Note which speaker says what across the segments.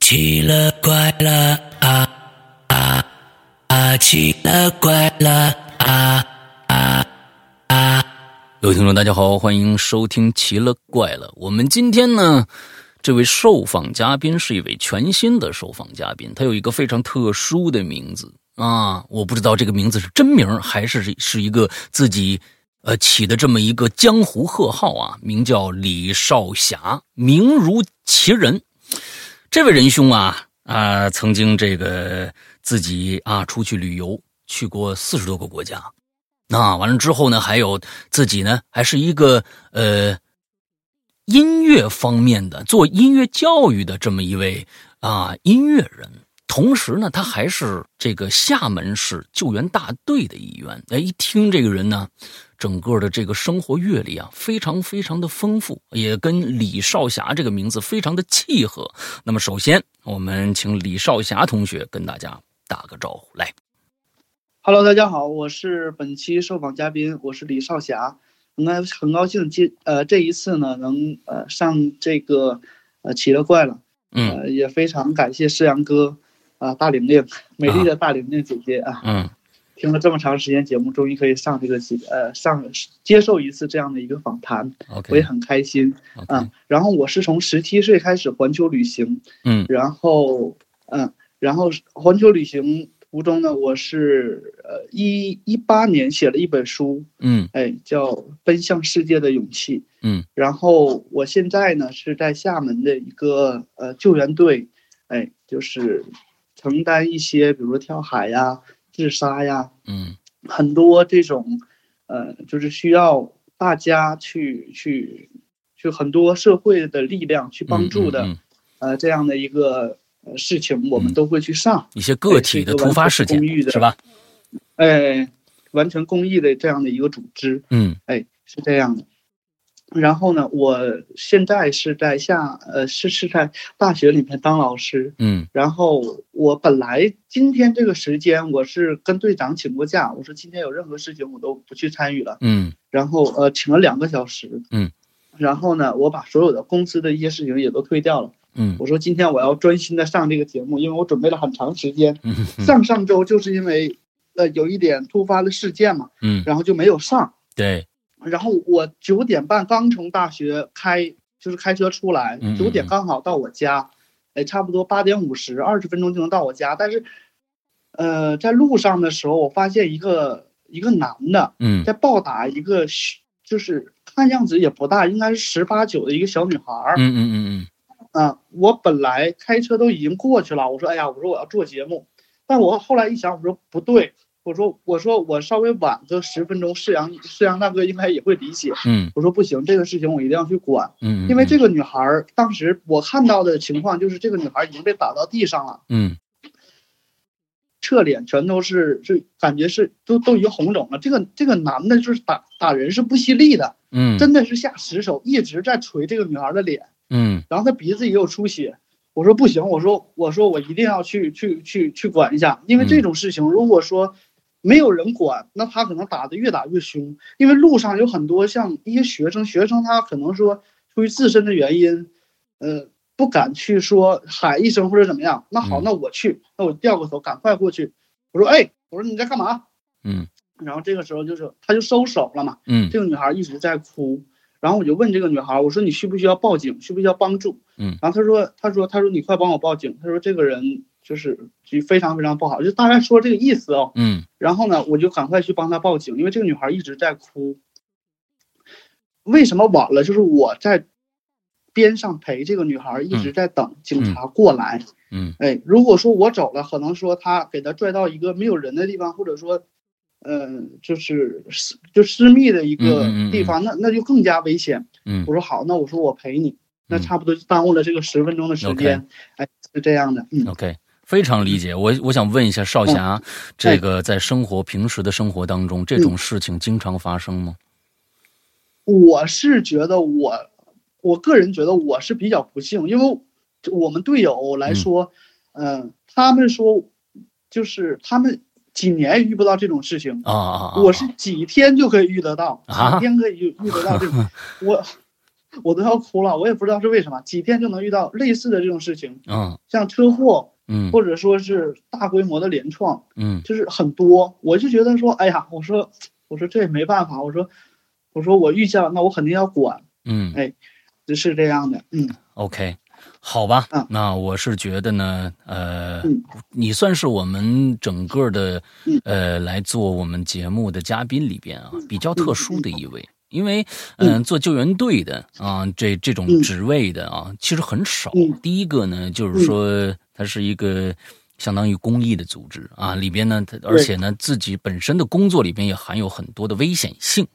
Speaker 1: 奇了怪了啊啊啊！奇了怪了啊啊啊！
Speaker 2: 各位听众，大家好，欢迎收听《奇了怪了》。我们今天呢，这位受访嘉宾是一位全新的受访嘉宾，他有一个非常特殊的名字啊，我不知道这个名字是真名儿还是是一个自己呃起的这么一个江湖贺号啊，名叫李少侠，名如其人。这位仁兄啊啊、曾经这个自己啊出去旅游，去过四十多个国家。那完了之后呢，还有自己呢，还是一个呃音乐方面的做音乐教育的这么一位啊音乐人。同时呢，他还是这个厦门市救援大队的一员。哎，一听这个人呢，整个的这个生活阅历啊，非常非常的丰富，也跟李少侠这个名字非常的契合。那么，首先我们请李少侠同学跟大家打个招呼，来，
Speaker 3: Hello，大家好，我是本期受访嘉宾，我是李少侠，很高很高兴接呃这一次呢能呃上这个呃奇了怪了，
Speaker 2: 嗯
Speaker 3: 呃也非常感谢诗阳哥啊、大玲玲美丽的大玲玲姐姐啊，
Speaker 2: 嗯
Speaker 3: 听了这么长时间节目，终于可以上这个节呃上接受一次这样的一个访谈，我也
Speaker 2: ，OK，OK，、
Speaker 3: 很开心啊。然后我是从十七岁开始环球旅行，
Speaker 2: 嗯
Speaker 3: 然后，嗯，然后是环球旅行途中呢，我是呃一一八年写了一本书，
Speaker 2: 嗯
Speaker 3: 哎，叫《奔向世界的勇气》。
Speaker 2: 嗯，
Speaker 3: 然后我现在呢是在厦门的一个呃救援队，哎，就是承担一些比如说跳海呀、自杀呀，
Speaker 2: 嗯
Speaker 3: 很多这种，呃，就是需要大家去去去很多社会的力量去帮助的。
Speaker 2: 嗯嗯嗯
Speaker 3: 呃这样的一个呃事情，我们都会去上，
Speaker 2: 一些个体的突发事件
Speaker 3: 哎是一个完全公益的
Speaker 2: 是吧？
Speaker 3: 哎，完全公益的这样的一个组织，
Speaker 2: 嗯
Speaker 3: 哎，是这样的。然后呢，我现在是在下呃是是在大学里面当老师，
Speaker 2: 嗯
Speaker 3: 然后我本来今天这个时间我是跟队长请过假，我说今天有任何事情我都不去参与了，
Speaker 2: 嗯
Speaker 3: 然后呃请了两个小时，
Speaker 2: 嗯，
Speaker 3: 然后呢，我把所有的公司的一些事情也都推掉了。
Speaker 2: 嗯
Speaker 3: 我说今天我要专心的上这个节目，因为我准备了很长时间。
Speaker 2: 嗯
Speaker 3: 上上周就是因为呃有一点突发的事件嘛，
Speaker 2: 嗯，
Speaker 3: 然后就没有上。
Speaker 2: 对，
Speaker 3: 然后我九点半刚从大学开，就是开车出来
Speaker 2: 嗯嗯嗯，
Speaker 3: 九点刚好到我家，哎，差不多八点五十，二十分钟就能到我家。但是，呃，在路上的时候，我发现一个一个男的
Speaker 2: 嗯
Speaker 3: 在暴打一个小，就是看样子也不大，应该是十八九的一个小女孩儿。
Speaker 2: 嗯嗯嗯
Speaker 3: 啊，我本来开车都已经过去了，我说哎呀，我说我要做节目，但我后来一想，我说不对，我说我说我稍微晚个十分钟，世阳世阳大哥应该也会理解。
Speaker 2: 嗯
Speaker 3: 我说不行，这个事情我一定要去管，
Speaker 2: 嗯嗯，
Speaker 3: 因为这
Speaker 2: 个
Speaker 3: 个女孩儿当时我看到的情况就是这个女孩已经被打到地上了，
Speaker 2: 嗯
Speaker 3: 侧脸全都是是感觉是都都已经红肿了。这个这个男的就是打打人是不惜力的，
Speaker 2: 嗯
Speaker 3: 真的是下死手，一直在捶这个女孩的脸。
Speaker 2: 嗯
Speaker 3: 然后他鼻子也有出血。我说不行，我说我说我一定要去去去去管一下，因为
Speaker 2: 嗯
Speaker 3: 这种事情如果说没有人管，那他可能打得越打越凶。因为路上有很多像一些学生，学生他可能说出于自身的原因，呃，不敢去说喊一声或者怎么样。那好，
Speaker 2: 嗯
Speaker 3: 那我去，那我掉个头，赶快过去。我说哎，我说你在干嘛？
Speaker 2: 嗯
Speaker 3: 然后这个时候就是他就收手了嘛，
Speaker 2: 嗯
Speaker 3: 这个女孩一直在哭，然后我就问这个女孩，我说你需不需要报警，需不需要帮助？
Speaker 2: 嗯，
Speaker 3: 然后她说，她说，她说你快帮我报警，她说这个人就是就非常非常不好，就大概说这个意思哦。
Speaker 2: 嗯
Speaker 3: 然后呢，我就赶快去帮她报警，因为这个女孩一直在哭。为什么晚了？就是我在边上陪这个女孩，一直在等警察过来。
Speaker 2: 嗯
Speaker 3: 哎，如果说我走了，可能说他给他拽到一个没有人的地方，或者说，呃，就是私就私密的一个
Speaker 2: 嗯嗯嗯嗯
Speaker 3: 地方，那那就更加危险。
Speaker 2: 嗯
Speaker 3: 我说好，那我说我陪你，那
Speaker 2: 嗯
Speaker 3: 差不多就耽误了这个十分钟的时
Speaker 2: OK
Speaker 3: 间。哎，是这样的，嗯，
Speaker 2: ，OK。非常理解，我我想问一下少侠，
Speaker 3: 哎
Speaker 2: 这个在生活平时的生活当中，
Speaker 3: 嗯
Speaker 2: 这种事情经常发生吗？
Speaker 3: 我是觉得我，我个人觉得我是比较不幸，因为我们队友来说，嗯、他们说，就是他们几年也遇不到这种事情。
Speaker 2: 啊啊啊！
Speaker 3: 我是几天就可以遇得到，
Speaker 2: 啊
Speaker 3: 几天可以遇遇得到这种。我我都要哭了，我也不知道是为什么，几天就能遇到类似的这种事情，
Speaker 2: 啊，
Speaker 3: 像车祸
Speaker 2: 嗯
Speaker 3: 或者说是大规模的连创，
Speaker 2: 嗯
Speaker 3: 就是很多。我就觉得说，哎呀，我说我说这也没办法，我说我说我遇见了，那我肯定要管，
Speaker 2: 嗯
Speaker 3: 是这样的，嗯，
Speaker 2: ，OK，好吧
Speaker 3: 嗯，
Speaker 2: 那我是觉得呢，呃
Speaker 3: 嗯，
Speaker 2: 你算是我们整个的
Speaker 3: 嗯
Speaker 2: 呃来做我们节目的嘉宾里边啊，比较特殊的一位。因为，嗯、做救援队的啊，这这种
Speaker 3: 嗯
Speaker 2: 职位的啊，其实很少。
Speaker 3: 嗯
Speaker 2: 第一个呢，就是说它是一个相当于公益的组织啊，里边呢，它而且呢，自己本身的工作里边也含有很多的危险性。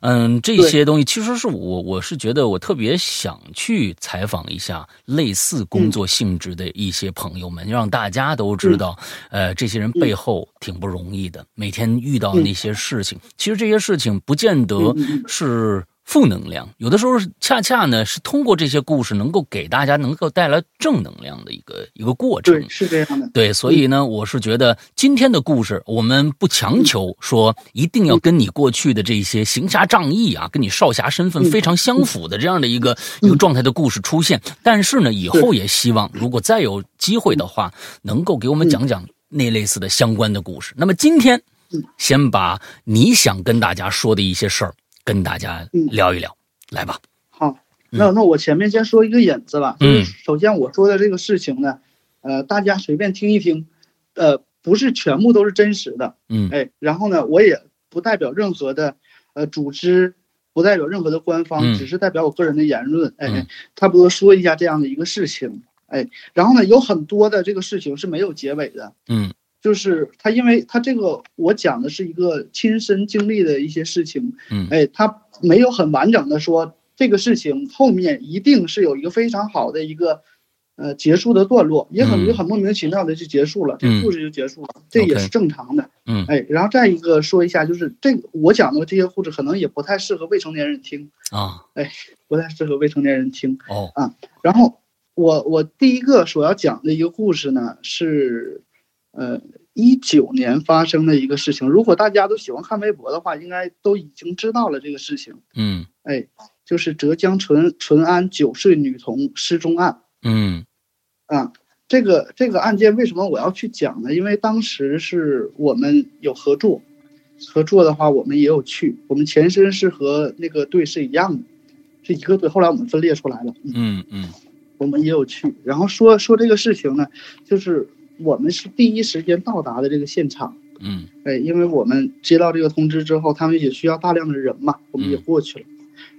Speaker 2: 嗯，这些东西其实是我我是觉得我特别想去采访一下类
Speaker 3: 嗯
Speaker 2: 似工作性质的一些朋友们，让大家都知
Speaker 3: 嗯
Speaker 2: 道，呃，这些人背后挺不容易的，每天遇到那些事情，其实这些事情不见得
Speaker 3: 嗯嗯
Speaker 2: 是。负能量，有的时候是恰恰呢是通过这些故事能够给大家能够带来正能量的一个一个过程。
Speaker 3: 对，是这样的，
Speaker 2: 对，所以呢，我是觉得今天的故事，我们不强求说一定要跟你过去的这些行侠仗义啊，跟你少侠身份非常相符的这样的一个一
Speaker 3: 嗯
Speaker 2: 个状态的故事出现。但是呢，以后也希望如果再有机会的话，能够给我们讲讲那类似的相关的故事。那么今天
Speaker 3: 嗯，
Speaker 2: 先把你想跟大家说的一些事儿跟大家
Speaker 3: 嗯
Speaker 2: 聊一聊，来吧。
Speaker 3: 好，那那我前面先说一个引子吧。
Speaker 2: 嗯
Speaker 3: 首先我说的这个事情呢，呃，大家随便听一听，呃，不是全部都是真实的，
Speaker 2: 嗯
Speaker 3: 哎，然后呢，我也不代表任何的呃组织，不代表任何的官方，
Speaker 2: 嗯
Speaker 3: 只是代表我个人的言论，
Speaker 2: 嗯
Speaker 3: 哎，差不多说一下这样的一个事情，哎，然后呢，有很多的这个事情是没有结尾的，
Speaker 2: 嗯
Speaker 3: 就是他，因为他这个我讲的是一个亲身经历的一些事情，
Speaker 2: 嗯
Speaker 3: 哎，他没有很完整的说这个事情后面一定是有一个非常好的一个呃结束的段落，也很
Speaker 2: 嗯
Speaker 3: 就很莫名其妙的就结束了，这
Speaker 2: 嗯
Speaker 3: 个故事就结束了，这也
Speaker 2: OK
Speaker 3: 是正常的，
Speaker 2: 嗯
Speaker 3: 哎，然后再一个说一下，就是这个我讲的这些故事可能也不太适合未成年人听，
Speaker 2: 啊
Speaker 3: 不太适合未成年人听，
Speaker 2: 哦
Speaker 3: 然后我我第一个所要讲的一个故事呢是，呃，一九年发生的一个事情。如果大家都喜欢看微博的话，应该都已经知道了这个事情。
Speaker 2: 嗯
Speaker 3: 哎，就是浙江淳淳安九岁女童失踪案
Speaker 2: 嗯
Speaker 3: 啊。这个这个案件为什么我要去讲呢？因为当时是我们有合作，合作的话我们也有去，我们前身是和那个队是一样的，是一个队，后来我们分裂出来了。嗯
Speaker 2: 嗯嗯
Speaker 3: 我们也有去。然后说说这个事情呢，就是我们是第一时间到达的这个现场，
Speaker 2: 嗯
Speaker 3: 哎，因为我们接到这个通知之后，他们也需要大量的人嘛，我们也过去了。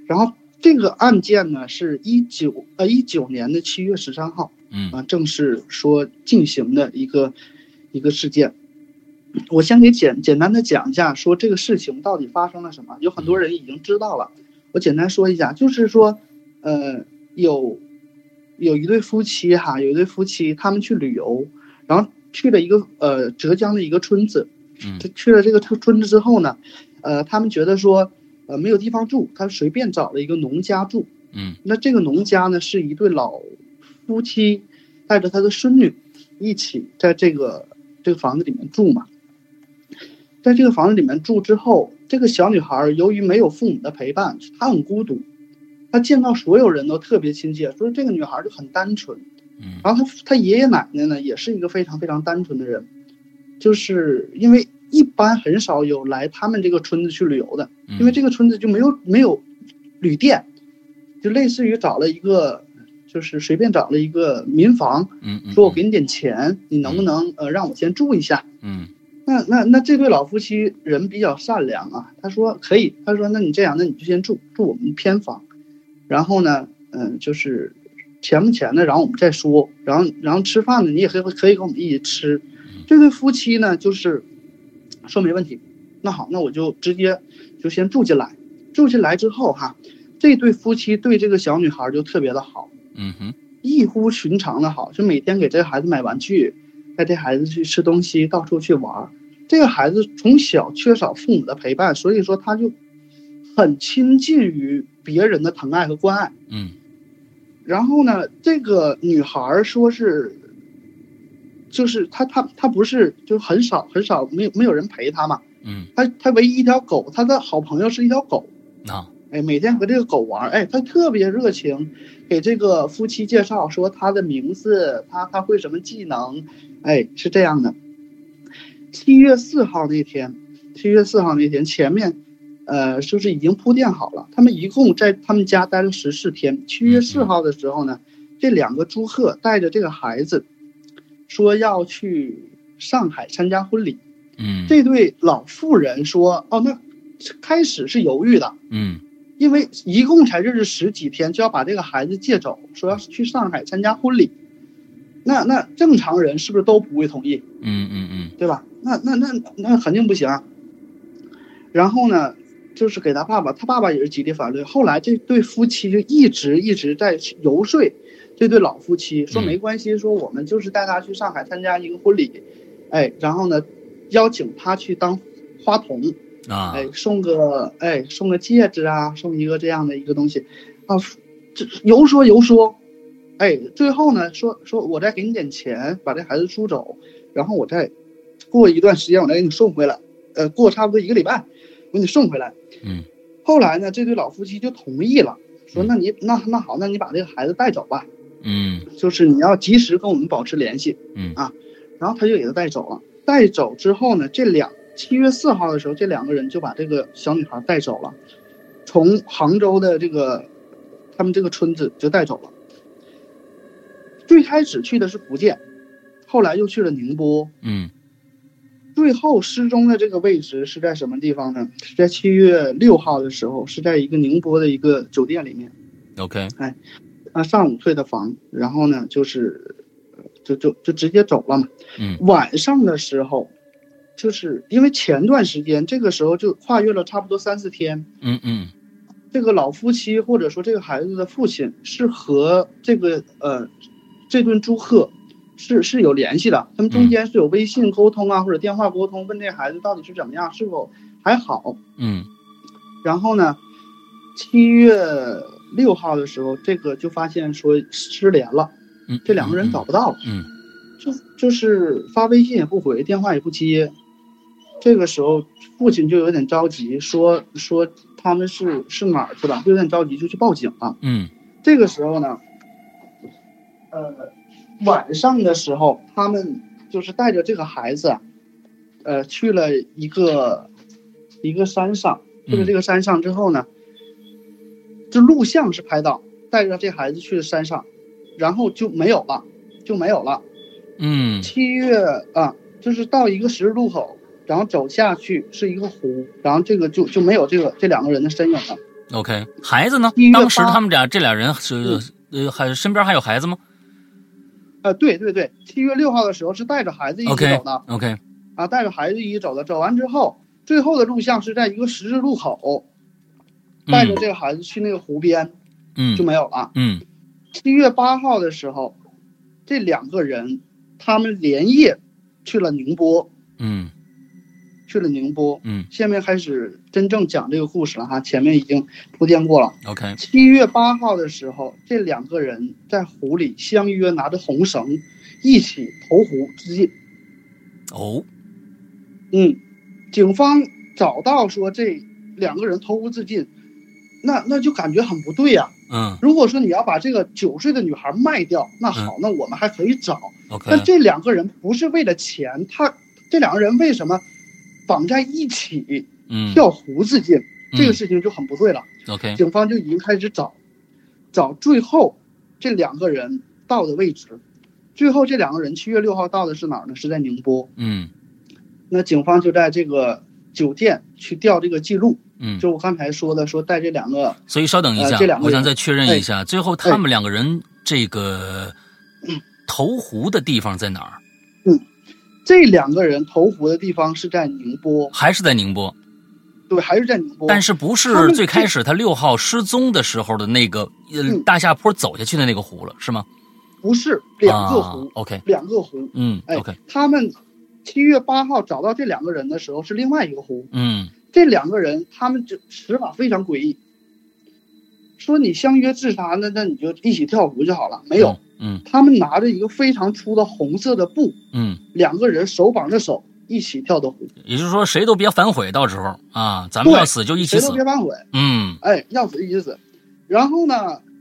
Speaker 3: 然后这个案件呢，是一九呃一九年的七月十三号
Speaker 2: 嗯
Speaker 3: 啊，正式说进行的一个一个事件。我先给简简单的讲一下，说这个事情到底发生了什么。有很
Speaker 2: 嗯
Speaker 3: 多人已经知道了，我简单说一下，就是说，呃，有有一对夫妻哈，有一对夫妻他们去旅游，然后去了一个呃浙江的一个村子，
Speaker 2: 嗯
Speaker 3: 他去了这个村村子之后呢，呃，他们觉得说，呃，没有地方住，他随便找了一个农家住。
Speaker 2: 嗯
Speaker 3: 那这个农家呢，是一对老夫妻带着他的孙女一起在这个这个房子里面住嘛。在这个房子里面住之后，这个小女孩儿由于没有父母的陪伴，她很孤独，她见到所有人都特别亲切，所以这个女孩儿就很单纯。
Speaker 2: 嗯
Speaker 3: 然后他他爷爷奶奶呢，也是一个非常非常单纯的人，就是因为一般很少有来他们这个村子去旅游的，
Speaker 2: 嗯
Speaker 3: 因为这个村子就没有没有旅店，就类似于找了一个，就是随便找了一个民房，
Speaker 2: 嗯嗯
Speaker 3: 说我给你点钱，你能不能呃让我先住一下？
Speaker 2: 嗯
Speaker 3: 那那那这对老夫妻人比较善良啊，他说可以，他说那你这样，那你就先住住我们偏房，然后呢，嗯，就是钱不钱的，然后我们再说，然后然后吃饭呢，你也可以可以跟我们一起吃。这对夫妻呢，就是说没问题，那好，那我就直接就先住进来，住进来之后哈，这对夫妻对这个小女孩就特别的好，
Speaker 2: 嗯哼
Speaker 3: 异乎寻常的好，就每天给这个孩子买玩具，带这孩子去吃东西，到处去玩儿。这个孩子从小缺少父母的陪伴，所以说他就很亲近于别人的疼爱和关爱。
Speaker 2: 嗯
Speaker 3: 然后呢，这个女孩儿说是，就是她她她不是就很少很少没有没有人陪她嘛，
Speaker 2: 嗯
Speaker 3: 她她唯一一条狗，她的好朋友是一条狗，
Speaker 2: 啊
Speaker 3: 哎，每天和这个狗玩，哎，它特别热情，给这个夫妻介绍说它的名字，它它会什么技能，哎，是这样的。七月四号那天，七月四号那天前面，呃，就是已经铺垫好了。他们一共在他们家待了十四天。七月四号的时候呢，这两个租客带着这个孩子，说要去上海参加婚礼。
Speaker 2: 嗯
Speaker 3: 这对老妇人说：“哦，那开始是犹豫的，
Speaker 2: 嗯
Speaker 3: 因为一共才认识十几天，就要把这个孩子借走，说要去上海参加婚礼。那那正常人是不是都不会同意？
Speaker 2: 嗯嗯嗯
Speaker 3: 对吧？那那那那肯定不行啊。然后呢，就是给他爸爸，他爸爸也是极力反对。后来这对夫妻就一直一直在游说这对老夫妻，说
Speaker 2: 嗯
Speaker 3: 没关系，说我们就是带他去上海参加一个婚礼，哎，然后呢，邀请他去当花童，
Speaker 2: 嗯啊
Speaker 3: 哎，送个哎送个戒指啊，送一个这样的一个东西，啊，这游说游说，哎，最后呢说说我再给你点钱，把这孩子租走，然后我再过一段时间我再给你送回来，呃，过差不多一个礼拜，我给你送回来。
Speaker 2: 嗯，
Speaker 3: 后来呢，这对老夫妻就同意了，说
Speaker 2: 嗯
Speaker 3: 那你那那好，那你把这个孩子带走吧，
Speaker 2: 嗯
Speaker 3: 就是你要及时跟我们保持联系，
Speaker 2: 嗯
Speaker 3: 啊，然后他就给他带走了。带走之后呢，这两七月四号的时候，这两个人就把这个小女孩带走了，从杭州的这个他们这个村子就带走了。最开始去的是福建，后来又去了宁波，
Speaker 2: 嗯
Speaker 3: 最后失踪的这个位置是在什么地方呢？是在七月六号的时候，是在一个宁波的一个酒店里面。
Speaker 2: 嗯，OK，
Speaker 3: 啊，上午退的房，然后呢，就是，呃就就就直接走了嘛。
Speaker 2: 嗯
Speaker 3: 晚上的时候，就是因为前段时间这个时候就跨越了差不多三四天，
Speaker 2: 嗯嗯
Speaker 3: 这个老夫妻或者说这个孩子的父亲是和这个呃这顿租客是是有联系的，他们中间是有微信沟通啊、或者电话沟通，问这孩子到底是怎么样，是否还好。
Speaker 2: 嗯
Speaker 3: 然后呢，七月六号的时候，这个就发现说失联了。
Speaker 2: 嗯，
Speaker 3: 这两个人找不到了，
Speaker 2: 嗯
Speaker 3: 就就是发微信也不回，电话也不接。这个时候，父亲就有点着急，说说他们是是哪儿去了，就有点着急，就去报警了。
Speaker 2: 嗯
Speaker 3: 这个时候呢，呃，晚上的时候，他们就是带着这个孩子啊，呃，去了一个一个山上，
Speaker 2: 嗯
Speaker 3: 去了这个山上之后呢，这录像是拍到，带着这孩子去了山上，然后就没有了，就没有了。
Speaker 2: 嗯
Speaker 3: 七月啊，就是到一个十字路口，然后走下去是一个湖，然后这个就就没有这个这两个人的身影了。
Speaker 2: ，OK，孩子呢
Speaker 3: 一月？八嗯
Speaker 2: 当时他们俩这俩人是呃还身边还有孩子吗
Speaker 3: 呃，对对对，七月六号的时候是带着孩子一起
Speaker 2: ？OK
Speaker 3: 走的
Speaker 2: OK，
Speaker 3: 啊，带着孩子一起走的。走完之后，最后的录像是在一个十字路口，带着
Speaker 2: 嗯
Speaker 3: 这个孩子去那个湖边就
Speaker 2: 嗯
Speaker 3: 没有了。
Speaker 2: 嗯
Speaker 3: 七月八号的时候，这两个人他们连夜去了宁波，
Speaker 2: 嗯
Speaker 3: 去了宁波。
Speaker 2: 嗯
Speaker 3: 下面开始真正讲这个故事了哈，前面已经铺垫过了。
Speaker 2: ，OK，
Speaker 3: 七月八号的时候，这两个人在湖里相约，拿着红绳，一起投湖自尽。
Speaker 2: 哦，
Speaker 3: 嗯，警方找到说这两个人投湖自尽，那那就感觉很不对呀、啊
Speaker 2: 嗯
Speaker 3: 如果说你要把这个九岁的女孩卖掉，那好，那我们还可以找。
Speaker 2: ，OK，
Speaker 3: 但这两个人不是为了钱，他这两个人为什么绑在一起
Speaker 2: 嗯
Speaker 3: 跳湖自尽？这个
Speaker 2: 嗯
Speaker 3: 事情就很不对了。
Speaker 2: OK，
Speaker 3: 警方就已经开始找，找最后这两个人到的位置。最后这两个人七月六号到的是哪儿呢？是在宁波。
Speaker 2: 嗯
Speaker 3: 那警方就在这个酒店去调这个记录，
Speaker 2: 嗯，
Speaker 3: 就我刚才说的，说带这两个，
Speaker 2: 所以稍等一
Speaker 3: 呃
Speaker 2: 下
Speaker 3: 这两，个
Speaker 2: 我想
Speaker 3: 人哎
Speaker 2: 再确认一下，最后他们两个人这个
Speaker 3: 嗯
Speaker 2: 投湖的地方在哪儿？
Speaker 3: 这两个人投湖的地方是在宁波，
Speaker 2: 还是在宁波？
Speaker 3: 对，还是在宁波。
Speaker 2: 但
Speaker 3: 是
Speaker 2: 是不
Speaker 3: 他
Speaker 2: 是
Speaker 3: 们
Speaker 2: 最开始他六号失踪的时候的那个呃
Speaker 3: 嗯
Speaker 2: 大下坡走下去的那个湖了，是吗？
Speaker 3: 不是两个湖，
Speaker 2: 啊、OK，
Speaker 3: 两个湖。
Speaker 2: 嗯
Speaker 3: 哎
Speaker 2: ，OK，
Speaker 3: 他们七月八号找到这两个人的时候是另外一个湖，
Speaker 2: 嗯
Speaker 3: 这两个人他们就死法非常诡异，说你相约自杀，那那你就一起跳湖就好了。没有，
Speaker 2: 嗯
Speaker 3: 他们拿着一个非常粗的红色的布，
Speaker 2: 嗯
Speaker 3: 两个人手绑着手，一起跳的湖，
Speaker 2: 也就是说谁都别反悔，到时候啊，咱们
Speaker 3: 对
Speaker 2: 要死就一起
Speaker 3: 谁
Speaker 2: 死
Speaker 3: 都，别反悔，
Speaker 2: 嗯
Speaker 3: 哎，要死一起死。然后呢，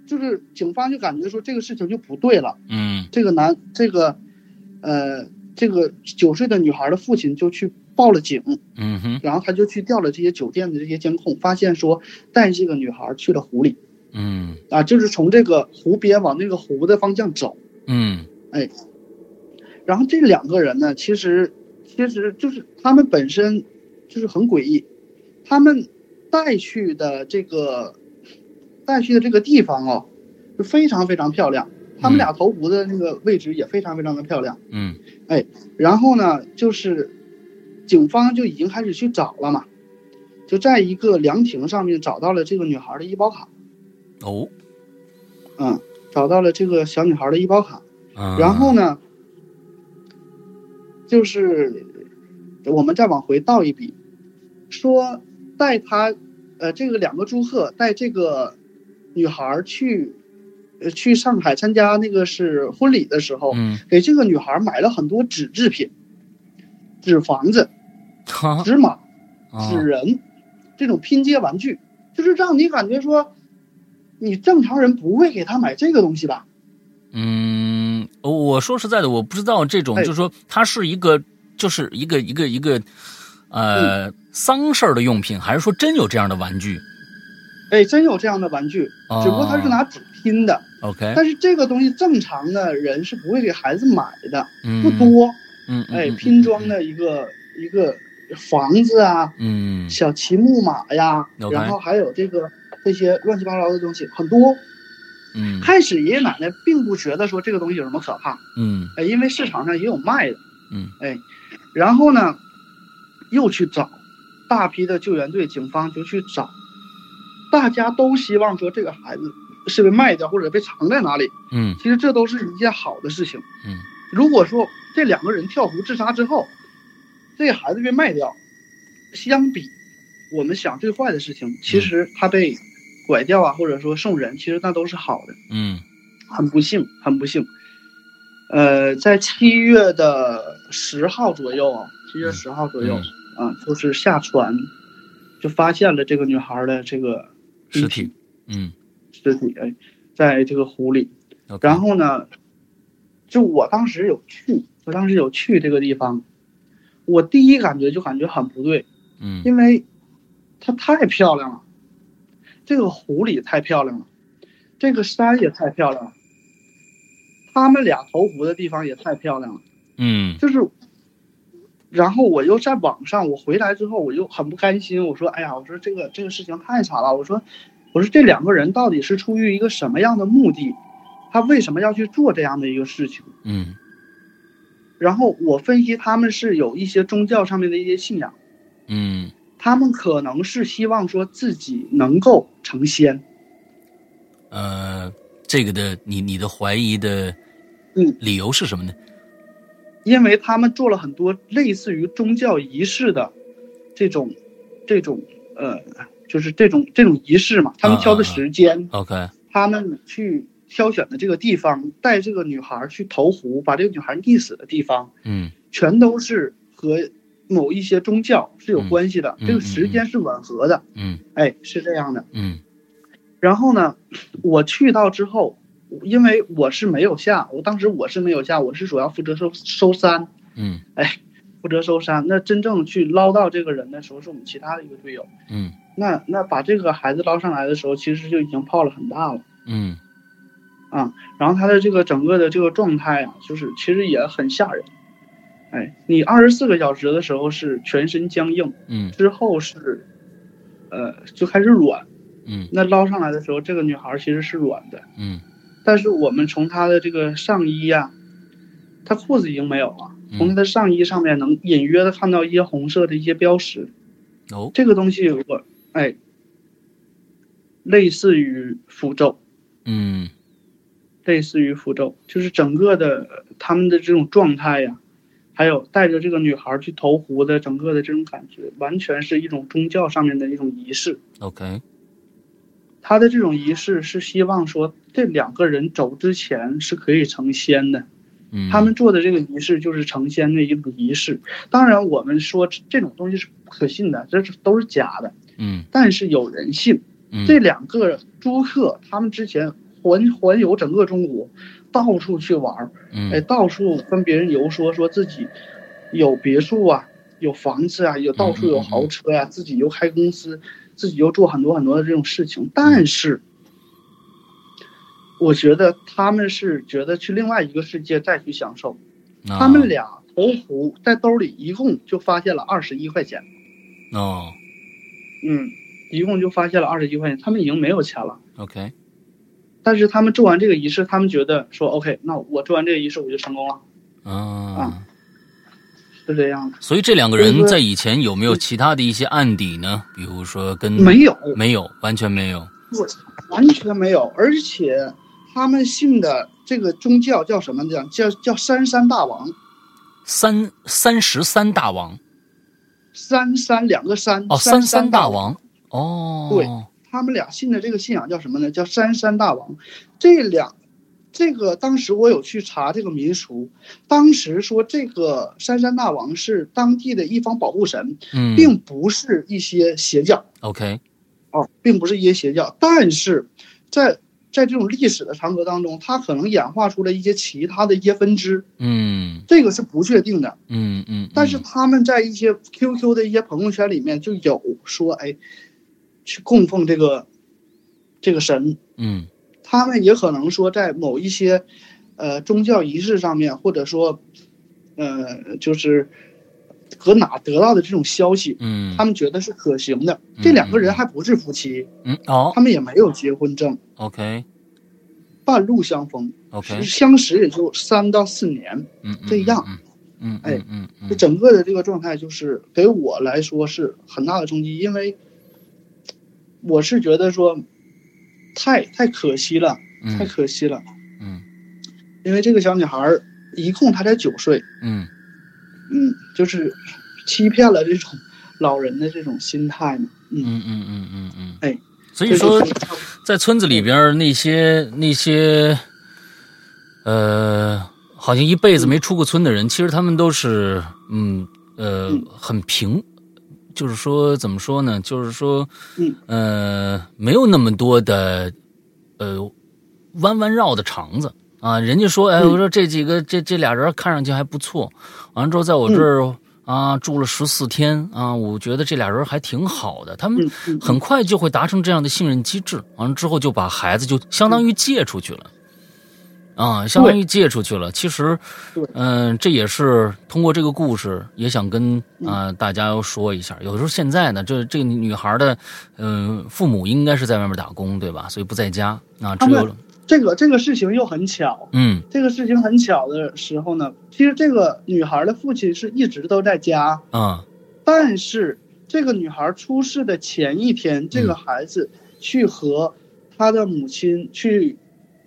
Speaker 3: 就是警方就感觉说这个事情就不对了，
Speaker 2: 嗯
Speaker 3: 这个男这个，呃，这个九岁的女孩的父亲就去报了警，
Speaker 2: 嗯哼，
Speaker 3: 然后他就去调了这些酒店的这些监控，发现说带这个女孩去了湖里
Speaker 2: 嗯
Speaker 3: 啊，就是从这个湖边往那个湖的方向走。
Speaker 2: 嗯
Speaker 3: 然后这两个人呢，其实其实就是他们本身就是很诡异，他们带去的这个带去的这个地方哦，就非常非常漂亮。他们俩投湖的那个位置也非常非常的漂亮。
Speaker 2: 嗯
Speaker 3: 然后呢，就是警方就已经开始去找了嘛，就在一个凉亭上面找到了这个女孩的医保卡，
Speaker 2: 哦，
Speaker 3: 嗯，找到了这个小女孩的医保卡。
Speaker 2: 嗯
Speaker 3: 然后呢，就是我们再往回倒一笔，说带她，呃，这个两个租客带这个女孩去，呃，去上海参加那个是婚礼的时候，
Speaker 2: 嗯
Speaker 3: 给这个女孩买了很多纸制品，纸房子、
Speaker 2: 哈
Speaker 3: 纸马、
Speaker 2: 啊
Speaker 3: 纸人，这种拼接玩具，就是让你感觉说，你正常人不会给她买这个东西吧？
Speaker 2: 嗯，哦我说实在的，我不知道这种，
Speaker 3: 哎
Speaker 2: 就是说它是一个，就是一个一个一个，呃，丧事儿的用品，还是说真有这样的玩具？
Speaker 3: 哎，真有这样的玩具，
Speaker 2: 啊哎
Speaker 3: 只不过它是拿纸拼的。
Speaker 2: 哦 OK，
Speaker 3: 但是这个东西正常的人是不会给孩子买的，
Speaker 2: 嗯
Speaker 3: 不多。
Speaker 2: 嗯，嗯
Speaker 3: 哎，拼装，的一个一个房子啊，
Speaker 2: 嗯
Speaker 3: 小骑木马呀，
Speaker 2: OK
Speaker 3: 然后还有这个这些乱七八糟的东西很多。
Speaker 2: 嗯
Speaker 3: 开始爷爷奶奶并不觉得说这个东西有什么可怕，
Speaker 2: 嗯
Speaker 3: 哎，因为市场上也有卖的。
Speaker 2: 嗯，
Speaker 3: 哎，然后呢，又去找，大批的救援队、警方就去找，大家都希望说这个孩子是被卖掉或者被藏在哪里。
Speaker 2: 嗯
Speaker 3: 其实这都是一件好的事情。
Speaker 2: 嗯，
Speaker 3: 如果说这两个人跳湖自杀之后，这孩子被卖掉，相比我们想最坏的事情，
Speaker 2: 嗯
Speaker 3: 其实他被拐掉啊，或者说送人，其实那都是好的。
Speaker 2: 嗯
Speaker 3: 很不幸，很不幸。呃，在七月的十号左右啊，七月十号左右、啊，就是下船就发现了这个女孩的这个
Speaker 2: 尸体，嗯，
Speaker 3: 尸体，哎，在这个湖里。
Speaker 2: OK
Speaker 3: 然后呢，就我当时有去，我当时有去这个地方，我第一感觉就感觉很不对，
Speaker 2: 嗯
Speaker 3: 因为它太漂亮了，这个湖里太漂亮了，这个山也太漂亮了，他们俩投湖的地方也太漂亮了，
Speaker 2: 嗯
Speaker 3: 就是。然后我又在网上，我回来之后我又很不甘心，我说：“哎呀，我说这个这个事情太傻了。”我说：“我说这两个人到底是出于一个什么样的目的？他为什么要去做这样的一个事情？”
Speaker 2: 嗯
Speaker 3: 然后我分析他们是有一些宗教上面的一些信仰，
Speaker 2: 嗯
Speaker 3: 他们可能是希望说自己能够成仙。
Speaker 2: 呃，这个的你你的怀疑的
Speaker 3: 嗯
Speaker 2: 理由是什么呢？
Speaker 3: 因为他们做了很多类似于宗教仪式的这种、这种呃，就是这种这种仪式嘛。他们挑的时间，
Speaker 2: OK，
Speaker 3: 他们去挑选的这个地方，带这个女孩去投湖，把这个女孩溺死的地方，
Speaker 2: 嗯
Speaker 3: 全都是和某一些宗教是有关系的。
Speaker 2: 嗯嗯
Speaker 3: 这个时间是吻合的，
Speaker 2: 嗯
Speaker 3: 哎，是这样的。
Speaker 2: 嗯
Speaker 3: 然后呢，我去到之后，因为我是没有下，我当时我是没有下，我是主要负责收收山，
Speaker 2: 嗯
Speaker 3: 负责收山。那真正去捞到这个人的时候，是我们其他的一个队友。
Speaker 2: 嗯
Speaker 3: 那那把这个孩子捞上来的时候，其实就已经泡了很大了。
Speaker 2: 嗯
Speaker 3: 然后他的这个整个的这个状态啊，就是其实也很吓人。哎，你二十四个小时的时候是全身僵硬，
Speaker 2: 嗯
Speaker 3: 之后是，呃，就开始软。
Speaker 2: 嗯
Speaker 3: 那捞上来的时候，这个女孩其实是软的，
Speaker 2: 嗯
Speaker 3: 但是我们从她的这个上衣啊，她裤子已经没有了，从她的上衣上面能隐约的看到一些红色的一些标识。
Speaker 2: 哦
Speaker 3: 这个东西我哎，类似于符咒，
Speaker 2: 嗯
Speaker 3: 类似于符咒，就是整个的他们的这种状态呀、还有带着这个女孩去投湖的整个的这种感觉，完全是一种宗教上面的一种仪式。
Speaker 2: OK，
Speaker 3: 他的这种仪式是希望说，这两个人走之前是可以成仙的，
Speaker 2: 嗯
Speaker 3: 他们做的这个仪式就是成仙的一种仪式。当然，我们说这这种东西是不可信的，这是都是假的，
Speaker 2: 嗯
Speaker 3: 但是有人信。
Speaker 2: 嗯
Speaker 3: 这两个租客，他们之前环环游整个中国，到处去玩儿，哎，
Speaker 2: 嗯
Speaker 3: 到处跟别人游说，说自己有别墅啊，有房子啊，有到处有豪车
Speaker 2: 嗯
Speaker 3: 呀、自己又开公司，自己又做很多很多的这种事情。但是，我觉得他们是觉得去另外一个世界再去享受。
Speaker 2: 啊
Speaker 3: 他们俩投壶在兜里一共就发现了二十一块钱，
Speaker 2: 哦
Speaker 3: 嗯，一共就发现了二十一块钱，他们已经没有钱了。
Speaker 2: ，OK，
Speaker 3: 但是他们做完这个仪式，他们觉得说 OK，那我做完这个仪式我就成功了，
Speaker 2: 啊
Speaker 3: 啊，是这样的。
Speaker 2: 所以这两个
Speaker 3: 就
Speaker 2: 人
Speaker 3: 是
Speaker 2: 在以前有没有其他的一些案底呢？比如说跟
Speaker 3: 没有，
Speaker 2: 没有，完全没有。
Speaker 3: 完全没有，而且他们信的这个宗教叫什么呢？叫叫三山大王，
Speaker 2: 三三十三大王
Speaker 3: 三山两个山
Speaker 2: 哦，
Speaker 3: 三
Speaker 2: 三三
Speaker 3: 大
Speaker 2: 大。王哦，
Speaker 3: 对他们俩信的这个信仰叫什么呢？叫三山大王。这两，这个当时我有去查这个民俗，当时说这个三山大王是当地的一方保护神，
Speaker 2: 嗯，
Speaker 3: 并不是一些邪教。
Speaker 2: OK，
Speaker 3: 啊，并不是一些邪教，但是在在这种历史的长河当中，它可能演化出了一些其他的一些分支，
Speaker 2: 嗯
Speaker 3: 这个是不确定的。
Speaker 2: 嗯嗯，
Speaker 3: 但是他们在一些 QQ 的一些朋友圈里面就有说，哎，去供奉这个这个神，
Speaker 2: 嗯
Speaker 3: 他们也可能说在某一些呃宗教仪式上面，或者说呃就是和哪得到的这种消息，
Speaker 2: 嗯，
Speaker 3: 他们觉得是可行的。这两个人还不是夫妻，
Speaker 2: 嗯哦
Speaker 3: 他们也没有结婚证。
Speaker 2: ，OK
Speaker 3: 半路相逢，
Speaker 2: OK，
Speaker 3: 相识也就三到四年，
Speaker 2: 嗯
Speaker 3: 这样，
Speaker 2: 嗯嗯
Speaker 3: 哎
Speaker 2: 嗯
Speaker 3: 就
Speaker 2: 嗯，
Speaker 3: 整个的这个状态就是给我来说是很大的冲击，因为我是觉得说太太可惜了，太
Speaker 2: 嗯
Speaker 3: 可惜了，
Speaker 2: 嗯
Speaker 3: 因为这个小女孩儿一共她才九岁，
Speaker 2: 嗯
Speaker 3: 嗯，就是欺骗了这种老人的这种心态嘛，嗯，
Speaker 2: 嗯嗯嗯嗯嗯，
Speaker 3: 哎，
Speaker 2: 所
Speaker 3: 所
Speaker 2: 以
Speaker 3: 以
Speaker 2: 说在村子里边儿那些那些，呃，好像一辈子没出过村的人，其实他们都是，嗯，呃，
Speaker 3: 嗯
Speaker 2: 很平，就是说怎么说呢？就是说，
Speaker 3: 嗯，
Speaker 2: 呃，没有那么多的，呃，弯弯绕的肠子啊。人家说，哎，
Speaker 3: 嗯
Speaker 2: 我说这几个这这俩人看上去还不错，完了之后在我这儿。
Speaker 3: 嗯
Speaker 2: 啊，住了十四天啊，我觉得这俩人还挺好的。他们
Speaker 3: 嗯嗯
Speaker 2: 很快就会达成这样的信任机制，完了之后就把孩子就相当于借出去了，啊，相当于借出去了。其实
Speaker 3: 对，
Speaker 2: 嗯、这也是通过这个故事，也想跟
Speaker 3: 嗯
Speaker 2: 啊、大家说一下。有时候现在呢，这这个女孩的，嗯、父母应该是在外面打工，对吧？所以不在家啊，只有
Speaker 3: 这个这个事情又很巧。
Speaker 2: 嗯
Speaker 3: 这个事情很巧的时候呢，其实这个女孩的父亲是一直都在家，
Speaker 2: 啊
Speaker 3: 但是这个女孩出事的前一天，
Speaker 2: 嗯
Speaker 3: 这个孩子去和他的母亲去，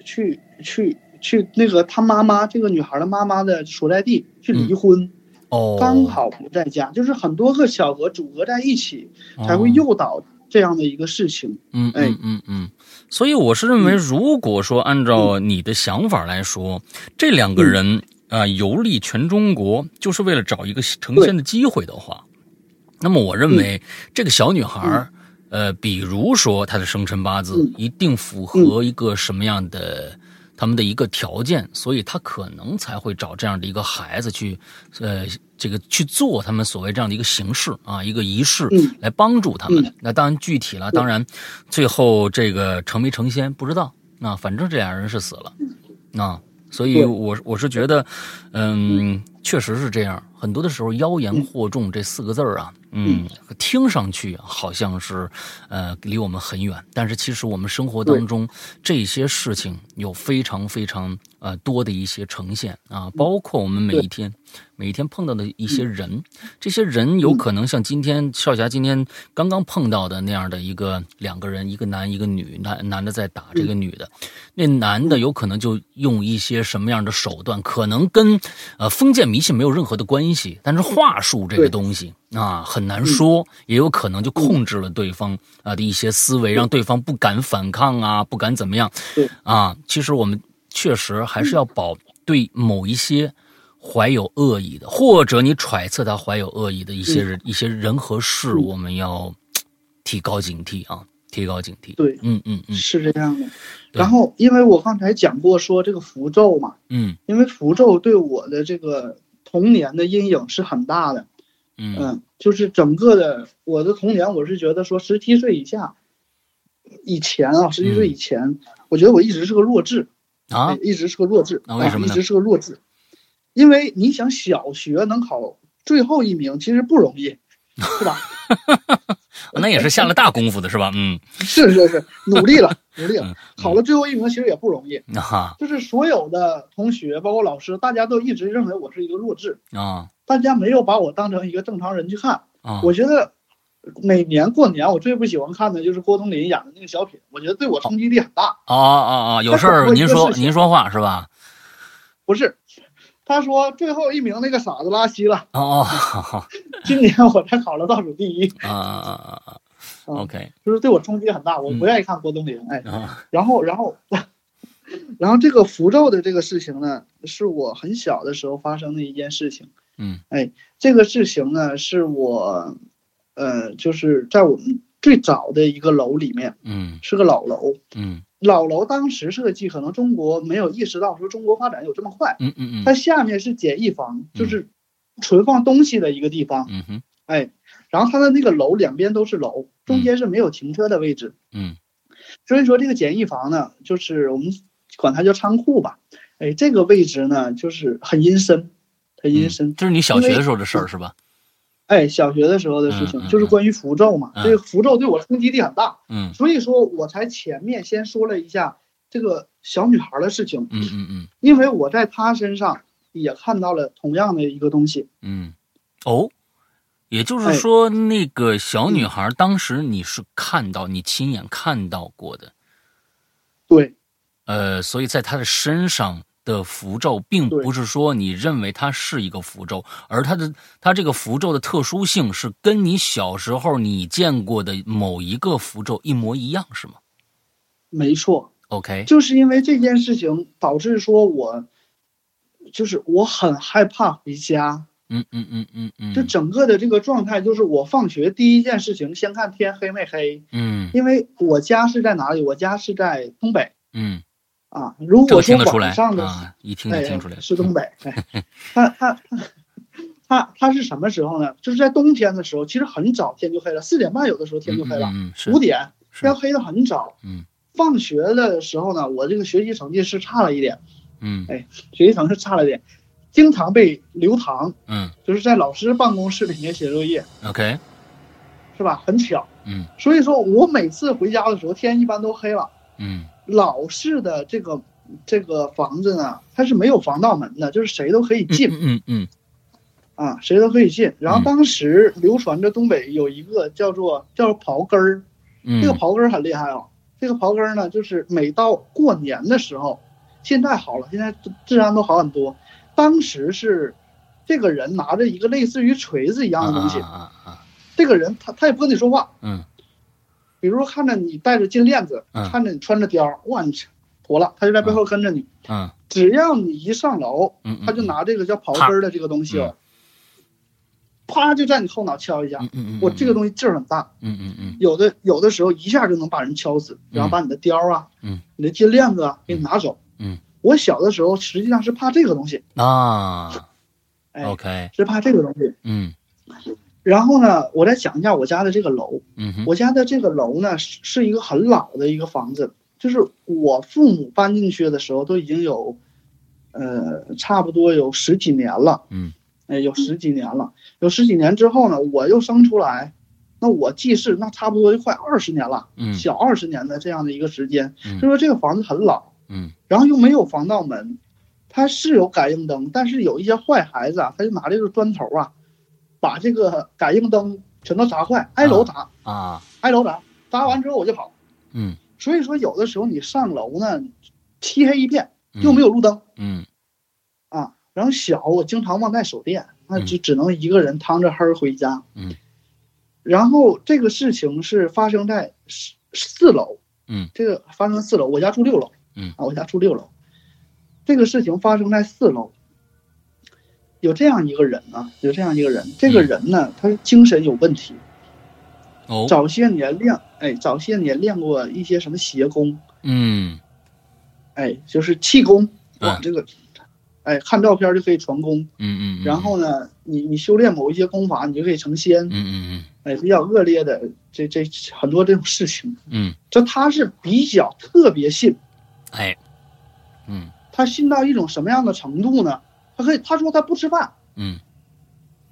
Speaker 3: 去去去那个他妈妈，这个女孩的妈妈的所在地去
Speaker 2: 嗯
Speaker 3: 离婚，
Speaker 2: 哦，
Speaker 3: 刚好不在家，就是很多个巧合组合在一起，才会
Speaker 2: 哦
Speaker 3: 诱导这样的一个事情。
Speaker 2: 嗯
Speaker 3: 哎
Speaker 2: 嗯嗯嗯，所以我是认为，如果说按照你的想法来说，这两个人
Speaker 3: 嗯
Speaker 2: 啊、游历全中国，就是为了找一个成仙的机会的话，那么我认为
Speaker 3: 嗯
Speaker 2: 这个小女孩儿，呃，比如说她的生辰八字
Speaker 3: 嗯
Speaker 2: 一定符合一个什么样的他们的一个条件，所以她可能才会找这样的一个孩子去，呃，这个去做他们所谓这样的一个形式啊，一个仪式
Speaker 3: 嗯
Speaker 2: 来帮助他们
Speaker 3: 嗯。
Speaker 2: 那当然具体了，当然最后这个成没成仙不知道，那反正这俩人是死了，那所以
Speaker 3: 嗯对
Speaker 2: 我我是觉得，嗯，确实是这样。很多的时候，妖言惑众这四个字儿啊，嗯，听上去好像是，呃，离我们很远，但是其实我们生活当中这些事情有非常非常呃多的一些呈现啊，包括我们每一天每一天碰到的一些人，这些人有可能像今天少侠今天刚刚碰到的那样的一个两个人，一个男一个女，男男的在打这个女的，那男的有可能就用一些什么样的手段，可能跟呃封建迷信没有任何的关系，但是话术这个
Speaker 3: 对嗯
Speaker 2: 东西啊很难说，也有可能就控制了对方啊的一些思维，让对方不敢反抗啊，不敢怎么样
Speaker 3: 对，
Speaker 2: 啊。其实我们确实还是要保对某一些怀有恶意的，或者你揣测他怀有恶意的一
Speaker 3: 嗯
Speaker 2: 些人、一些人和事，我们要提高警惕啊，提高警惕。
Speaker 3: 对，
Speaker 2: 嗯嗯嗯
Speaker 3: 是这样的。
Speaker 2: 对
Speaker 3: 然后，因为我刚才讲过说这个符咒嘛，
Speaker 2: 嗯
Speaker 3: 因为符咒对我的这个童年的阴影是很大的。
Speaker 2: 嗯
Speaker 3: 嗯，就是整个的我的童年，我是觉得说十七岁以下，以前啊，十
Speaker 2: 嗯
Speaker 3: 七岁以前，我觉得我一直是个弱智
Speaker 2: 啊
Speaker 3: 哎，一直是个弱智
Speaker 2: 那为什么呢
Speaker 3: 啊，一直是个弱智。因为你想小学能考最后一名，其实不容 易，是吧？
Speaker 2: 那也是下了大功夫的是吧？嗯，
Speaker 3: 是是是，努力了，努力
Speaker 2: 嗯
Speaker 3: 了， 考了最后一名其实也不容易。
Speaker 2: 那啊哈
Speaker 3: 就是所有的同学，包括老师，大家都一直认为我是一个弱智，
Speaker 2: 啊
Speaker 3: 大家没有把我当成一个正常人去看。
Speaker 2: 啊，
Speaker 3: 我觉得每年过年我最不喜欢看的就是郭冬临演的那个小品，我觉得对我冲击力很大。
Speaker 2: 哦哦哦，有事儿您说您说话是吧？
Speaker 3: 不是，他说最后一名那个傻子拉稀了，
Speaker 2: 哦哦，好好
Speaker 3: 今年我才考了倒数第一，
Speaker 2: 啊啊啊，OK
Speaker 3: 就是对我冲击很大。我不
Speaker 2: 嗯
Speaker 3: 愿意看郭冬临，哎，
Speaker 2: 啊，
Speaker 3: 然后然后 然后这个符咒的这个事情呢，是我很小的时候发生的一件事情。
Speaker 2: 嗯，
Speaker 3: 哎，这个事情呢，是我，呃，就是在我们最早的一个楼里面，
Speaker 2: 嗯
Speaker 3: 是个老楼。
Speaker 2: 嗯
Speaker 3: 老楼当时设计，可能中国没有意识到说中国发展有这么快。
Speaker 2: 嗯嗯嗯
Speaker 3: 它下面是简易房，就是存放东西的一个地方。
Speaker 2: 嗯哼
Speaker 3: 哎，然后它的那个楼两边都是楼，中间是没有停车的位置。
Speaker 2: 嗯
Speaker 3: 所以说这个简易房呢，就是我们管它叫仓库吧。哎，这个位置呢，就是很阴森，很阴森。
Speaker 2: 这是你小学的时候的事儿是吧？
Speaker 3: 哎，小学的时候的事
Speaker 2: 嗯嗯
Speaker 3: 情，
Speaker 2: 嗯
Speaker 3: 就是关于符咒嘛。
Speaker 2: 嗯
Speaker 3: 这个符咒对我冲击力很大，
Speaker 2: 嗯
Speaker 3: 所以说我才前面先说了一下这个小女孩的事情。
Speaker 2: 嗯嗯嗯
Speaker 3: 因为我在他身上也看到了同样的一个东西。
Speaker 2: 嗯，哦。也就是说，那个小女孩当时你是看到，你亲眼看到过的，
Speaker 3: 对，
Speaker 2: 呃，所以在他的身上的符咒，并
Speaker 3: 对
Speaker 2: 不是说你认为它是一个符咒，而它的它这个符咒的特殊性是跟你小时候你见过的某一个符咒一模一样，是吗
Speaker 3: 没错，
Speaker 2: ？OK，
Speaker 3: 就是因为这件事情导致说我，就是我很害怕回家。
Speaker 2: 嗯嗯嗯嗯嗯，
Speaker 3: 就整个的这个状态，就是我放学第一件事情先看天黑没黑，
Speaker 2: 嗯
Speaker 3: 因为我家是在哪里？我家是在东北
Speaker 2: 嗯，
Speaker 3: 啊。如
Speaker 2: 这
Speaker 3: 果
Speaker 2: 个听
Speaker 3: 说
Speaker 2: 得出来
Speaker 3: 晚上的
Speaker 2: 啊，一听
Speaker 3: 哎
Speaker 2: 就听出来，嗯
Speaker 3: 是东北，哎他他他他是什么时候呢？就是在冬天的时候，其实很早天就黑了，四点半有的时候天就黑了。
Speaker 2: 嗯嗯嗯是
Speaker 3: 五点，
Speaker 2: 是
Speaker 3: 天黑的很早。
Speaker 2: 嗯，
Speaker 3: 放学的时候呢，我这个学习成绩是差了一点，
Speaker 2: 嗯
Speaker 3: 哎学习成绩差了一点，经常被留堂，
Speaker 2: 嗯
Speaker 3: 就是在老师办公室里面写作业，
Speaker 2: ，OK，
Speaker 3: 是吧？很巧。
Speaker 2: 嗯
Speaker 3: 所以说我每次回家的时候，天一般都黑了。
Speaker 2: 嗯
Speaker 3: 老式的这个这个房子呢，它是没有防盗门的，就是谁都可以
Speaker 2: 嗯
Speaker 3: 进。
Speaker 2: 嗯嗯
Speaker 3: 啊，谁都可以进。然后当时流传着东北有一个叫做叫做刨根儿，
Speaker 2: 嗯，
Speaker 3: 这个刨根儿很厉害啊。这个刨根儿呢，就是每到过年的时候，现在好了，现在治安都好很多。当时是这个人拿着一个类似于锤子一样的东西，
Speaker 2: 啊啊啊，
Speaker 3: 这个人他他也不跟你说话，
Speaker 2: 嗯
Speaker 3: 比如说看着你戴着金链子，
Speaker 2: 嗯
Speaker 3: 看着你穿着貂儿，哇，你妥了，他就在背后跟着你。
Speaker 2: 嗯
Speaker 3: 只要你一上楼，
Speaker 2: 嗯，
Speaker 3: 他就拿这个叫刨根儿的这个东西哦，啪就在你后脑敲一下。
Speaker 2: 嗯嗯，
Speaker 3: 我这个东西劲儿很大，
Speaker 2: 嗯嗯嗯
Speaker 3: 有的有的时候一下就能把人敲死，然后把你的貂啊，
Speaker 2: 嗯，
Speaker 3: 你的金链子啊给你拿走。
Speaker 2: 嗯，
Speaker 3: 我小的时候实际上是怕这个东西，
Speaker 2: 啊
Speaker 3: 哎，
Speaker 2: ，OK，
Speaker 3: 是怕这个东西。
Speaker 2: 嗯
Speaker 3: 然后呢，我再讲一下我家的这个楼，
Speaker 2: 嗯哼，
Speaker 3: 我家的这个楼呢是是一个很老的一个房子，就是我父母搬进去的时候都已经有，呃，差不多有十几年了。
Speaker 2: 嗯，
Speaker 3: 哎，有十几年了，有十几年之后呢，我又生出来，那我记事那差不多就快二十年了。
Speaker 2: 嗯
Speaker 3: 小二十年的这样的一个时间，
Speaker 2: 嗯
Speaker 3: 就说这个房子很老，
Speaker 2: 嗯
Speaker 3: 然后又没有防盗门，它是有感应灯，但是有一些坏孩子啊，他就拿这个砖头啊，把这个感应灯全都砸坏，挨楼砸，
Speaker 2: 啊，
Speaker 3: 挨楼砸，砸完之后我就跑。
Speaker 2: 嗯，
Speaker 3: 所以说有的时候你上楼呢，漆黑一片，又
Speaker 2: 嗯
Speaker 3: 没有路灯、
Speaker 2: 嗯
Speaker 3: 啊。然后小我经常忘带手电，那
Speaker 2: 嗯
Speaker 3: 只只能一个人趟着黑儿回家。
Speaker 2: 嗯。
Speaker 3: 然后这个事情是发生在四四楼。
Speaker 2: 嗯。
Speaker 3: 这个发生在四楼，我家住六楼。
Speaker 2: 嗯。
Speaker 3: 啊，我家住六楼。这个事情发生在四楼，有这样一个人呢，有这样一个人，这个人呢，他精神有问题，
Speaker 2: 嗯哦，
Speaker 3: 早些年练，哎，早些年练过一些什么邪功，
Speaker 2: 嗯，
Speaker 3: 哎，就是气功，
Speaker 2: 嗯
Speaker 3: 哇，这个，哎，看照片就可以传功。
Speaker 2: 嗯嗯，嗯
Speaker 3: 然，后呢，你你修炼某一些功法，你就可以成仙。
Speaker 2: 嗯嗯
Speaker 3: 哎，比较恶劣的这这很多这种事情，
Speaker 2: 嗯嗯，
Speaker 3: 这他是比较特别信，
Speaker 2: 哎，嗯
Speaker 3: 他信到一种什么样的程度呢？他可以他说他不吃饭，
Speaker 2: 嗯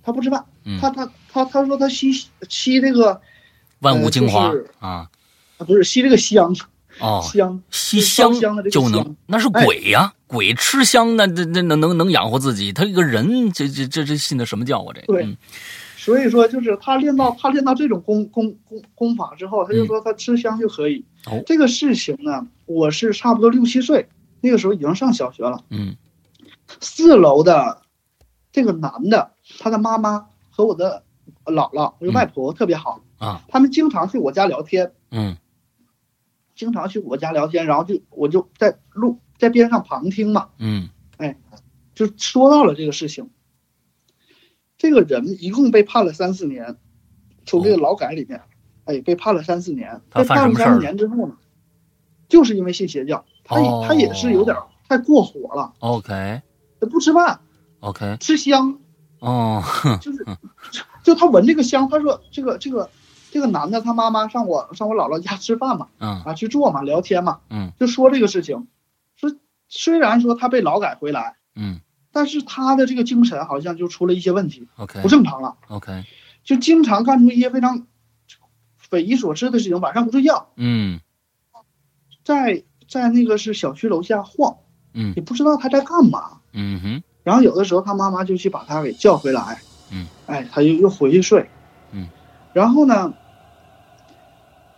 Speaker 3: 他不吃饭，
Speaker 2: 嗯，
Speaker 3: 他他他他说他吸吸这个
Speaker 2: 万物精华
Speaker 3: 呃就是
Speaker 2: 啊，
Speaker 3: 啊不是吸这个香
Speaker 2: 哦，
Speaker 3: 香，
Speaker 2: 吸
Speaker 3: 烧
Speaker 2: 香
Speaker 3: 香的这个
Speaker 2: 就能
Speaker 3: 香，
Speaker 2: 那是鬼呀、鬼吃香那那那能能能养活自己，他一个人这这这这信的什么教啊？这
Speaker 3: 对
Speaker 2: 嗯
Speaker 3: 所以说就是他练到他练到这种功功功功法之后，他就说他吃香就可以。
Speaker 2: 嗯哦
Speaker 3: 这个事情呢，我是差不多六七岁，那个时候已经上小学了。
Speaker 2: 嗯
Speaker 3: 四楼的这个男的，他的妈妈和我的姥姥，我的外婆特别好
Speaker 2: 嗯啊，
Speaker 3: 他们经常去我家聊天，
Speaker 2: 嗯
Speaker 3: 经常去我家聊天，然后就我就在路在边上旁听嘛，
Speaker 2: 嗯
Speaker 3: 就说到了这个事情。这个人一共被判了三四年，从这个劳改里面，哎，被判了三四年。
Speaker 2: 哦他
Speaker 3: 被
Speaker 2: 犯什
Speaker 3: 判
Speaker 2: 么
Speaker 3: 了
Speaker 2: 事儿
Speaker 3: 三
Speaker 2: 了
Speaker 3: 四年之后呢，就是因为信邪教，他也、
Speaker 2: 哦
Speaker 3: 他也是有点太过火了，
Speaker 2: ，OK
Speaker 3: 不吃饭
Speaker 2: OK，
Speaker 3: 吃香，
Speaker 2: 哦，哼
Speaker 3: 就是就他闻这个香，他说这个这个这个男的他妈妈上我上我姥姥家吃饭嘛，
Speaker 2: 嗯
Speaker 3: 啊去坐嘛聊天嘛，
Speaker 2: 嗯，
Speaker 3: 就说这个事情，说虽然说他被劳改回来，
Speaker 2: 嗯
Speaker 3: 但是他的这个精神好像就出了一些问题，
Speaker 2: ，OK
Speaker 3: 不正常了，
Speaker 2: OK，
Speaker 3: 就经常干出一些非常匪夷所思的事情，晚上不睡觉，
Speaker 2: 嗯
Speaker 3: 在在那个是小区楼下晃，
Speaker 2: 嗯
Speaker 3: 你不知道他在干嘛，
Speaker 2: 嗯哼
Speaker 3: 然后有的时候他妈妈就去把他给叫回来，
Speaker 2: 嗯，
Speaker 3: 哎，他又又回去睡，
Speaker 2: 嗯，
Speaker 3: 然后呢，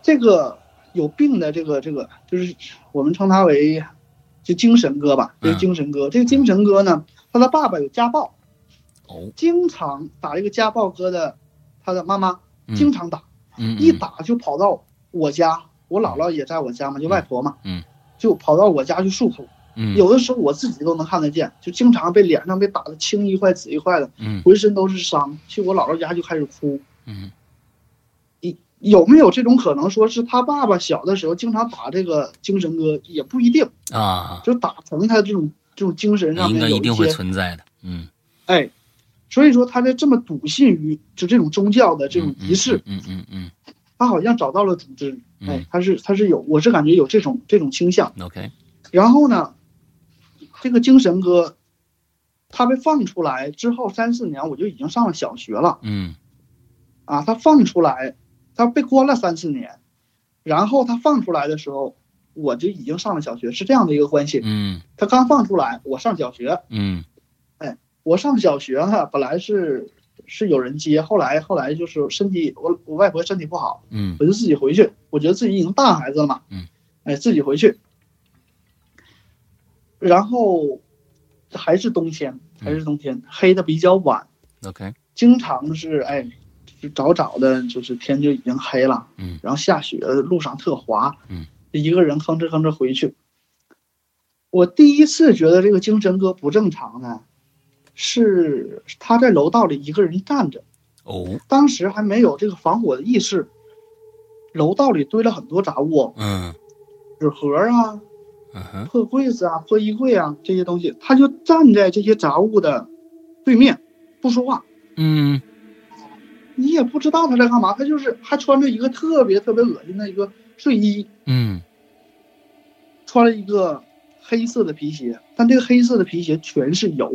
Speaker 3: 这个有病的这个这个就是我们称他为就精神哥吧，
Speaker 2: 嗯
Speaker 3: 这个精神哥，这个精神哥呢，他的爸爸有家暴，
Speaker 2: 哦，
Speaker 3: 经常打这个家暴哥的他的妈妈，
Speaker 2: 嗯
Speaker 3: 经常打，
Speaker 2: 嗯
Speaker 3: 一打就跑到我家，我姥姥也在我家嘛，就外婆嘛，
Speaker 2: 嗯，
Speaker 3: 就跑到我家去诉苦。
Speaker 2: 嗯
Speaker 3: 有的时候我自己都能看得见，就经常被脸上被打的青一块紫一块的，
Speaker 2: 嗯
Speaker 3: 浑身都是伤。去我姥姥家就开始哭。
Speaker 2: 嗯
Speaker 3: 有没有这种可能，说是他爸爸小的时候经常打这个精神哥，也不一定，
Speaker 2: 啊，
Speaker 3: 就打成他这种这种精神上
Speaker 2: 应
Speaker 3: 面
Speaker 2: 该
Speaker 3: 有
Speaker 2: 一定会
Speaker 3: 些
Speaker 2: 存在的，嗯，
Speaker 3: 哎，所以说他在这么笃信于就这种宗教的这种仪式，
Speaker 2: 嗯嗯嗯
Speaker 3: 他好像找到了组织，
Speaker 2: 嗯
Speaker 3: 哎，他是他是有，我是感觉有这种这种倾向。
Speaker 2: 嗯，OK，
Speaker 3: 然后呢，这个精神哥，他被放出来之后三四年，我就已经上了小学了
Speaker 2: 嗯
Speaker 3: 啊。他放出来，他被关了三四年，然后他放出来的时候，我就已经上了小学，是这样的一个关系。
Speaker 2: 嗯
Speaker 3: 他刚放出来，我上小学，
Speaker 2: 嗯
Speaker 3: 我上小学哈、本来是是有人接，后来后来就是身体，我我外婆身体不好，
Speaker 2: 嗯
Speaker 3: 我就自己回去，我觉得自己已经大孩子了嘛，
Speaker 2: 嗯，
Speaker 3: 哎，自己回去，然后还是冬天，还是冬天，黑的比较晚，
Speaker 2: ，OK，
Speaker 3: 经常是哎，就早早的，就是天就已经黑了，
Speaker 2: 嗯
Speaker 3: 然后下雪，路上特滑，
Speaker 2: 嗯，
Speaker 3: 一个人吭哧吭哧回去。我第一次觉得这个精神哥不正常呢，是他在楼道里一个人站着。
Speaker 2: 哦，
Speaker 3: 当时还没有这个防火的意识，楼道里堆了很多杂物，
Speaker 2: 嗯
Speaker 3: 纸盒啊、
Speaker 2: 嗯哼，
Speaker 3: 破柜子啊、破衣柜啊这些东西，他就站在这些杂物的对面，不说话，
Speaker 2: 嗯
Speaker 3: 你也不知道他在干嘛，他就是还穿着一个特别特别恶心的一个睡衣，
Speaker 2: 嗯。
Speaker 3: 穿了一个黑色的皮鞋，但这个黑色的皮鞋全是油，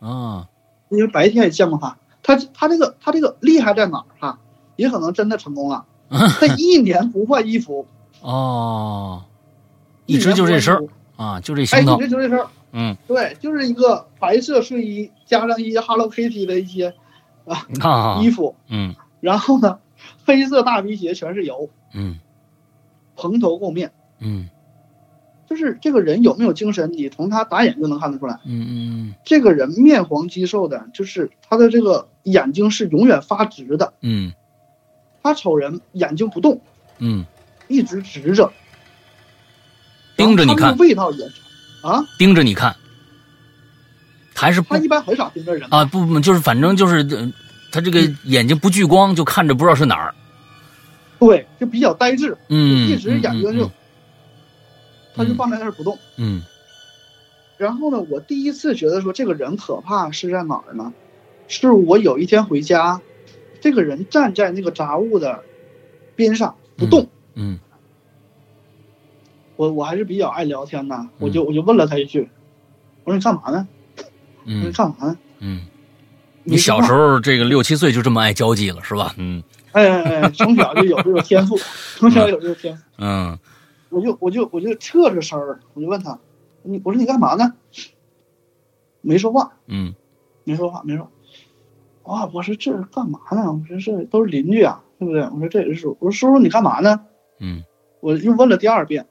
Speaker 2: 啊，
Speaker 3: 因为白天也见过他，他他这个他这个厉害在哪儿哈、也可能真的成功了，
Speaker 2: 啊
Speaker 3: 他一年不换衣服，
Speaker 2: 哦， 一直就这身
Speaker 3: 身
Speaker 2: 儿啊，就这
Speaker 3: 哎，
Speaker 2: 行
Speaker 3: 你
Speaker 2: 头，
Speaker 3: 这就这事儿，
Speaker 2: 嗯，
Speaker 3: 对，就是一个白色睡衣加上一些 Hello Kitty 的一些
Speaker 2: 啊，
Speaker 3: 衣服，
Speaker 2: 嗯
Speaker 3: 然后呢，黑色大皮鞋全是油，
Speaker 2: 嗯
Speaker 3: 蓬头垢面，
Speaker 2: 嗯
Speaker 3: 就是这个人有没有精神，你从他打眼就能看得出来。
Speaker 2: 嗯
Speaker 3: 这个人面黄肌瘦的，就是他的这个眼睛是永远发直的，
Speaker 2: 嗯
Speaker 3: 他瞅人眼睛不动，
Speaker 2: 嗯，
Speaker 3: 一直直着，
Speaker 2: 盯着你
Speaker 3: 然后他
Speaker 2: 看
Speaker 3: 那个，味道也是，啊，
Speaker 2: 盯着你看，还是不
Speaker 3: 他一般很少盯着人。
Speaker 2: 啊不不就是反正就是、呃他这个
Speaker 3: 嗯
Speaker 2: 眼睛不聚光，就看着不知道是哪儿。
Speaker 3: 对，就比较呆滞，
Speaker 2: 嗯，
Speaker 3: 一直眼睛就他就
Speaker 2: 嗯
Speaker 3: 放在那儿不动。
Speaker 2: 嗯
Speaker 3: 然后呢，我第一次觉得说这个人可怕是在哪儿呢？是我有一天回家，这个人站在那个杂物的边上不动。
Speaker 2: 嗯
Speaker 3: 我我还是比较爱聊天
Speaker 2: 嗯
Speaker 3: 呐，我就我就问了他一句，我说你干嘛呢？我说你
Speaker 2: 嗯
Speaker 3: 干嘛呢？
Speaker 2: 嗯，
Speaker 3: 没
Speaker 2: 你
Speaker 3: 说
Speaker 2: 小
Speaker 3: 话
Speaker 2: 时候这个六七岁就这么爱交际了是吧？嗯
Speaker 3: 哎哎哎，从小就有这种天 赋，从小有这种天赋。
Speaker 2: 嗯
Speaker 3: 我就我就我就侧着身儿，我就问他，你我说你干嘛呢？没说话，
Speaker 2: 嗯
Speaker 3: 没说话，没说话。哇，我说这是干嘛呢？我说这都是邻居啊，对不对？我说这也是叔，我说叔叔你干嘛呢？
Speaker 2: 嗯
Speaker 3: 我又问了第二遍。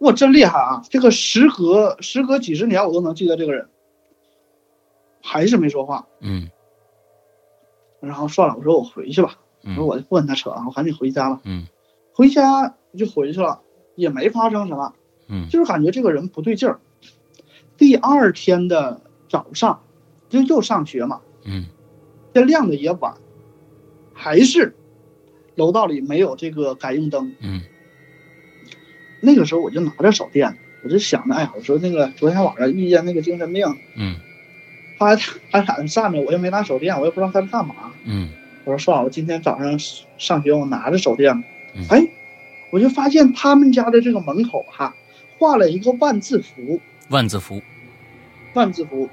Speaker 3: 我真厉害啊！这个时隔时隔几十年，我都能记得这个人，还是没说话。
Speaker 2: 嗯
Speaker 3: 然后算了，我说我回去吧，我说
Speaker 2: 嗯
Speaker 3: 我就不跟他扯了，我赶紧回家吧。
Speaker 2: 嗯
Speaker 3: 回家就回去了，也没发生什么，
Speaker 2: 嗯
Speaker 3: 就是感觉这个人不对劲儿。第二天的早上，就又上学嘛，
Speaker 2: 嗯
Speaker 3: 天亮的也晚，还是楼道里没有这个感应灯。
Speaker 2: 嗯
Speaker 3: 那个时候我就拿着手电，我就想着，哎呀，我说那个昨天晚上遇见那个精神病，
Speaker 2: 嗯
Speaker 3: 他他俩站着，我又没拿手电，我也不知道他是干嘛。
Speaker 2: 嗯
Speaker 3: 我说算了，我今天早上上学我拿着手电
Speaker 2: 嗯，
Speaker 3: 哎，我就发现他们家的这个门口哈，画了一个万字符，
Speaker 2: 万字符
Speaker 3: 万字符。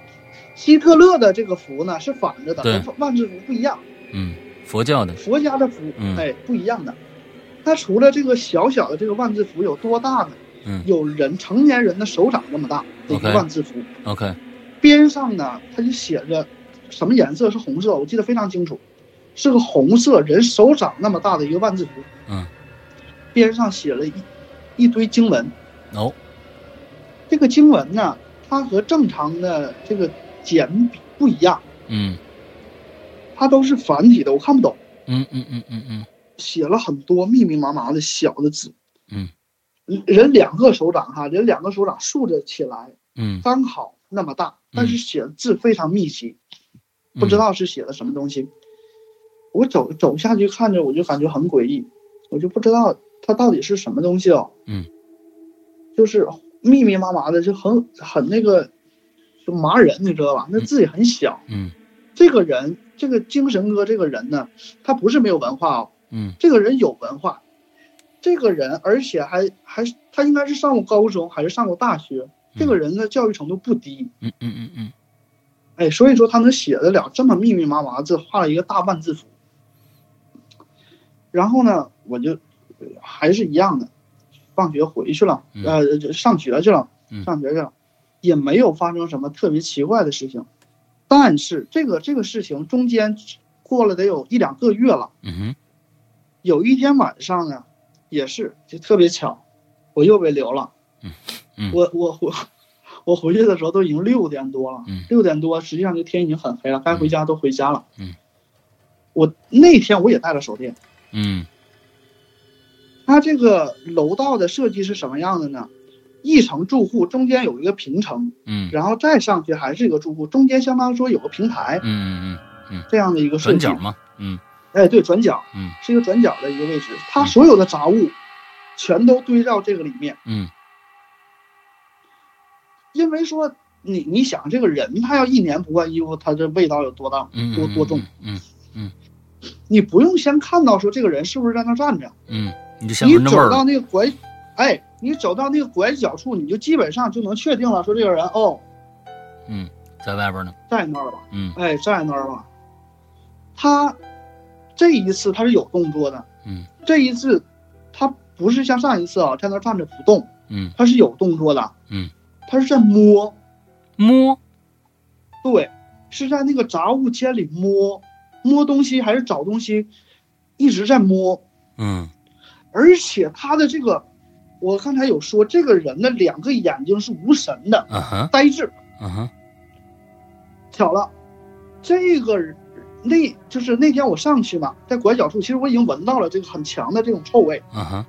Speaker 3: 希特勒的这个符呢是反着的，
Speaker 2: 对
Speaker 3: 和万字符不一样，
Speaker 2: 嗯佛教的
Speaker 3: 佛家的符
Speaker 2: 嗯
Speaker 3: 哎不一样的。那除了这个小小的这个万字符有多大呢？
Speaker 2: 嗯
Speaker 3: 有人成年人的手掌这么大的一个
Speaker 2: OK
Speaker 3: 万字符
Speaker 2: OK
Speaker 3: 边上呢，它就写着什么颜色是红色，我记得非常清楚，是个红色人手掌那么大的一个万字符。
Speaker 2: 嗯
Speaker 3: 边上写了一一堆经文。
Speaker 2: 哦
Speaker 3: 这个经文呢，它和正常的这个简笔不一样，
Speaker 2: 嗯
Speaker 3: 它都是繁体的，我看不懂，
Speaker 2: 嗯嗯嗯嗯嗯
Speaker 3: 写了很多密密麻麻的小的字。
Speaker 2: 嗯
Speaker 3: 人，人两个手掌哈，人两个手掌竖着起来，
Speaker 2: 嗯
Speaker 3: 刚好那么大，但是写的字非常密集，
Speaker 2: 嗯
Speaker 3: 不知道是写的什么东西。我走走下去看着，我就感觉很诡异，我就不知道它到底是什么东西哦。
Speaker 2: 嗯，
Speaker 3: 就是密密麻麻的，就很很那个，就麻人，你知道吧？那字也很小。
Speaker 2: 嗯
Speaker 3: 这个人，这个精神哥这个人呢，他不是没有文化哦，
Speaker 2: 嗯
Speaker 3: 这个人有文化，这个人而且还还他应该是上过高中还是上过大学，这个人的教育程度不低。
Speaker 2: 嗯嗯嗯嗯
Speaker 3: 哎，所以说他能写得了这么密密麻麻的字，画了一个大万字符。然后呢，我就呃还是一样的，放学回去了，
Speaker 2: 嗯
Speaker 3: 呃，就上学去了
Speaker 2: 嗯，
Speaker 3: 上学去了，也没有发生什么特别奇怪的事情。但是这个这个事情中间过了得有一两个月了。
Speaker 2: 嗯哼
Speaker 3: 有一天晚上呢，也是就特别巧，我又被留了。
Speaker 2: 嗯嗯
Speaker 3: 我我回我回去的时候都已经六点多了
Speaker 2: 嗯，
Speaker 3: 六、点多实际上就天已经很黑了，该回家都回家了。
Speaker 2: 嗯，
Speaker 3: 我那天我也带了手电。
Speaker 2: 嗯
Speaker 3: 它这个楼道的设计是什么样的呢？一层住户中间有一个平层，
Speaker 2: 嗯
Speaker 3: 然后再上去还是一个住户，中间相当于说有个平台
Speaker 2: 嗯嗯
Speaker 3: 这样的一个设
Speaker 2: 转
Speaker 3: 计。
Speaker 2: 角嘛嗯
Speaker 3: 哎，对，转角，
Speaker 2: 嗯，
Speaker 3: 是一个转角的一个位置，它所有的杂物全都堆到这个里面，
Speaker 2: 嗯
Speaker 3: 因为说你你想这个人他要一年不换衣服，他这味道有多大
Speaker 2: 嗯
Speaker 3: 多多重？
Speaker 2: 嗯
Speaker 3: 你不用先看到说这个人是不是在那站着，
Speaker 2: 嗯你就先
Speaker 3: 你
Speaker 2: 闻着味
Speaker 3: 走
Speaker 2: 儿
Speaker 3: 到那个拐，哎，你走到那个拐角处，你就基本上就能确定了，说这个人哦
Speaker 2: 嗯在外边呢
Speaker 3: 在那儿了，
Speaker 2: 嗯
Speaker 3: 哎，在那儿了，他这一次他是有动作的，
Speaker 2: 嗯
Speaker 3: 这一次他不是像上一次啊在那儿站着不动。
Speaker 2: 嗯
Speaker 3: 他是有动作的，
Speaker 2: 嗯，
Speaker 3: 他是在摸，
Speaker 2: 摸
Speaker 3: 对，是在那个杂物间里摸，摸东西还是找东西，一直在摸，
Speaker 2: 嗯
Speaker 3: 而且他的这个，我刚才有说，这个人的两个眼睛是无神的，
Speaker 2: 啊哈
Speaker 3: 呆滞。
Speaker 2: 啊哈
Speaker 3: 巧了，这个人那就是那天我上去嘛，在拐角处，其实我已经闻到了这个很强的这种臭味，
Speaker 2: 啊哈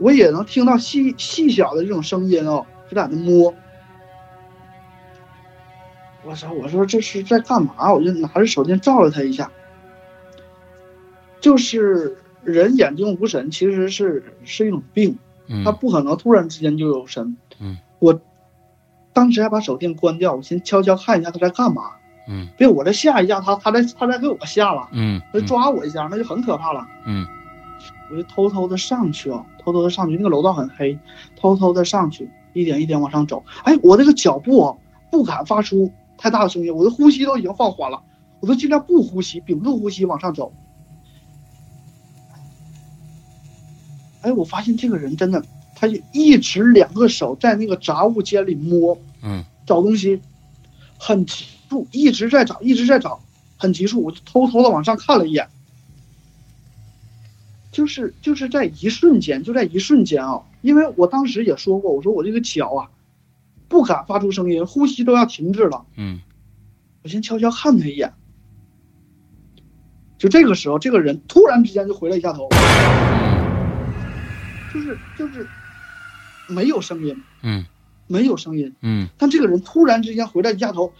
Speaker 3: 我也能听到细细小的这种声音哦，就在那摸。我操！我说这是在干嘛？我就拿着手电照了他一下。就是人眼睛无神，其实是是一种病，
Speaker 2: 嗯
Speaker 3: 他不可能突然之间就有神。
Speaker 2: 嗯，
Speaker 3: 我当时还把手电关掉，我先悄悄看一下他在干嘛。
Speaker 2: 嗯
Speaker 3: 别我再吓一吓他，他再他再给我吓了，
Speaker 2: 嗯
Speaker 3: 他抓我一下，那就很可怕了。
Speaker 2: 嗯
Speaker 3: 我就偷偷的上去啊，偷偷的上去，那个楼道很黑，偷偷的上去，一点一点往上走。哎，我这个脚步啊，不敢发出太大的声音，我的呼吸都已经放缓了，我都尽量不呼吸，屏住呼吸往上走。哎，我发现这个人真的，他就一直两个手在那个杂物间里摸
Speaker 2: 嗯
Speaker 3: 找东西，很急促，一直在找，一直在找，很急促。我就偷偷的往上看了一眼，就是就是在一瞬间，就在一瞬间啊！因为我当时也说过，我说我这个脚啊，不敢发出声音，呼吸都要停滞了。
Speaker 2: 嗯
Speaker 3: 我先悄悄看他一眼，就这个时候，这个人突然之间就回了一下头，
Speaker 2: 嗯
Speaker 3: 就是就是没有声音，
Speaker 2: 嗯
Speaker 3: 没有声音。
Speaker 2: 嗯
Speaker 3: 但这个人突然之间回来一下头，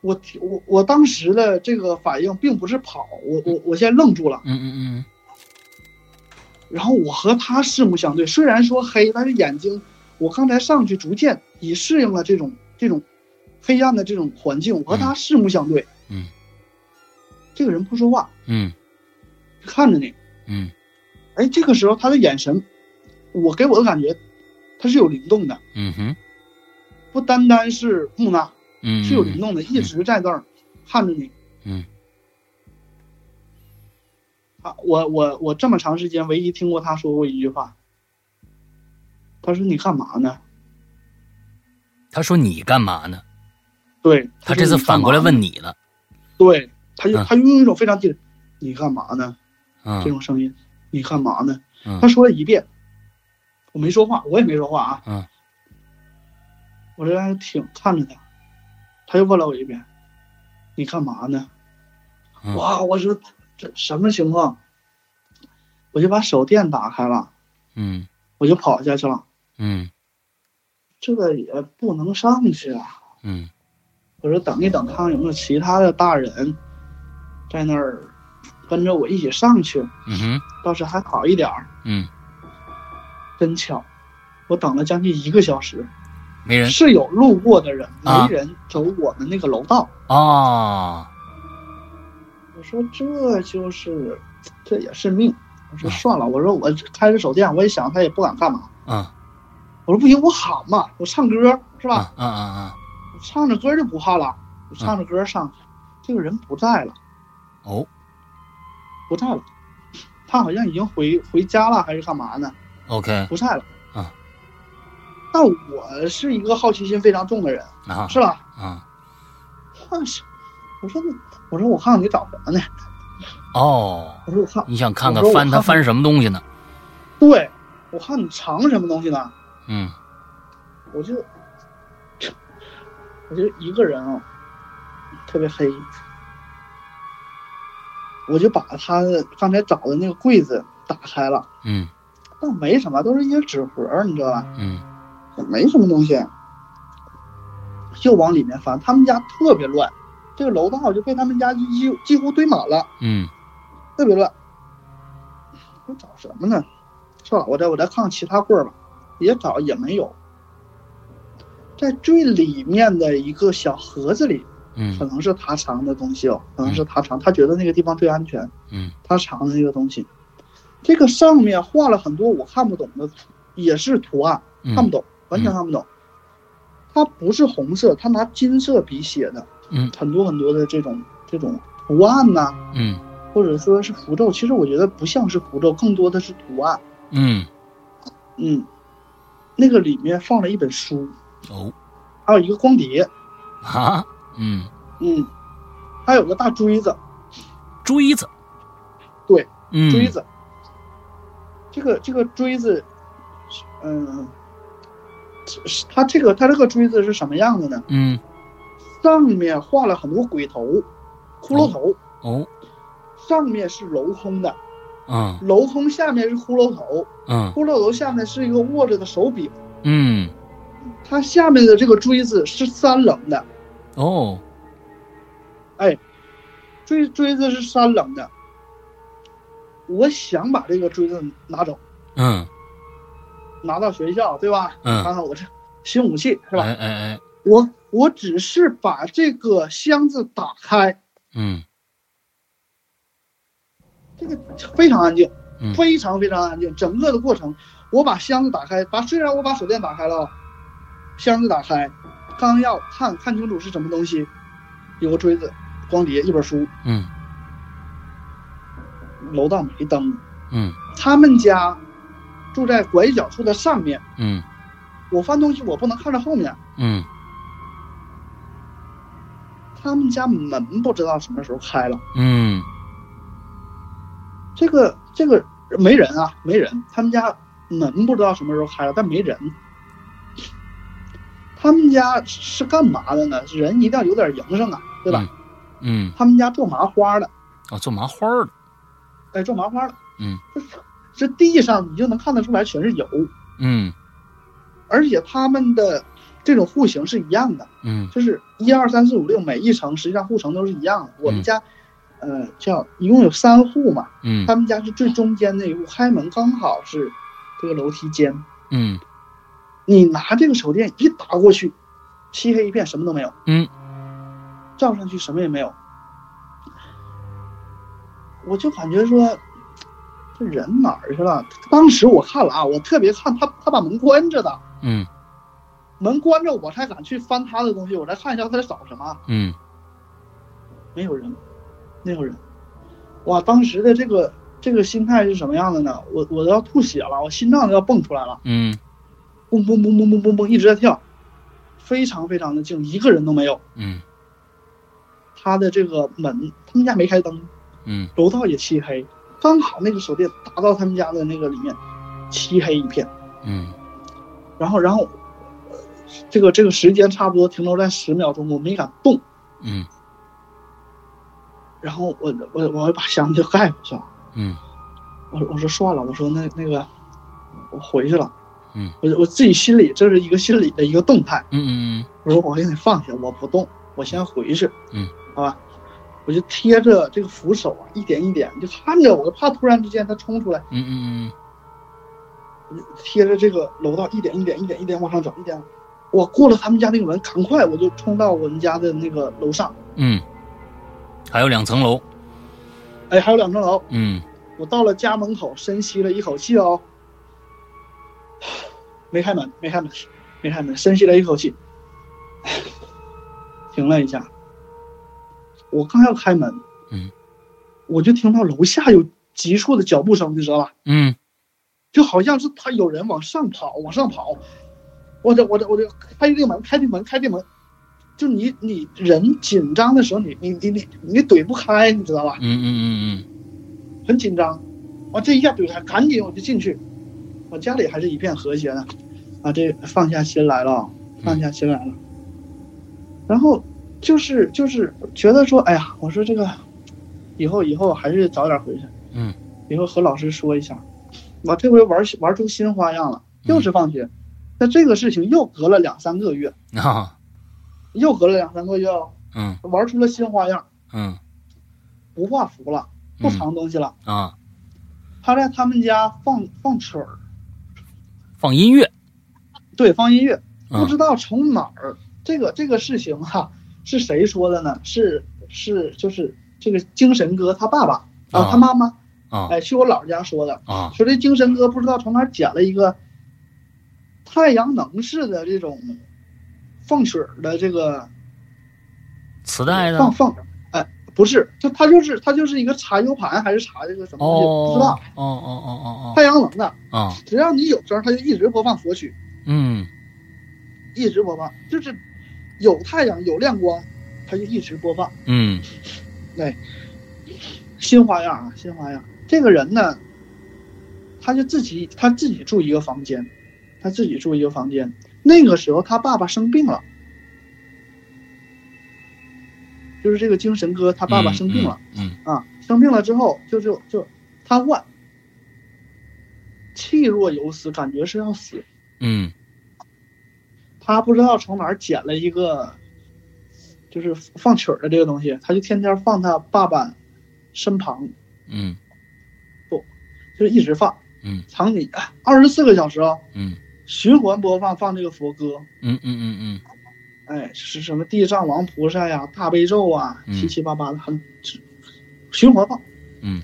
Speaker 3: 我我我当时的这个反应并不是跑，我我我先愣住了，
Speaker 2: 嗯
Speaker 3: 然后我和他四目相对，虽然说黑，但是眼睛，我刚才上去逐渐已适应了这种这种黑暗的这种环境，我和他四目相对，
Speaker 2: 嗯，
Speaker 3: 这个人不说话，
Speaker 2: 嗯
Speaker 3: 看着你，
Speaker 2: 嗯
Speaker 3: 哎，这个时候他的眼神，我给我的感觉，他是有灵动的，
Speaker 2: 嗯哼
Speaker 3: 不单单是木讷，
Speaker 2: 嗯
Speaker 3: 是有灵动的，一直在那儿看着你。
Speaker 2: 嗯。
Speaker 3: 啊，我我我这么长时间唯一听过他说过一句话，他说你干嘛呢？
Speaker 2: 他说你干嘛呢？
Speaker 3: 对
Speaker 2: 他这次反过来，
Speaker 3: 说
Speaker 2: 问你了，
Speaker 3: 你干嘛呢对他就
Speaker 2: 嗯
Speaker 3: 他用一种非常低的“你干嘛呢”这
Speaker 2: 嗯
Speaker 3: 种声音，你干嘛呢
Speaker 2: 嗯？
Speaker 3: 他说了一遍，我没说话，我也没说话啊。
Speaker 2: 嗯。
Speaker 3: 我这还挺看着他，他又问了我一遍：“你干嘛呢？”
Speaker 2: 嗯
Speaker 3: 哇！我说这什么情况？我就把手电打开了，
Speaker 2: 嗯
Speaker 3: 我就跑下去了。
Speaker 2: 嗯
Speaker 3: 这个也不能上去啊！
Speaker 2: 嗯
Speaker 3: 我说等一等，看看有没有其他的大人在那儿跟着我一起上去，
Speaker 2: 嗯哼
Speaker 3: 倒是还好一点儿。
Speaker 2: 嗯，
Speaker 3: 真巧，我等了将近一个小时，
Speaker 2: 没人
Speaker 3: 是有路过的人，
Speaker 2: 啊
Speaker 3: 没人走我们那个楼道。
Speaker 2: 哦，
Speaker 3: 我说这就是，这也是命。我
Speaker 2: 啊
Speaker 3: 说算了，我说我开着手电，我也想他也不敢干嘛。
Speaker 2: 嗯
Speaker 3: 我说不行，我喊嘛，我唱歌是吧？
Speaker 2: 嗯嗯嗯
Speaker 3: 我唱着歌就不怕了，
Speaker 2: 啊
Speaker 3: 我唱着歌上去，这个人不在了，
Speaker 2: 哦
Speaker 3: 不在了，他好像已经回回家了还是干嘛呢？
Speaker 2: ，OK
Speaker 3: 不在了。
Speaker 2: 啊，
Speaker 3: 那我是一个好奇心非常重的人，
Speaker 2: 啊
Speaker 3: 是吧？
Speaker 2: 啊
Speaker 3: 但是，我说那我说我看看你找什么呢？
Speaker 2: 哦，
Speaker 3: 我说我看，
Speaker 2: 你想看看翻他翻什么东西呢？
Speaker 3: 对，我看你藏什么东西呢？
Speaker 2: 嗯
Speaker 3: 我就，我就一个人啊，特别黑，我就把他刚才找的那个柜子打开了，
Speaker 2: 嗯
Speaker 3: 但没什么，都是一些纸盒儿，你知道吧？
Speaker 2: 嗯
Speaker 3: 也没什么东西。又往里面翻，他们家特别乱，这个楼道就被他们家几几几乎堆满了，
Speaker 2: 嗯
Speaker 3: 特别乱。哎我找什么呢？算了，我再我再看看其他柜儿吧，也找也没有。在最里面的一个小盒子里，可
Speaker 2: 嗯
Speaker 3: 能是他藏的东西哦，可能是他藏，他觉得那个地方最安全，
Speaker 2: 嗯
Speaker 3: 他藏的那个东西。这个上面画了很多我看不懂的，也是图案，看不
Speaker 2: 嗯
Speaker 3: 懂，完全看不懂。它不是红色，它拿金色笔写的，
Speaker 2: 嗯
Speaker 3: 很多很多的这种这种图案呐、
Speaker 2: 嗯
Speaker 3: 或者说是符咒。其实我觉得不像是符咒，更多的是图案。
Speaker 2: 嗯
Speaker 3: 嗯，那个里面放了一本书，
Speaker 2: 哦
Speaker 3: 还有一个光碟，
Speaker 2: 啊嗯
Speaker 3: 嗯，还有个大锥子，
Speaker 2: 锥子嗯
Speaker 3: 锥子。这个这个锥子，嗯，是是它这个它这个锥子是什么样的呢？
Speaker 2: 嗯
Speaker 3: 上面画了很多鬼头、骷髅头，
Speaker 2: 哦
Speaker 3: 上面是镂空的，
Speaker 2: 嗯
Speaker 3: 镂空下面是骷髅头，
Speaker 2: 嗯
Speaker 3: 骷髅头下面是一个握着的手柄。
Speaker 2: 嗯
Speaker 3: 它下面的这个锥子是三棱的，
Speaker 2: 哦，
Speaker 3: 锥锥子是三棱的。我想把这个锥子拿走，
Speaker 2: 嗯
Speaker 3: 拿到学校，对吧？
Speaker 2: 嗯，
Speaker 3: 看看我这新武器是吧？
Speaker 2: 哎哎哎，
Speaker 3: 我我只是把这个箱子打开，
Speaker 2: 嗯
Speaker 3: 这个非常安静
Speaker 2: 嗯，
Speaker 3: 非常非常安静。整个的过程，我把箱子打开，把虽然我把手电打开了，箱子打开，刚要看看清楚是什么东西，有个锥子，光碟，一本书，
Speaker 2: 嗯
Speaker 3: 楼道没灯。
Speaker 2: 嗯
Speaker 3: 他们家住在拐角处的上面，
Speaker 2: 嗯
Speaker 3: 我翻东西我不能看着后面。
Speaker 2: 嗯，
Speaker 3: 他们家门不知道什么时候开了，
Speaker 2: 嗯
Speaker 3: 这个这个没人啊，没人。他们家门不知道什么时候开了，但没人。他们家是干嘛的呢？人一定要有点营生啊，对吧？
Speaker 2: 嗯，
Speaker 3: 他们家种麻花的，
Speaker 2: 哦，做麻花的，
Speaker 3: 哎，种麻花的，
Speaker 2: 嗯
Speaker 3: 这，这地上你就能看得出来全是油，
Speaker 2: 嗯
Speaker 3: 而且他们的这种户型是一样的，
Speaker 2: 嗯
Speaker 3: 就是一二三四五六每一层，实际上户层都是一样的。我
Speaker 2: 嗯
Speaker 3: 们家，呃，叫一共有三户嘛，
Speaker 2: 嗯
Speaker 3: 他们家是最中间那一户，开门刚好是这个楼梯间。
Speaker 2: 嗯
Speaker 3: 你拿这个手电一打过去，漆黑一片，什么都没有。
Speaker 2: 嗯，
Speaker 3: 照上去什么也没有。我就感觉说，这人哪儿去了？当时我看了啊，我特别看他，他把门关着的，
Speaker 2: 嗯
Speaker 3: 门关着，我才敢去翻他的东西，我再看一下他在找什么啊。
Speaker 2: 嗯
Speaker 3: 没有人，没有人。哇，当时的这个这个心态是什么样的呢？我我都要吐血了，我心脏都要蹦出来了。
Speaker 2: 嗯
Speaker 3: 嘣嘣嘣嘣嘣嘣嘣一直在跳，非常非常的静，一个人都没有。
Speaker 2: 嗯
Speaker 3: 他的这个门，他们家没开灯，
Speaker 2: 嗯
Speaker 3: 楼道也漆黑，刚好那个手电打到他们家的那个里面，漆黑一片。
Speaker 2: 嗯
Speaker 3: 然后，然后，呃这个这个时间差不多停留在十秒钟，我没敢动。
Speaker 2: 嗯
Speaker 3: 然后我我我把箱子就盖回去了。
Speaker 2: 嗯
Speaker 3: 我我说算了，我说那那个我回去了。
Speaker 2: 嗯，
Speaker 3: 我我自己心里这是一个心理的一个动态。
Speaker 2: 嗯
Speaker 3: 我说我给你放下，我不动，我先回去。
Speaker 2: 嗯，
Speaker 3: 好吧，我就贴着这个扶手啊，一点一点就看着我，我怕突然之间它冲出来，
Speaker 2: 嗯嗯
Speaker 3: 我就贴着这个楼道一点一点一点一点往上走，一点。我过了他们家那个门，赶快我就冲到我们家的那个楼上，
Speaker 2: 嗯，还有两层楼，
Speaker 3: 哎，还有两层楼。
Speaker 2: 嗯
Speaker 3: 我到了家门口，深吸了一口气哦，没开门，没开门，没开门，深吸了一口气，停了一下。我刚要开门，
Speaker 2: 嗯，
Speaker 3: 我就听到楼下有急促的脚步声，你知道吧？
Speaker 2: 嗯
Speaker 3: 就好像是他有人往上跑，往上跑。我这我这我这开这个门，开这个门，开这个门。就你你人紧张的时候，你你你你你怼不开，你知道吧？
Speaker 2: 嗯嗯嗯
Speaker 3: 很紧张，啊，这一下怼开，赶紧我就进去，我家里还是一片和谐的，啊，这放下心来了，放下心来了。然后就是就是觉得说，哎呀，我说这个以后以后还是早点回去，
Speaker 2: 嗯，
Speaker 3: 以后和老师说一下，我这回玩玩出新花样了，
Speaker 2: 嗯
Speaker 3: 又是放学，那这个事情又隔了两三个月，
Speaker 2: 嗯，啊，
Speaker 3: 又隔了两三个月哦，
Speaker 2: 嗯
Speaker 3: 玩出了新花样，
Speaker 2: 嗯
Speaker 3: 不画符了，不藏东西了，
Speaker 2: 啊，
Speaker 3: 他在他们家放放曲儿。
Speaker 2: 放音乐，
Speaker 3: 对，放音乐，
Speaker 2: 嗯
Speaker 3: 不知道从哪儿，这个这个事情哈、是谁说的呢？是是就是这个精神哥他爸爸啊，
Speaker 2: 啊
Speaker 3: 他妈妈
Speaker 2: 啊
Speaker 3: 哎，去我姥姥家说的，
Speaker 2: 啊
Speaker 3: 说这精神哥不知道从哪儿捡了一个太阳能式的这种放水儿的这个
Speaker 2: 磁带的，
Speaker 3: 放放，哎，不是，就他就是他就是一个查 U 盘还是查这个什么东西，不
Speaker 2: 哦
Speaker 3: 知道
Speaker 2: 哦哦哦
Speaker 3: 太阳能的，
Speaker 2: 哦啊，
Speaker 3: 只要你有声，他就一直播放佛曲。
Speaker 2: 嗯
Speaker 3: 一直播放，就是有太阳有亮光，它就一直播放
Speaker 2: 嗯
Speaker 3: 新花样啊，新花样。这个人呢，他就自己他自己住一个房间，他自己住一个房间。那个时候他爸爸生病了，就是这个精神哥他爸爸生病了、，
Speaker 2: 嗯
Speaker 3: 啊，生病了之后就就就瘫痪，气若游丝，感觉是要死。
Speaker 2: 嗯
Speaker 3: 他不知道从哪儿捡了一个，就是放曲儿的这个东西，他就天天放他爸爸身旁，
Speaker 2: 嗯
Speaker 3: 就是一直放，
Speaker 2: 嗯，
Speaker 3: 场景二十四个小时啊，
Speaker 2: 嗯
Speaker 3: 循环播放放这个佛歌，
Speaker 2: 嗯嗯嗯
Speaker 3: 哎，是什么地藏王菩萨呀、大悲咒啊，
Speaker 2: 嗯
Speaker 3: 七七八八的，很循环放。
Speaker 2: 嗯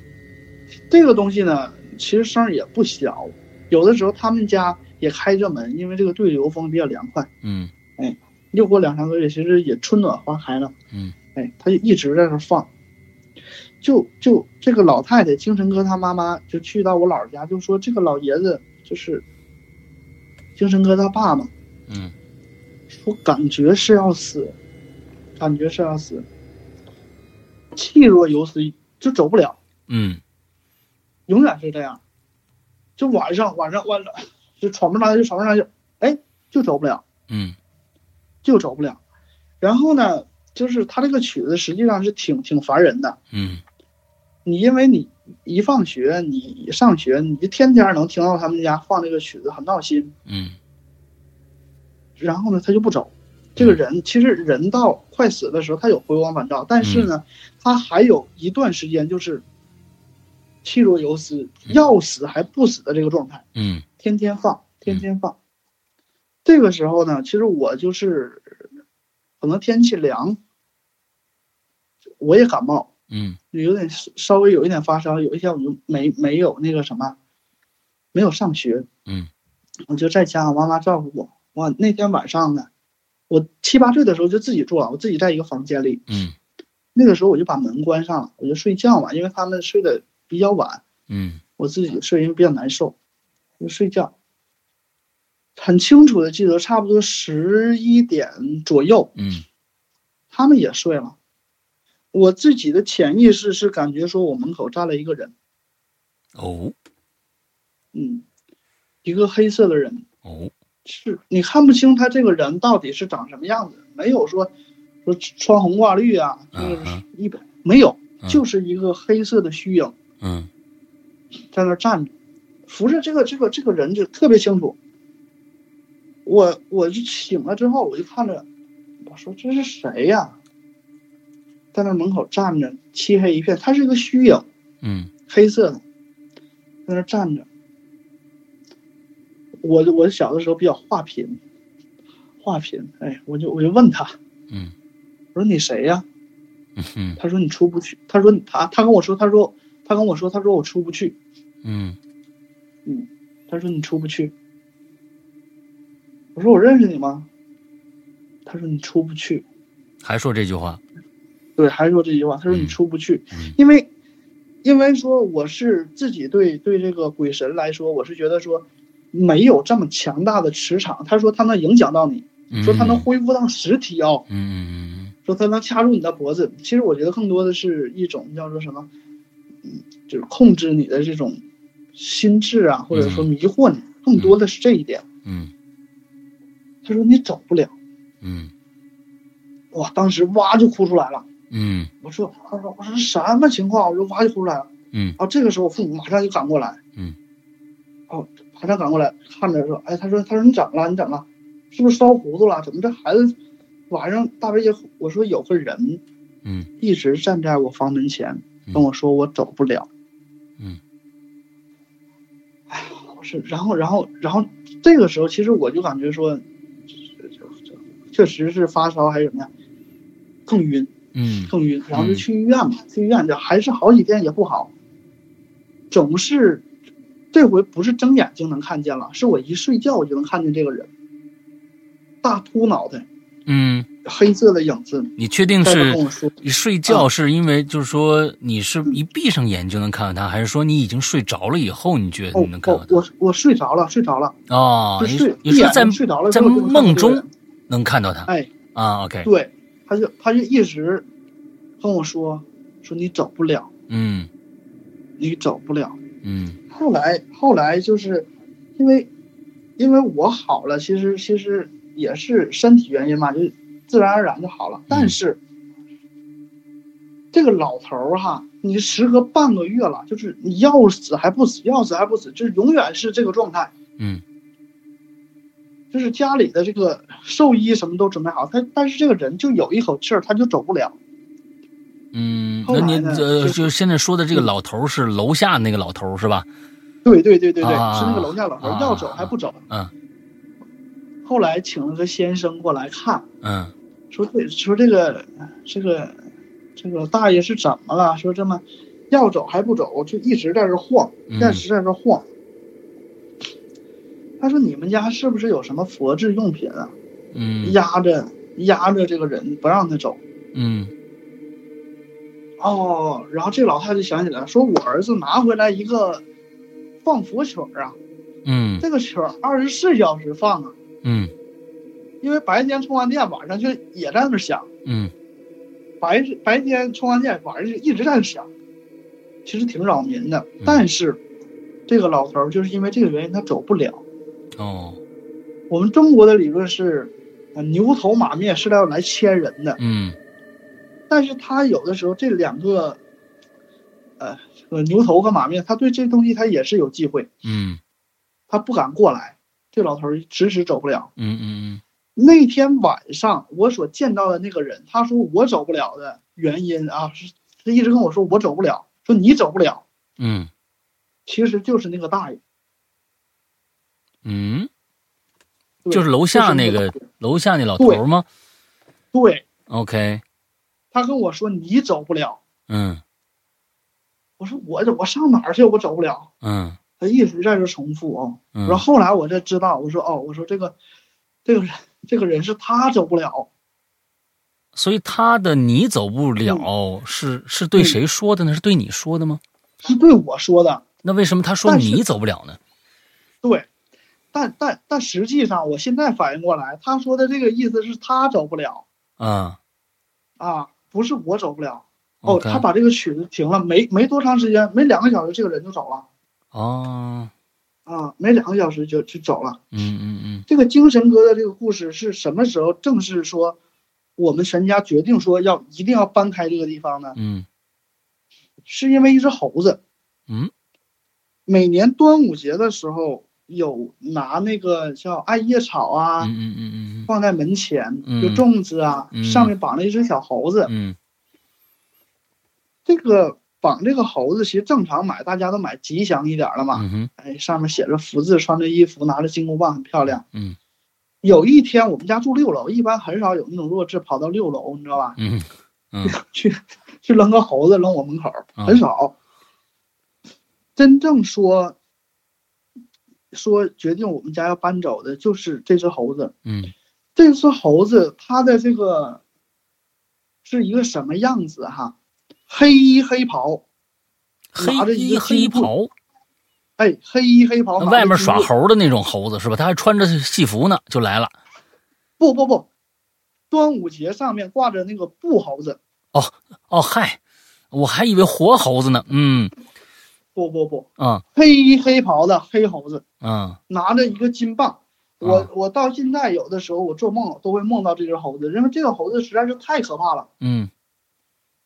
Speaker 3: 这个东西呢，其实声儿也不小，有的时候他们家也开着门，因为这个对流风比较凉快。
Speaker 2: 嗯
Speaker 3: 又过两三个月，其实也春暖花开了。
Speaker 2: 嗯，
Speaker 3: 哎，他就一直在那放。就就这个老太太，精神科她妈妈就去到我姥儿家，就说这个老爷子就是精神科他爸嘛，
Speaker 2: 嗯
Speaker 3: 说感觉是要死，感觉是要死，气若游丝，就走不了，
Speaker 2: 嗯
Speaker 3: 永远是这样。就晚上晚上晚上就喘不上来，就喘不上来，就哎就走不了。
Speaker 2: 嗯
Speaker 3: 就走不了。然后呢，就是他这个曲子实际上是挺挺烦人的。
Speaker 2: 嗯
Speaker 3: 你因为你一放学，你一上学，你就天天能听到他们家放这个曲子，很闹心。
Speaker 2: 嗯
Speaker 3: 然后呢，他就不走。这个人其实人到快死的时候，他有回光返照，但是呢，他还有一段时间就是气若游丝，要死还不死的这个状态。
Speaker 2: 嗯
Speaker 3: 天天放，天天放。这个时候呢，其实我就是可能天气凉，我也感冒，
Speaker 2: 嗯
Speaker 3: 有点稍微有一点发烧，有一天我就没没有那个什么，没有上学，
Speaker 2: 嗯，
Speaker 3: 我就在家，我妈妈照顾我。哇，那天晚上呢，我七八岁的时候就自己住了，我自己在一个房间里，
Speaker 2: 嗯
Speaker 3: 那个时候我就把门关上了，我就睡觉嘛，因为他们睡得比较晚，
Speaker 2: 嗯
Speaker 3: 我自己睡，因为比较难受，就睡觉。很清楚的记得，差不多十一点左右，
Speaker 2: 嗯
Speaker 3: 他们也睡了。我自己的潜意识是感觉说我门口站了一个人，
Speaker 2: 哦
Speaker 3: 嗯，一个黑色的人，
Speaker 2: 哦
Speaker 3: 是你看不清他这个人到底是长什么样子，没有说说穿红挂绿啊，就是
Speaker 2: 嗯嗯
Speaker 3: 一本没有，
Speaker 2: 嗯
Speaker 3: 就是一个黑色的虚影
Speaker 2: 嗯
Speaker 3: 在那儿站着，扶着这个这个这个人就特别清楚。我我就醒了之后，我就看着，我说这是谁呀、在那门口站着，漆黑一片，他是一个虚影，
Speaker 2: 嗯
Speaker 3: 黑色的，在那站着。我我小的时候比较画贫，画贫，哎，我就我就问他，
Speaker 2: 嗯
Speaker 3: 我说你谁呀、
Speaker 2: 嗯
Speaker 3: 他说你出不去，他说他他跟我说，他说他跟我说，他说我出不去，
Speaker 2: 嗯
Speaker 3: 他说你出不去。我说我认识你吗？他说你出不去。
Speaker 2: 还说这句话
Speaker 3: 对，还是说这句话。他说你
Speaker 2: 嗯
Speaker 3: 出不去，
Speaker 2: 嗯
Speaker 3: 因为因为说我是自己对对这个鬼神来说，我是觉得说没有这么强大的磁场。他说他能影响到你，说他能恢复到实体啊、
Speaker 2: 嗯嗯
Speaker 3: 说他能掐住你的脖子。其实我觉得更多的是一种叫做什么，嗯，就是控制你的这种心智啊，或者说迷惑你，更多的是这一点。
Speaker 2: 嗯
Speaker 3: 他说你走不了，
Speaker 2: 嗯
Speaker 3: 哇，当时哇就哭出来了。
Speaker 2: 嗯
Speaker 3: 我说，我说，我说什么情况？我说哇就哭出来了。
Speaker 2: 嗯，
Speaker 3: 啊，这个时候我父母马上就赶过来。
Speaker 2: 嗯，
Speaker 3: 哦，马上赶过来，看着说，哎，他说，他说你怎么了？你怎么了？是不是烧糊涂了？怎么这孩子晚上大半夜？我说有个人
Speaker 2: 嗯
Speaker 3: 一直站在我房门前，
Speaker 2: 嗯
Speaker 3: 跟我说我走不了。
Speaker 2: 嗯，
Speaker 3: 哎呀，我说，然后，然后，然后这个时候，其实我就感觉说，这这这确实是发烧还是怎么样，更晕。
Speaker 2: 嗯
Speaker 3: 更晕，然后就去医院嘛，去医院这还是好几天也不好，总是这回不是睁眼睛能看见了，是我一睡觉我就能看见这个人，大秃脑袋，
Speaker 2: 嗯，
Speaker 3: 黑色的影子，
Speaker 2: 你确定
Speaker 3: 在
Speaker 2: 嗯是
Speaker 3: 那跟我说，
Speaker 2: 你睡觉是因为就是说你是一闭上眼就能看到他，还是说你已经睡着了以后你觉得
Speaker 3: 哦
Speaker 2: 你能看到
Speaker 3: 哦，
Speaker 2: 他？
Speaker 3: 我我睡着了，睡着了，
Speaker 2: 哦，
Speaker 3: 就
Speaker 2: 你
Speaker 3: 睡
Speaker 2: 你
Speaker 3: 一
Speaker 2: 是
Speaker 3: 眼
Speaker 2: 在
Speaker 3: 睛睡着了之
Speaker 2: 在
Speaker 3: 后就能看
Speaker 2: 梦
Speaker 3: 见这个
Speaker 2: 中
Speaker 3: 人，
Speaker 2: 能看到他
Speaker 3: 哎，
Speaker 2: 啊？OK，
Speaker 3: 对，他就他就一直跟我说说你走不了，
Speaker 2: 嗯
Speaker 3: 你走不了，
Speaker 2: 嗯
Speaker 3: 后来后来就是因为因为我好了，其实其实也是身体原因嘛，就自然而然就好了。但是、这个老头儿哈，你时隔半个月了，就是你要死还不死，要死还不死，就是永远是这个状态，
Speaker 2: 嗯
Speaker 3: 就是家里的这个寿衣什么都准备好，他但是这个人就有一口气儿，他就走不了。
Speaker 2: 嗯，
Speaker 3: 后
Speaker 2: 那
Speaker 3: 来
Speaker 2: 您
Speaker 3: 呢
Speaker 2: 呃，
Speaker 3: 就是
Speaker 2: 就是现在说的这个老头儿是楼下那个老头儿是吧？
Speaker 3: 对对对对对，
Speaker 2: 啊
Speaker 3: 是那个楼下老头
Speaker 2: 啊
Speaker 3: 儿要走还不走。
Speaker 2: 嗯
Speaker 3: 后来请了个先生过来看，
Speaker 2: 嗯
Speaker 3: 说这说这个这个这个大爷是怎么了？说这么要走还不走，就一直在这晃，
Speaker 2: 嗯
Speaker 3: 暂时在这晃。他说：“你们家是不是有什么佛制用品啊？
Speaker 2: 嗯
Speaker 3: 压着压着这个人不让他走。
Speaker 2: 嗯”
Speaker 3: 哦，然后这老太太就想起来了，说我儿子拿回来一个放佛曲儿啊，
Speaker 2: 嗯
Speaker 3: 这个曲儿二十四小时放啊，
Speaker 2: 嗯
Speaker 3: 因为白天充完电，晚上就也在那儿响。
Speaker 2: 嗯
Speaker 3: 白白天充完电，晚上就一直在那响，其实挺扰民的。但是，这个老头儿就是因为这个原因，他走不了。
Speaker 2: 哦
Speaker 3: 我们中国的理论是，呃牛头马面是要来牵人的，
Speaker 2: 嗯
Speaker 3: 但是他有的时候这两个，呃，这个牛头和马面，他对这东西他也是有忌讳，
Speaker 2: 嗯
Speaker 3: 他不敢过来。这老头儿迟迟走不了。
Speaker 2: 嗯嗯
Speaker 3: 那天晚上我所见到的那个人，他说我走不了的原因啊，是他一直跟我说我走不了，说你走不了，
Speaker 2: 嗯
Speaker 3: 其实就是那个大爷，
Speaker 2: 嗯嗯，
Speaker 3: 对
Speaker 2: 就是楼下那
Speaker 3: 就是
Speaker 2: 个
Speaker 3: 那个
Speaker 2: 楼下那老头儿吗
Speaker 3: 对
Speaker 2: ？OK，
Speaker 3: 他跟我说你走不了，
Speaker 2: 嗯
Speaker 3: 我说我我上哪儿去？我走不了。
Speaker 2: 嗯
Speaker 3: 他一直在这重复啊、
Speaker 2: 嗯，
Speaker 3: 然后后来我才知道，我说哦，我说这个，这个人，这个人是他走不了，
Speaker 2: 所以他的你走不了
Speaker 3: 嗯
Speaker 2: 是是对谁说的呢？是对你说的吗？
Speaker 3: 是对我说的，
Speaker 2: 那为什么他说
Speaker 3: 但是
Speaker 2: 你走不了呢？
Speaker 3: 对。但但但实际上，我现在反应过来，他说的这个意思是他走不了
Speaker 2: 啊
Speaker 3: 啊，不是我走不了。哦，
Speaker 2: ，OK，
Speaker 3: 他把这个曲子停了，没没多长时间，没两个小时，这个人就走了
Speaker 2: 哦，
Speaker 3: 啊，没两个小时就就走了。
Speaker 2: 嗯嗯嗯
Speaker 3: 这个精神哥的这个故事是什么时候正式说，我们全家决定说要一定要搬开这个地方呢？
Speaker 2: 嗯
Speaker 3: 是因为一只猴子。
Speaker 2: 嗯，
Speaker 3: 每年端午节的时候，有拿那个叫艾叶草啊，
Speaker 2: 嗯嗯嗯嗯
Speaker 3: 放在门前，
Speaker 2: 嗯
Speaker 3: 有粽子啊，
Speaker 2: 嗯
Speaker 3: 上面绑了一只小猴子。
Speaker 2: 嗯
Speaker 3: 这个绑这个猴子，其实正常买大家都买吉祥一点儿的嘛。
Speaker 2: 嗯嗯
Speaker 3: 哎，上面写着福字，穿着衣服，拿着金箍棒，很漂亮。
Speaker 2: 嗯。
Speaker 3: 有一天，我们家住六楼，一般很少有那种弱智跑到六楼，你知道吧？
Speaker 2: 嗯嗯
Speaker 3: 去去扔个猴子扔我门口儿，
Speaker 2: 啊
Speaker 3: 很少。真正说说决定我们家要搬走的，就是这只猴子。
Speaker 2: 嗯
Speaker 3: 这只猴子它的这个是一个什么样子哈？黑衣黑袍，
Speaker 2: 黑
Speaker 3: 拿着一
Speaker 2: 衣
Speaker 3: 个
Speaker 2: 黑
Speaker 3: 金箍
Speaker 2: 袍，
Speaker 3: 哎，黑衣黑袍，拿着
Speaker 2: 外面
Speaker 3: 金
Speaker 2: 耍
Speaker 3: 箍
Speaker 2: 猴的那种猴子是吧？他还穿着戏服呢，就来了。
Speaker 3: 不不不，端午节上面挂着那个布猴子，
Speaker 2: 哦嗨，我还以为活猴子呢。嗯
Speaker 3: 不不不，
Speaker 2: 啊
Speaker 3: 黑衣黑袍的黑猴子
Speaker 2: 嗯
Speaker 3: 拿着一个金棒。我、
Speaker 2: 啊
Speaker 3: 我到现在有的时候我做梦都会梦到这只猴子，因为这个猴子实在是太可怕了。
Speaker 2: 嗯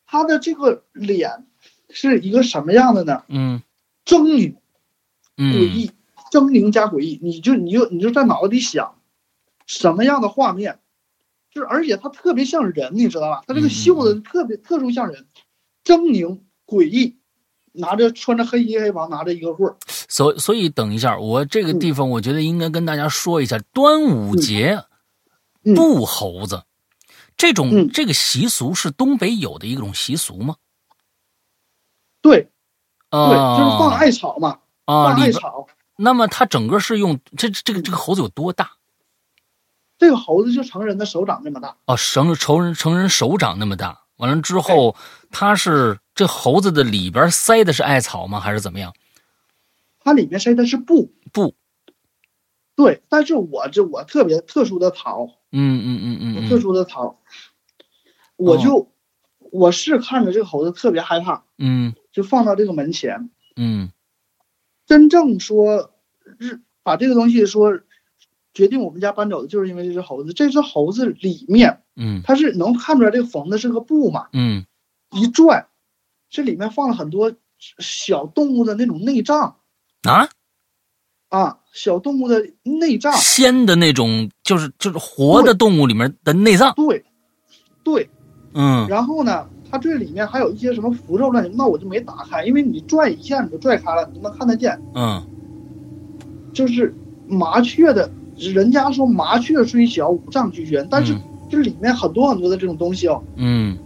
Speaker 3: 它的这个脸是一个什么样的呢？
Speaker 2: 嗯
Speaker 3: 狰狞、诡
Speaker 2: 嗯
Speaker 3: 异、狰狞加诡异，你就你就你就在脑子里想什么样的画面，就是而且它特别像人，你知道吧？它这
Speaker 2: 嗯嗯
Speaker 3: 个袖子特别特殊像人，狰狞诡异，拿着穿着黑衣黑袍，拿着一个棍儿，
Speaker 2: 所所以等一下，我这
Speaker 3: 嗯
Speaker 2: 个地方我觉得应该跟大家说一下，端午节
Speaker 3: 嗯
Speaker 2: 布猴子这种、
Speaker 3: 嗯
Speaker 2: 这个习俗是东北有的一种习俗吗？
Speaker 3: 对
Speaker 2: 啊、
Speaker 3: 对，就是放艾草嘛，
Speaker 2: 啊
Speaker 3: 放
Speaker 2: 里
Speaker 3: 艾
Speaker 2: 边。
Speaker 3: 草。
Speaker 2: 那么它整个是用这这这个这个猴子有多大？
Speaker 3: 这个猴子就成人的手掌这么大，
Speaker 2: 哦，成成人成人手掌那么大。完了之后，它是这猴子的里边塞的是艾草吗？还是怎么样？
Speaker 3: 它里面塞的是布
Speaker 2: 布。
Speaker 3: 对，但是我这我特别特殊的桃，
Speaker 2: 嗯嗯嗯嗯
Speaker 3: 我
Speaker 2: 嗯，哦
Speaker 3: 特殊的桃，我就、我是看着这个猴子特别害怕，
Speaker 2: 嗯
Speaker 3: 就放到这个门前。
Speaker 2: 嗯
Speaker 3: 真正说日把这个东西说决定我们家搬走的，就是因为这只猴子。这只猴子里面
Speaker 2: 嗯
Speaker 3: 它是能看出来这个缝子是个布嘛，
Speaker 2: 嗯
Speaker 3: 一转，这里面放了很多小动物的那种内脏。
Speaker 2: 啊，
Speaker 3: 啊，小动物的内脏，
Speaker 2: 鲜的那种，就是就是活的
Speaker 3: 啊对
Speaker 2: 动物里面的内脏，
Speaker 3: 对，对，
Speaker 2: 嗯
Speaker 3: 然后呢，它这里面还有一些什么符咒乱七八糟，我就没打开，因为你拽一下你就拽开了，你就能看得见。
Speaker 2: 嗯
Speaker 3: 就是麻雀的，人家说麻雀虽小，五脏俱全，但是
Speaker 2: 嗯
Speaker 3: 这里面很多很多的这种东西哦，
Speaker 2: 嗯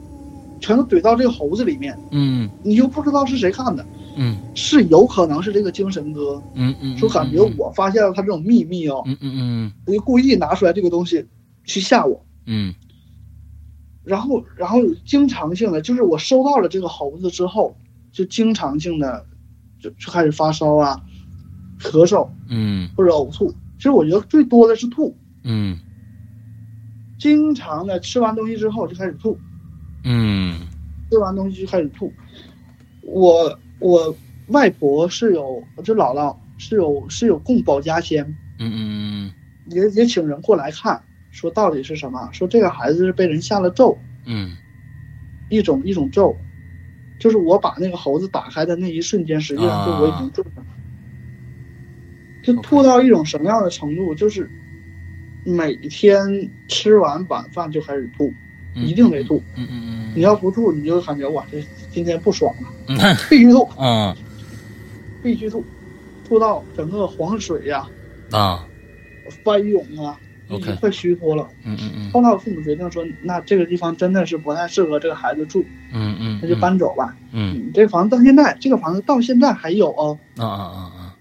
Speaker 3: 全都怼到这个猴子里面，
Speaker 2: 嗯
Speaker 3: 你就不知道是谁看的，
Speaker 2: 嗯
Speaker 3: 是有可能是这个精神哥，
Speaker 2: 嗯嗯，
Speaker 3: 说感觉我发现了他这种秘密哦，
Speaker 2: 嗯，嗯嗯
Speaker 3: 我就故意拿出来这个东西去吓我。
Speaker 2: 嗯
Speaker 3: 然后，然后经常性的，就是我收到了这个猴子之后，就经常性的就就开始发烧啊、咳嗽
Speaker 2: 嗯
Speaker 3: 或者呕吐。其实我觉得最多的是吐，
Speaker 2: 嗯
Speaker 3: 经常的吃完东西之后就开始啊吐，
Speaker 2: 嗯
Speaker 3: 吃完东西就开始吐。我我外婆是有，我这姥姥是有是有供保家仙，
Speaker 2: 嗯嗯
Speaker 3: 也也请人过来看，说到底是什么？说这个孩子是被人下了咒，
Speaker 2: 嗯
Speaker 3: 一种一种咒，就是我把那个猴子打开的那一瞬间，实际上就我已
Speaker 2: 啊
Speaker 3: 经中了，就
Speaker 2: OK
Speaker 3: 吐到一种什么样的程度，就是每天吃完晚饭就开始吐，
Speaker 2: 嗯，
Speaker 3: 一定得吐，
Speaker 2: 嗯嗯
Speaker 3: 你
Speaker 2: 嗯，
Speaker 3: 要不吐，你就感觉哇，这今天不爽了，
Speaker 2: 嗯
Speaker 3: 必须吐，
Speaker 2: 嗯
Speaker 3: 必须吐，吐到整个黄水呀、
Speaker 2: 啊，
Speaker 3: 翻涌啊，已
Speaker 2: OK
Speaker 3: 经快虚脱了。
Speaker 2: 嗯嗯
Speaker 3: 后来我父母决定说，那这个地方真的是不太适合这个孩子住，
Speaker 2: 嗯嗯，
Speaker 3: 那就搬走吧。
Speaker 2: 嗯
Speaker 3: 嗯，这房子到现在，这个房子到现在还有哦，
Speaker 2: 啊啊啊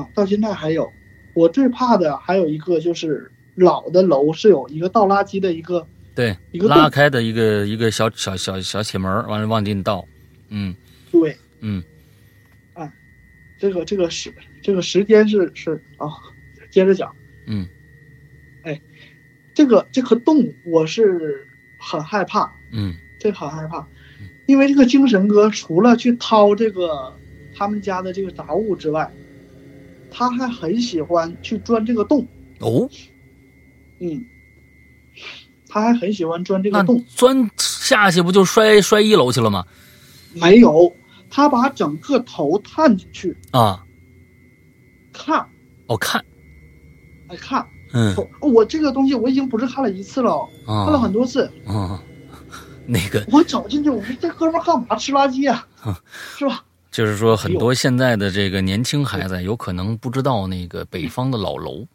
Speaker 3: 啊，到现在还有。我最怕的还有一个就是老的楼是有一个倒垃圾的一个
Speaker 2: 啊，对，
Speaker 3: 一个
Speaker 2: 拉
Speaker 3: 洞，
Speaker 2: 开的一个一个小小小小铁门，完了往进倒，嗯
Speaker 3: 对，
Speaker 2: 嗯
Speaker 3: 这个这个时这个时间是是啊，接着讲哎
Speaker 2: 嗯
Speaker 3: 这个这个洞，我是很害怕，
Speaker 2: 嗯
Speaker 3: 这个很害怕，因为这个精神哥除了去掏这个他们家的这个杂物之外，他还很喜欢去钻这个洞，
Speaker 2: 哦，
Speaker 3: 嗯，他还很喜欢钻这个
Speaker 2: 那
Speaker 3: 洞，
Speaker 2: 钻下去不就摔摔一楼去了吗？
Speaker 3: 没有，他把整个头探进去。
Speaker 2: 啊，
Speaker 3: 看，
Speaker 2: 我看，
Speaker 3: 哎看，哦
Speaker 2: 嗯
Speaker 3: 我这个东西我已经不是看了一次了，
Speaker 2: 啊，
Speaker 3: 看了很多次。
Speaker 2: 啊，那个
Speaker 3: 我走进去，我说这哥们儿干嘛吃垃 圾啊？是吧？
Speaker 2: 就是说，很多现在的这个年轻孩子有可能不知道那个北方的老楼，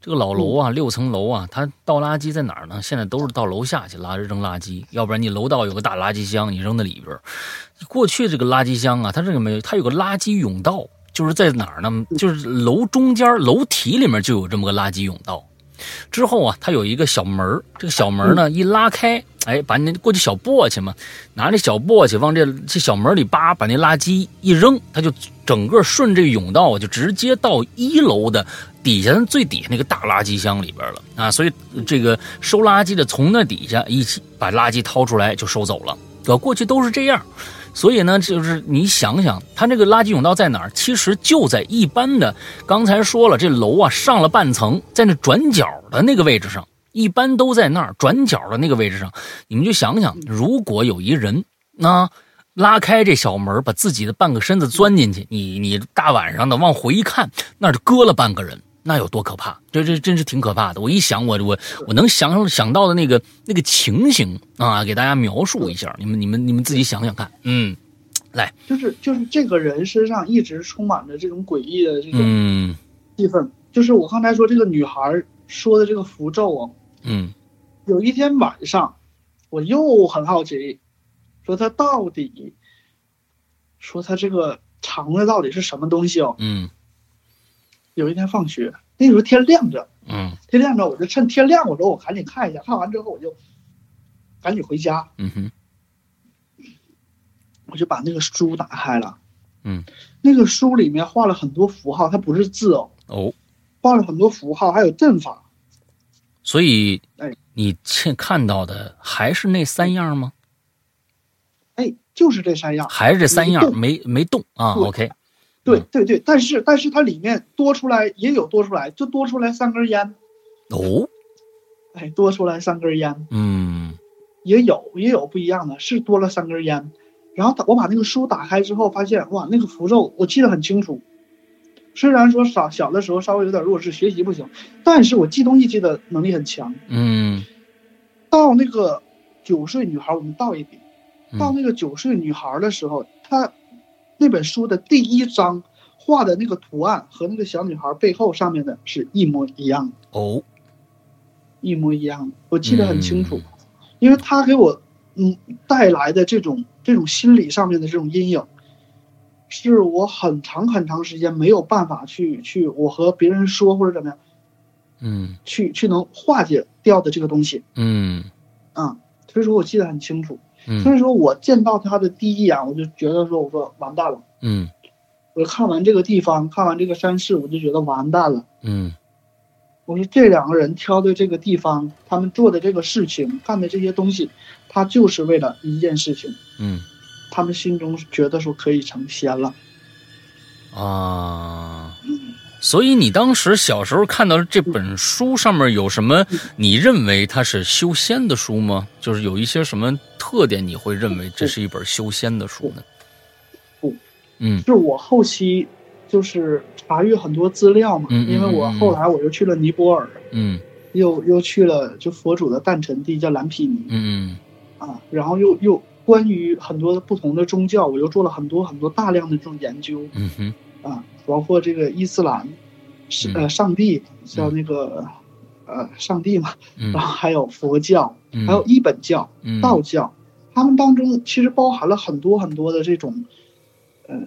Speaker 2: 这个老楼啊，六层楼啊，它倒垃圾在哪儿呢？现在都是到楼下去拉扔垃圾，要不然你楼道有个大垃圾箱，你扔在里边儿。过去这个垃圾箱啊，它这个没有，它有个垃圾甬道，就是在哪儿呢？就是楼中间楼体里面就有这么个垃圾甬道。之后啊，它有一个小门儿这个小门儿呢一拉开，哎，把你那过去小簸箕嘛，拿那小簸箕往这这小门里扒，把那垃圾一扔，它就整个顺这个甬道啊，就直接到一楼的底下最底下那个大垃圾箱里边了啊！所以这个收垃圾的从那底下一起把垃圾掏出来就收走了。呃，过去都是这样，所以呢，就是你想想，它这个垃圾甬道在哪儿？其实就在一般的，刚才说了，这楼啊上了半层，在那转角的那个位置上，一般都在那儿转角的那个位置上。你们就想想，如果有一人啊、拉开这小门，把自己的半个身子钻进去，你你大晚上的往回一看，那儿就搁了半个人，那有多可怕？这这真是挺可怕的。我一想，我我我能想想到的那个那个情形啊，给大家描述一下，你们你们你们自己想想看，嗯
Speaker 3: 就是就是这个人身上一直充满着这种诡异的这种
Speaker 2: 嗯
Speaker 3: 气氛。就是我刚才说这个女孩儿说的这个符咒哦，
Speaker 2: 嗯
Speaker 3: 有一天晚上，我又很好奇，说她到底，说她这个藏的到底是什么东西哦？
Speaker 2: 嗯
Speaker 3: 有一天放学，那时候天亮着。
Speaker 2: 嗯
Speaker 3: 天亮着，我就趁天亮，我说我赶紧看一下，看完之后我就赶紧回家，
Speaker 2: 嗯哼
Speaker 3: 我就把那个书打开了。
Speaker 2: 嗯，
Speaker 3: 那个书里面画了很多符号，它不是字哦，
Speaker 2: 哦，
Speaker 3: 画了很多符号，还有阵法。
Speaker 2: 所以
Speaker 3: 哎
Speaker 2: 你看看到的还是那三样吗？
Speaker 3: 哎，就是这三样。
Speaker 2: 还是这三
Speaker 3: 没
Speaker 2: 样
Speaker 3: 动
Speaker 2: 没没动啊
Speaker 3: 对
Speaker 2: ？OK，
Speaker 3: 对
Speaker 2: 嗯
Speaker 3: 对对，但是但是它里面多出来也有多出来，就多出来三根烟，
Speaker 2: 哦，
Speaker 3: 哎，多出来三根烟
Speaker 2: 嗯
Speaker 3: 也有也有不一样的，是多了三根烟。然后它我把那个书打开之后，发现哇，那个符咒我记得很清楚，虽然说少小的时候稍微有点弱智，学习不行，但是我记东西记的能力很强。
Speaker 2: 嗯
Speaker 3: 到那个九岁女孩，我们倒一笔，
Speaker 2: 嗯
Speaker 3: 到那个九岁女孩的时候，她那本书的第一章画的那个图案和那个小女孩背后上面的是一模一样的，
Speaker 2: 哦，
Speaker 3: 一模一样的，我记得很清楚，因为她给我嗯带来的这种这种心理上面的这种阴影。是我很长很长时间没有办法去去我和别人说或者怎么样
Speaker 2: 嗯
Speaker 3: 去去能化解掉的这个东西
Speaker 2: 嗯
Speaker 3: 啊、所以说我记得很清楚。所
Speaker 2: 嗯
Speaker 3: 以说我见到他的第一眼，我就觉得说，我说完蛋了。
Speaker 2: 嗯
Speaker 3: 我看完这个地方，看完这个山势，我就觉得完蛋了。
Speaker 2: 嗯
Speaker 3: 我说这两个人挑的这个地方，他们做的这个事情，干的这些东西，他就是为了一件事情，
Speaker 2: 嗯
Speaker 3: 他们心中觉得说可以成仙了。
Speaker 2: 啊。所以你当时小时候看到这本书上面有什么？你认为它是修仙的书吗？就是有一些什么特点，你会认为这是一本修仙的书呢？
Speaker 3: 不
Speaker 2: 嗯
Speaker 3: 是我后期就是查阅很多资料嘛，
Speaker 2: 嗯嗯
Speaker 3: 因为我后来我又去了尼泊尔，
Speaker 2: 嗯
Speaker 3: 又又去了就佛祖的诞辰地叫兰匹尼，
Speaker 2: 嗯
Speaker 3: 啊，然后又又关于很多不同的宗教，我又做了很多很多大量的这种研究
Speaker 2: 嗯哼
Speaker 3: 啊，包括这个伊斯兰，是
Speaker 2: 嗯
Speaker 3: 呃上帝叫那个呃上帝嘛，
Speaker 2: 嗯
Speaker 3: 然后还有佛教，
Speaker 2: 嗯，
Speaker 3: 还有一本教、
Speaker 2: 嗯
Speaker 3: 道教，他们当中其实包含了很多很多的这种呃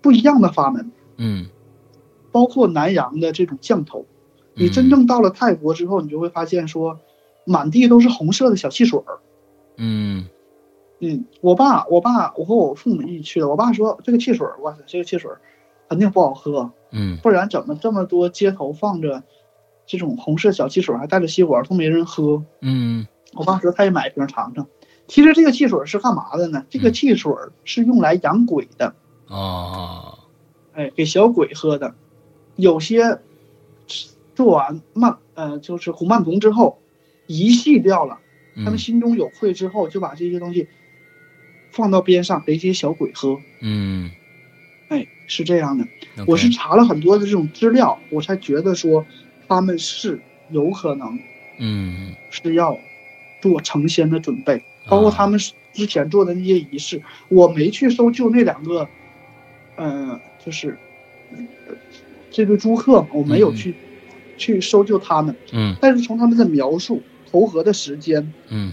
Speaker 3: 不一样的法门，
Speaker 2: 嗯，
Speaker 3: 包括南洋的这种降头。你
Speaker 2: 嗯
Speaker 3: 真正到了泰国之后，你就会发现说，满地都是红色的小汽水儿。
Speaker 2: 嗯
Speaker 3: 嗯，我爸，我爸，我和我父母一起去的。我爸说这个汽水儿，哇塞，这个汽水儿肯定不好喝，
Speaker 2: 嗯
Speaker 3: 不然怎么这么多街头放着这种红色小汽水儿，还带着吸管儿，都没人喝。
Speaker 2: 嗯
Speaker 3: 我爸说他也买一瓶尝尝。其实这个汽水儿是干嘛的呢？这个
Speaker 2: 嗯
Speaker 3: 汽水儿是用来养鬼的，
Speaker 2: 啊
Speaker 3: 哎，给小鬼喝的。有些做完曼呃就是红曼童之后，遗弃掉了，他们
Speaker 2: 嗯
Speaker 3: 心中有愧之后，就把这些东西放到边上给一些小鬼喝。
Speaker 2: 嗯，
Speaker 3: 哎，是这样的，
Speaker 2: OK
Speaker 3: 我是查了很多的这种资料，我才觉得说他们是有可能
Speaker 2: 嗯
Speaker 3: 是要做成仙的准备，
Speaker 2: 啊
Speaker 3: 包括他们之前做的那些仪式，我没去搜救那两个，呃，就是呃这对租客嘛，我没有
Speaker 2: 嗯嗯
Speaker 3: 去、去搜救他们，
Speaker 2: 嗯
Speaker 3: 但是从他们的描述、投河的时间
Speaker 2: 嗯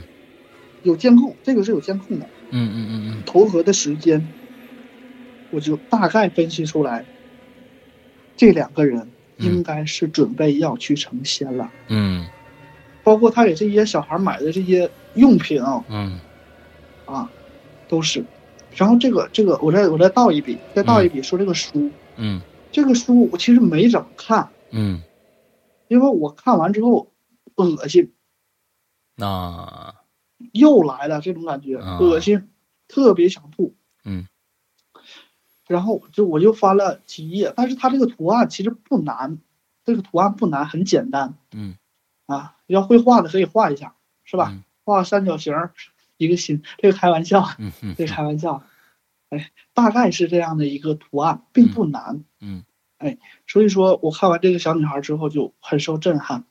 Speaker 3: 有监控，这个是有监控的，
Speaker 2: 嗯嗯嗯
Speaker 3: 投河的时间，我就大概分析出来，这两个人应该是准备要去成仙了。
Speaker 2: 嗯
Speaker 3: 包括他给这些小孩买的这些用品啊
Speaker 2: 嗯
Speaker 3: 啊，都是。然后这个这个，我再我再倒一笔，再倒一笔说这个书，
Speaker 2: 嗯
Speaker 3: 这个书我其实没怎么看，
Speaker 2: 嗯，
Speaker 3: 因为我看完之后恶心，
Speaker 2: 那
Speaker 3: 又来了这种感觉，
Speaker 2: 啊
Speaker 3: 恶心，特别想吐。
Speaker 2: 嗯。
Speaker 3: 然后就我就翻了几页，但是它这个图案其实不难，这个图案不难，很简单
Speaker 2: 嗯
Speaker 3: 啊。要会画的可以画一下，是吧？
Speaker 2: 嗯
Speaker 3: 画三角形儿，一个心，这个开玩笑，
Speaker 2: 嗯嗯
Speaker 3: 这个开玩笑。哎，大概是这样的一个图案，并不难。哎
Speaker 2: 嗯
Speaker 3: 所以说我看完这个小女孩之后就很受震撼，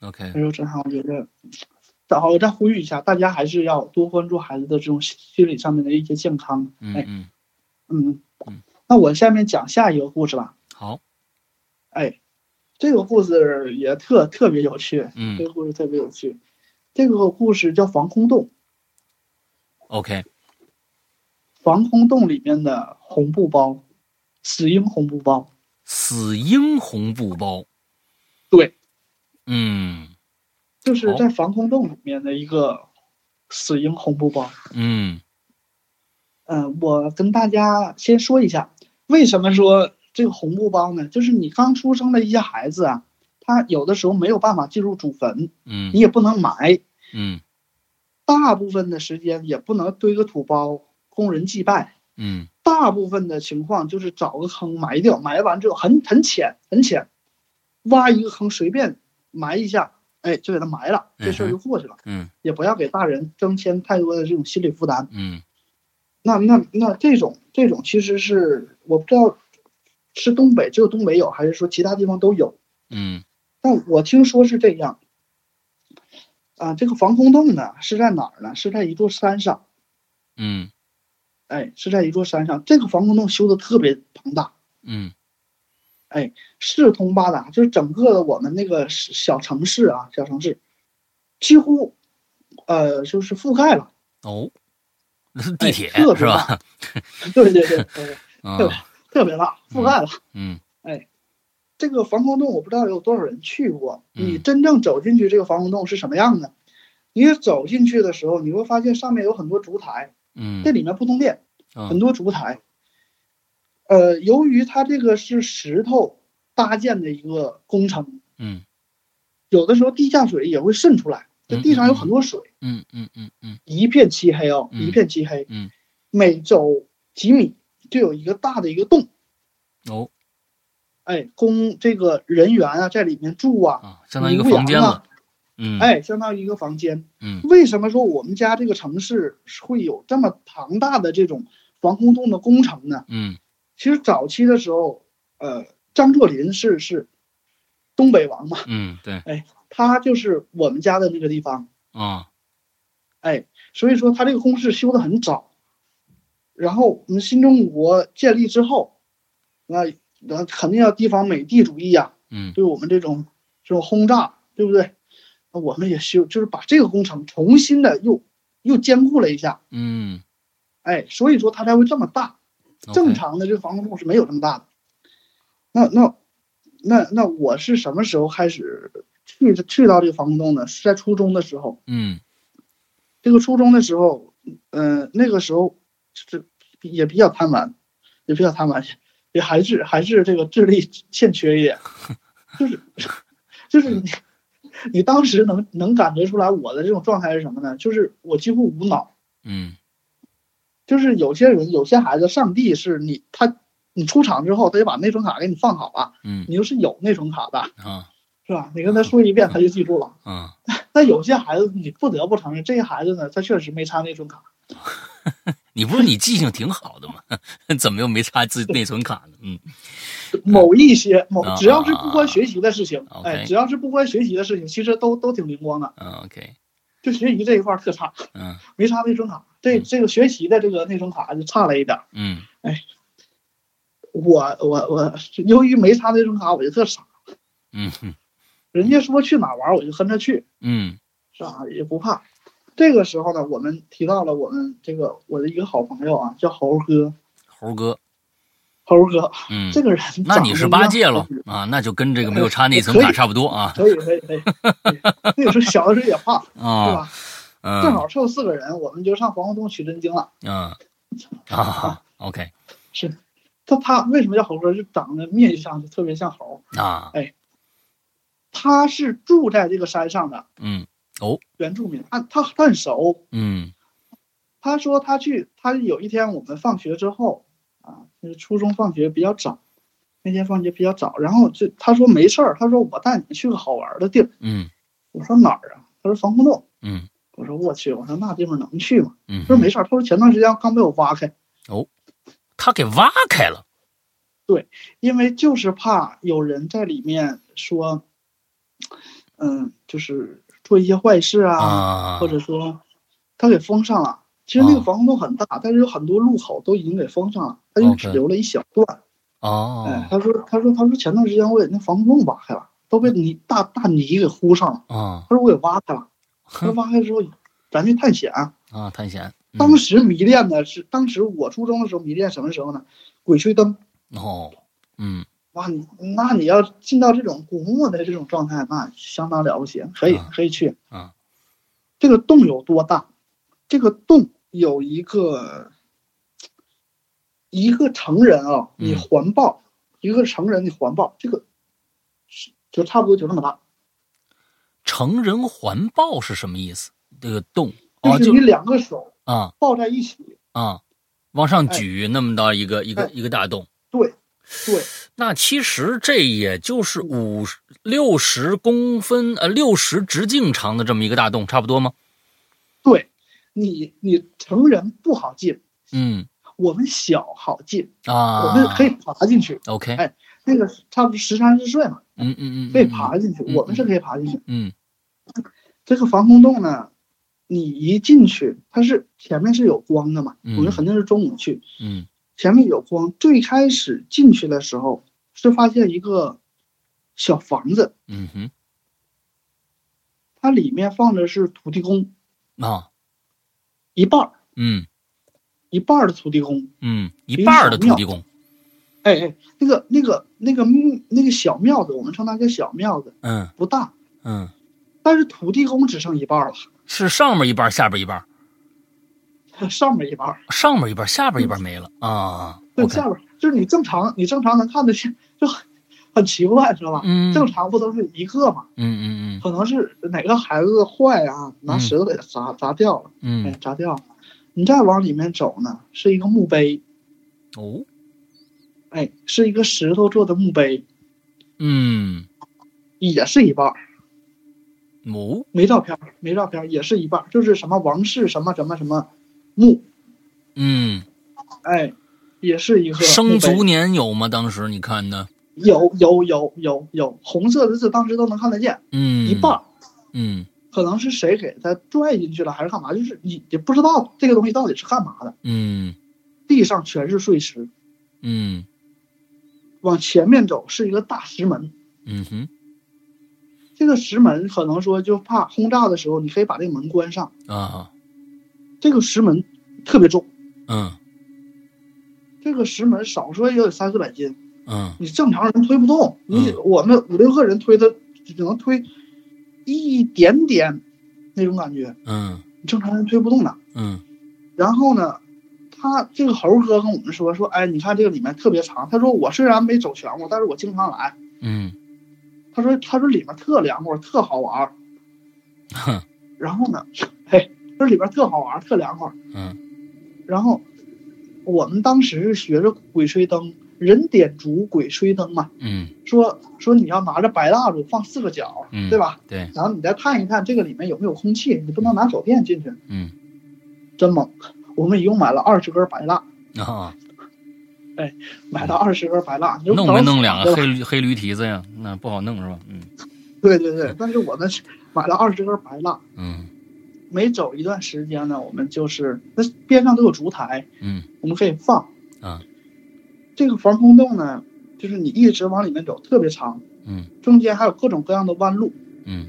Speaker 2: ，OK，
Speaker 3: 很受震撼。我觉得，然后我再呼吁一下，大家还是要多关注孩子的这种心理上面的一些健康。
Speaker 2: 嗯
Speaker 3: 哎，
Speaker 2: 嗯，
Speaker 3: 嗯
Speaker 2: 嗯，
Speaker 3: 那我下面讲下一个故事吧。
Speaker 2: 好，
Speaker 3: 哎，这个故事也特特别有趣，
Speaker 2: 嗯
Speaker 3: 这个故事特别有趣。这个故事叫《防空洞》，
Speaker 2: ，OK，
Speaker 3: 《防空洞》里面的红布包，死鹰红布包。
Speaker 2: 死鹰红布包，
Speaker 3: 对，
Speaker 2: 嗯
Speaker 3: 就是
Speaker 2: 哦
Speaker 3: 在防空洞里面的一个死鹰红布包。
Speaker 2: 嗯
Speaker 3: 嗯，我跟大家先说一下，为什么说这个红布包呢？就是你刚出生的一些孩子啊，他有的时候没有办法进入祖坟，你
Speaker 2: 嗯
Speaker 3: 也不能埋，
Speaker 2: 嗯
Speaker 3: 大部分的时间也不能堆个土包供人祭拜。
Speaker 2: 嗯
Speaker 3: 大部分的情况就是找个坑埋掉，埋完之后很很浅很浅，挖一个坑随便埋一下，哎，就给它埋了，这事儿就过去了。
Speaker 2: 嗯
Speaker 3: 也不要给大人增添太多的这种心理负担。
Speaker 2: 嗯
Speaker 3: 那那那这种这种其实是我不知道是东北只有东北有，还是说其他地方都有？
Speaker 2: 嗯
Speaker 3: 但我听说是这样，啊，这个防空洞呢是在哪儿呢？是在一座山上，
Speaker 2: 嗯
Speaker 3: 哎，是在一座山上。这个防空洞修的特别庞大，
Speaker 2: 嗯
Speaker 3: 四通八达，就是整个的我们那个小城市啊，小城市几乎，呃，就是覆盖了。
Speaker 2: 哦，那是地铁
Speaker 3: 哎特别
Speaker 2: 是吧？
Speaker 3: 对对对，对
Speaker 2: 啊
Speaker 3: 特别特别大，覆盖了。
Speaker 2: 嗯
Speaker 3: 这个防空洞我不知道有多少人去过，
Speaker 2: 嗯
Speaker 3: 你真正走进去这个防空洞是什么样的？你走进去的时候，你会发现上面有很多烛台，
Speaker 2: 嗯
Speaker 3: 这里面不通电，
Speaker 2: 啊
Speaker 3: 很多烛台。呃，由于它这个是石头搭建的一个工程，
Speaker 2: 嗯
Speaker 3: 有的时候地下水也会渗出来，这地上有很多水，
Speaker 2: 嗯嗯嗯嗯
Speaker 3: 一片漆黑哦，
Speaker 2: 嗯
Speaker 3: 一片漆黑。
Speaker 2: 嗯
Speaker 3: 每走几米就有一个大的一个洞，
Speaker 2: 哦
Speaker 3: 哎，供这个人员啊在里面住啊，
Speaker 2: 啊，相当于一个
Speaker 3: 牛羊
Speaker 2: 房间
Speaker 3: 啊
Speaker 2: 了。嗯
Speaker 3: 哎，相当于一个房间。
Speaker 2: 嗯
Speaker 3: 为什么说我们家这个城市会有这么庞大的这种防空洞的工程呢？
Speaker 2: 嗯
Speaker 3: 其实早期的时候，呃，张作霖是是东北王嘛，
Speaker 2: 嗯对
Speaker 3: 他就是我们家的那个地方，
Speaker 2: 啊
Speaker 3: 哎，所以说他这个工事修得很早。然后我们新中国建立之后，那那肯定要提防美帝主义呀、
Speaker 2: 嗯
Speaker 3: 对我们这种这种轰炸，对不对？那我们也修，就是把这个工程重新的又又兼顾了一下，
Speaker 2: 嗯
Speaker 3: 哎，所以说它才会这么大。
Speaker 2: ，OK，
Speaker 3: 正常的这个防空洞是没有这么大的。那那那那我是什么时候开始去去到这个防空洞呢？是在初中的时候。
Speaker 2: 嗯
Speaker 3: 这个初中的时候，嗯、那个时候是也比较贪玩，也比较贪玩，也还是还是这个智力欠缺一点，就是就是你你当时能能感觉出来我的这种状态是什么呢？就是我几乎无脑，
Speaker 2: 嗯
Speaker 3: 就是有些人有些孩子，上帝是你他你出场之后，他就把内存卡给你放好了，
Speaker 2: 嗯
Speaker 3: 你就是有内存卡的，
Speaker 2: 啊
Speaker 3: 是吧？你跟他说一遍，他就记住了。
Speaker 2: 啊
Speaker 3: 但有些孩子，你不得不承认，这些孩子呢，他确实没插内存卡。
Speaker 2: 你不是你记性挺好的吗？ 怎么又没插自内存卡呢？嗯
Speaker 3: 某一些某
Speaker 2: 啊
Speaker 3: 只要是不关学习的事情，
Speaker 2: 啊啊啊
Speaker 3: 哎，
Speaker 2: OK
Speaker 3: 只要是不关学习的事情，其实都都挺灵光的。
Speaker 2: 啊 OK
Speaker 3: 就学习这一块儿特差，
Speaker 2: 嗯
Speaker 3: 没插内存卡。这
Speaker 2: 嗯
Speaker 3: 这个学习的这个内存卡就差了一点儿。
Speaker 2: 嗯
Speaker 3: 我我我，由于没插内存卡，我就特傻。
Speaker 2: 嗯嗯
Speaker 3: 人家说去哪儿玩儿，我就跟着去，
Speaker 2: 嗯
Speaker 3: 是吧？也不怕。这个时候呢，我们提到了我们这个我的一个好朋友啊，叫猴哥，
Speaker 2: 猴哥
Speaker 3: 猴哥
Speaker 2: 嗯。
Speaker 3: 这个人，
Speaker 2: 那你是八戒喽？啊，那就跟这个没有插内存卡差不多啊
Speaker 3: 呃可以可以可以。 那个时候小的时候也胖，对
Speaker 2: 啊
Speaker 3: 吧？
Speaker 2: 嗯
Speaker 3: 正好凑四个人，我们就上防空洞取真经了。
Speaker 2: 嗯啊 OK
Speaker 3: 他他为什么叫猴哥？就长得面相就特别像猴。
Speaker 2: 啊
Speaker 3: 他是住在这个山上的
Speaker 2: 嗯
Speaker 3: 原住民，他他他很熟。
Speaker 2: 嗯
Speaker 3: 他说他去，他有一天我们放学之后啊，就是初中放学比较早，那天放学比较早，然后就他说没事儿，他说我带你去个好玩的地儿。
Speaker 2: 嗯
Speaker 3: 我说哪儿啊？他说防空洞。
Speaker 2: 嗯
Speaker 3: 我说我去，我说那地方能去吗？
Speaker 2: 嗯
Speaker 3: 他，说没事儿，他说前段时间刚被我挖开，
Speaker 2: 他给挖开了
Speaker 3: 因为就是怕有人在里面说，嗯，就是做一些坏事啊，
Speaker 2: 啊
Speaker 3: 或者说他给封上了。其实那个
Speaker 2: 啊
Speaker 3: 防空洞很大，但是有很多路口都已经给封上了，他就只
Speaker 2: OK
Speaker 3: 留了一小段。哎，
Speaker 2: 哦
Speaker 3: 他说，他说，他说前段时间我给那防空洞挖开了，都
Speaker 2: 嗯
Speaker 3: 被泥大大泥给糊上了。
Speaker 2: 啊
Speaker 3: 他说我给挖开 了，他说挖开之后咱去探险啊、
Speaker 2: 啊探险
Speaker 3: 当时迷恋的是，当时我初中的时候迷恋什么时候呢？鬼吹灯。
Speaker 2: 哦嗯
Speaker 3: 哇，你那你要进到这种古墓的这种状态，那相当了不起，可以
Speaker 2: 啊
Speaker 3: 可以去。
Speaker 2: 啊，
Speaker 3: 这个洞有多大？这个洞有一个一个成人啊，
Speaker 2: 嗯
Speaker 3: 你环抱、一个成人，你环抱这个是就差不多就那么大，
Speaker 2: 成人环抱是什么意思？这个洞哦
Speaker 3: 就是
Speaker 2: 就
Speaker 3: 你两个手
Speaker 2: 啊
Speaker 3: 抱在一起。
Speaker 2: 啊往上举那么大一个一个一个大洞。
Speaker 3: 哎对，对，
Speaker 2: 那其实这也就是五十六十公分呃六十直径长的这么一个大洞，差不多吗？
Speaker 3: 对，你你成人不好进，
Speaker 2: 嗯
Speaker 3: 我们小好进，
Speaker 2: 啊，
Speaker 3: 我们可以爬进去。
Speaker 2: OK，
Speaker 3: 哎那个差不多十三日睡嘛，
Speaker 2: 嗯嗯嗯，
Speaker 3: 可以爬进去，
Speaker 2: 嗯嗯
Speaker 3: 我们是可以爬进去。
Speaker 2: 嗯，
Speaker 3: 这个防空洞呢，你一进去，它是前面是有光的嘛，
Speaker 2: 嗯
Speaker 3: 我们肯定是中午去，
Speaker 2: 嗯
Speaker 3: 前面有光。最开始进去的时候是发现一个小房子，
Speaker 2: 嗯嗯
Speaker 3: 它里面放的是土地公，
Speaker 2: 哼啊，
Speaker 3: 一半儿
Speaker 2: 嗯
Speaker 3: 一半儿的土地公。
Speaker 2: 嗯，一半儿的土地公，
Speaker 3: 哎哎，那个那个那个木那个小庙子，我们称它叫小庙子，
Speaker 2: 嗯
Speaker 3: 不大，
Speaker 2: 嗯，
Speaker 3: 但是土地公只剩一半儿了，
Speaker 2: 是上面一半儿，下边一半儿，
Speaker 3: 上面一半儿，
Speaker 2: 上面一半儿，下边一半儿没了啊。
Speaker 3: 嗯对，
Speaker 2: OK，
Speaker 3: 下边儿就是你正常你正常能看得见，就很很奇怪，知道吧？
Speaker 2: 嗯
Speaker 3: 正常不都是一个嘛？
Speaker 2: 嗯嗯
Speaker 3: 可能是哪个孩子坏啊，拿
Speaker 2: 嗯
Speaker 3: 石头给砸砸掉了，
Speaker 2: 嗯
Speaker 3: 哎
Speaker 2: 嗯，，
Speaker 3: 砸掉了。你再往里面走呢，是一个墓碑，
Speaker 2: 哦，
Speaker 3: 哎，是一个石头做的墓碑，
Speaker 2: 嗯
Speaker 3: 也是一半儿，
Speaker 2: 哦，
Speaker 3: 没照片儿，没照片儿，也是一半儿，就是什么王氏什么什么什么墓，
Speaker 2: 嗯，
Speaker 3: 哎，也是一个
Speaker 2: 生
Speaker 3: 墓碑
Speaker 2: 卒年有吗？当时你看的，
Speaker 3: 有有有有有红色的字，当时都能看得见，
Speaker 2: 嗯，
Speaker 3: 一半儿。
Speaker 2: 嗯
Speaker 3: 可能是谁给他拽进去了，还是干嘛？就是你也不知道这个东西到底是干嘛的。
Speaker 2: 嗯
Speaker 3: 地上全是碎石，
Speaker 2: 嗯
Speaker 3: 往前面走是一个大石门，
Speaker 2: 嗯哼
Speaker 3: 这个石门可能说就怕轰炸的时候，你可以把这个门关上。
Speaker 2: 啊，
Speaker 3: 这个石门特别重，
Speaker 2: 嗯
Speaker 3: 这个石门少说也有三四百斤，
Speaker 2: 嗯
Speaker 3: 你正常人推不动。你
Speaker 2: 嗯
Speaker 3: 我们五六个人推它，只能推一点点那种感觉，
Speaker 2: 嗯
Speaker 3: 你正常人推不动的。
Speaker 2: 嗯
Speaker 3: 然后呢，他这个猴哥跟我们说说，哎，你看这个里面特别长。他说我虽然没走全过，但是我经常来。
Speaker 2: 嗯，
Speaker 3: 他说他说里面特凉快，特好玩儿。
Speaker 2: 哼，
Speaker 3: 然后呢，嘿，这里边特好玩儿，特凉快。
Speaker 2: 嗯
Speaker 3: 然后我们当时是学着鬼吹灯，人点烛，鬼吹灯嘛。
Speaker 2: 嗯
Speaker 3: 说说你要拿着白蜡烛放四个角，
Speaker 2: 嗯，
Speaker 3: 对？吧？
Speaker 2: 对，
Speaker 3: 然后你再看一看这个里面有没有空气，你不能拿手电进去，
Speaker 2: 嗯
Speaker 3: 真猛。我们一共买了二十根白蜡，
Speaker 2: 啊，
Speaker 3: 买了二十根白蜡，你就
Speaker 2: 弄没
Speaker 3: 找
Speaker 2: 弄两
Speaker 3: 对
Speaker 2: 个
Speaker 3: 吧
Speaker 2: 黑驴黑驴蹄子呀？那不好弄是吧？嗯
Speaker 3: 对对对，但是我们是买了二十根白蜡，
Speaker 2: 嗯
Speaker 3: 每走一段时间呢，我们就是那边上都有烛台，
Speaker 2: 嗯
Speaker 3: 我们可以放。
Speaker 2: 啊，
Speaker 3: 这个防空洞呢，就是你一直往里面走，特别长，
Speaker 2: 嗯
Speaker 3: 中间还有各种各样的弯路。
Speaker 2: 嗯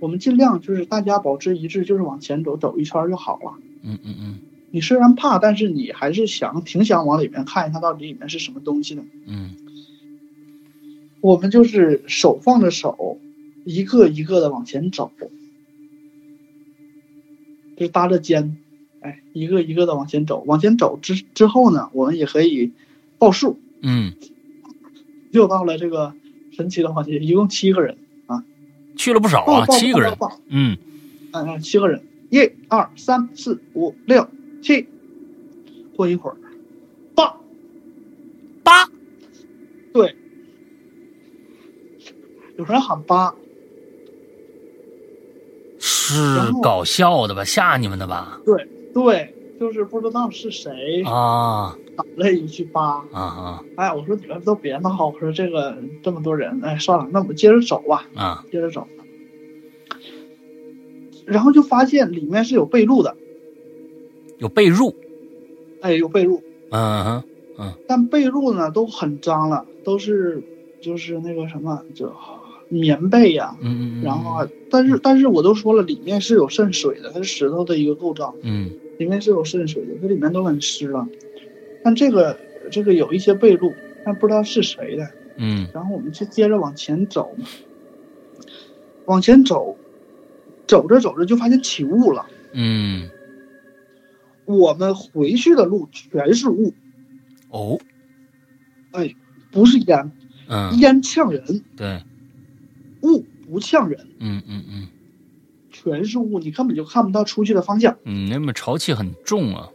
Speaker 3: 我们尽量就是大家保持一致，就是往前走，走一圈就好了。
Speaker 2: 嗯嗯嗯
Speaker 3: 你虽然怕，但是你还是想挺想往里面看一看，到底里面是什么东西的。
Speaker 2: 嗯
Speaker 3: 我们就是手放着手，一个一个的往前走，就是搭着肩，哎，一个一个的往前走。往前走之之后呢，我们也可以报数，
Speaker 2: 嗯
Speaker 3: 又到了这个神奇的环节，一共七个人，
Speaker 2: 嗯，去了不少
Speaker 3: 报
Speaker 2: 啊，
Speaker 3: 报
Speaker 2: 七个人。
Speaker 3: 报报，
Speaker 2: 嗯
Speaker 3: 嗯嗯，七个人，一二三四五六七，过一会儿，八，
Speaker 2: 八，
Speaker 3: 对，有人喊八，
Speaker 2: 是搞笑的吧？吓你们的吧？
Speaker 3: 对，就是不知道是谁
Speaker 2: 啊
Speaker 3: 打了一句八，
Speaker 2: 啊啊
Speaker 3: 哎，我说你们都别闹，我说这个这么多人，哎，算了，那我们接着走吧，
Speaker 2: 啊！
Speaker 3: 接着走。然后就发现里面是有被褥的，
Speaker 2: 有被褥，
Speaker 3: 哎，有被褥，
Speaker 2: 嗯哼，
Speaker 3: 但被褥呢都很脏了，都是就是那个什么，就棉被呀、
Speaker 2: 嗯嗯，
Speaker 3: 然后啊，但是但是我都说了，里面是有渗水的，它是石头的一个构造，
Speaker 2: 嗯
Speaker 3: 里面是有渗水的，这里面都很湿了。但这个这个有一些被褥，但不知道是谁的。
Speaker 2: 嗯
Speaker 3: 然后我们就接着往前走嘛，往前走，走着走着就发现起雾了。
Speaker 2: 嗯，
Speaker 3: 我们回去的路全是雾，
Speaker 2: 哦，
Speaker 3: 不是烟，
Speaker 2: 嗯，
Speaker 3: 烟呛人，
Speaker 2: 对，
Speaker 3: 雾不呛人，
Speaker 2: 嗯嗯嗯
Speaker 3: 全是雾，你根本就看不到出去的方向。
Speaker 2: 嗯，那么潮气很重啊。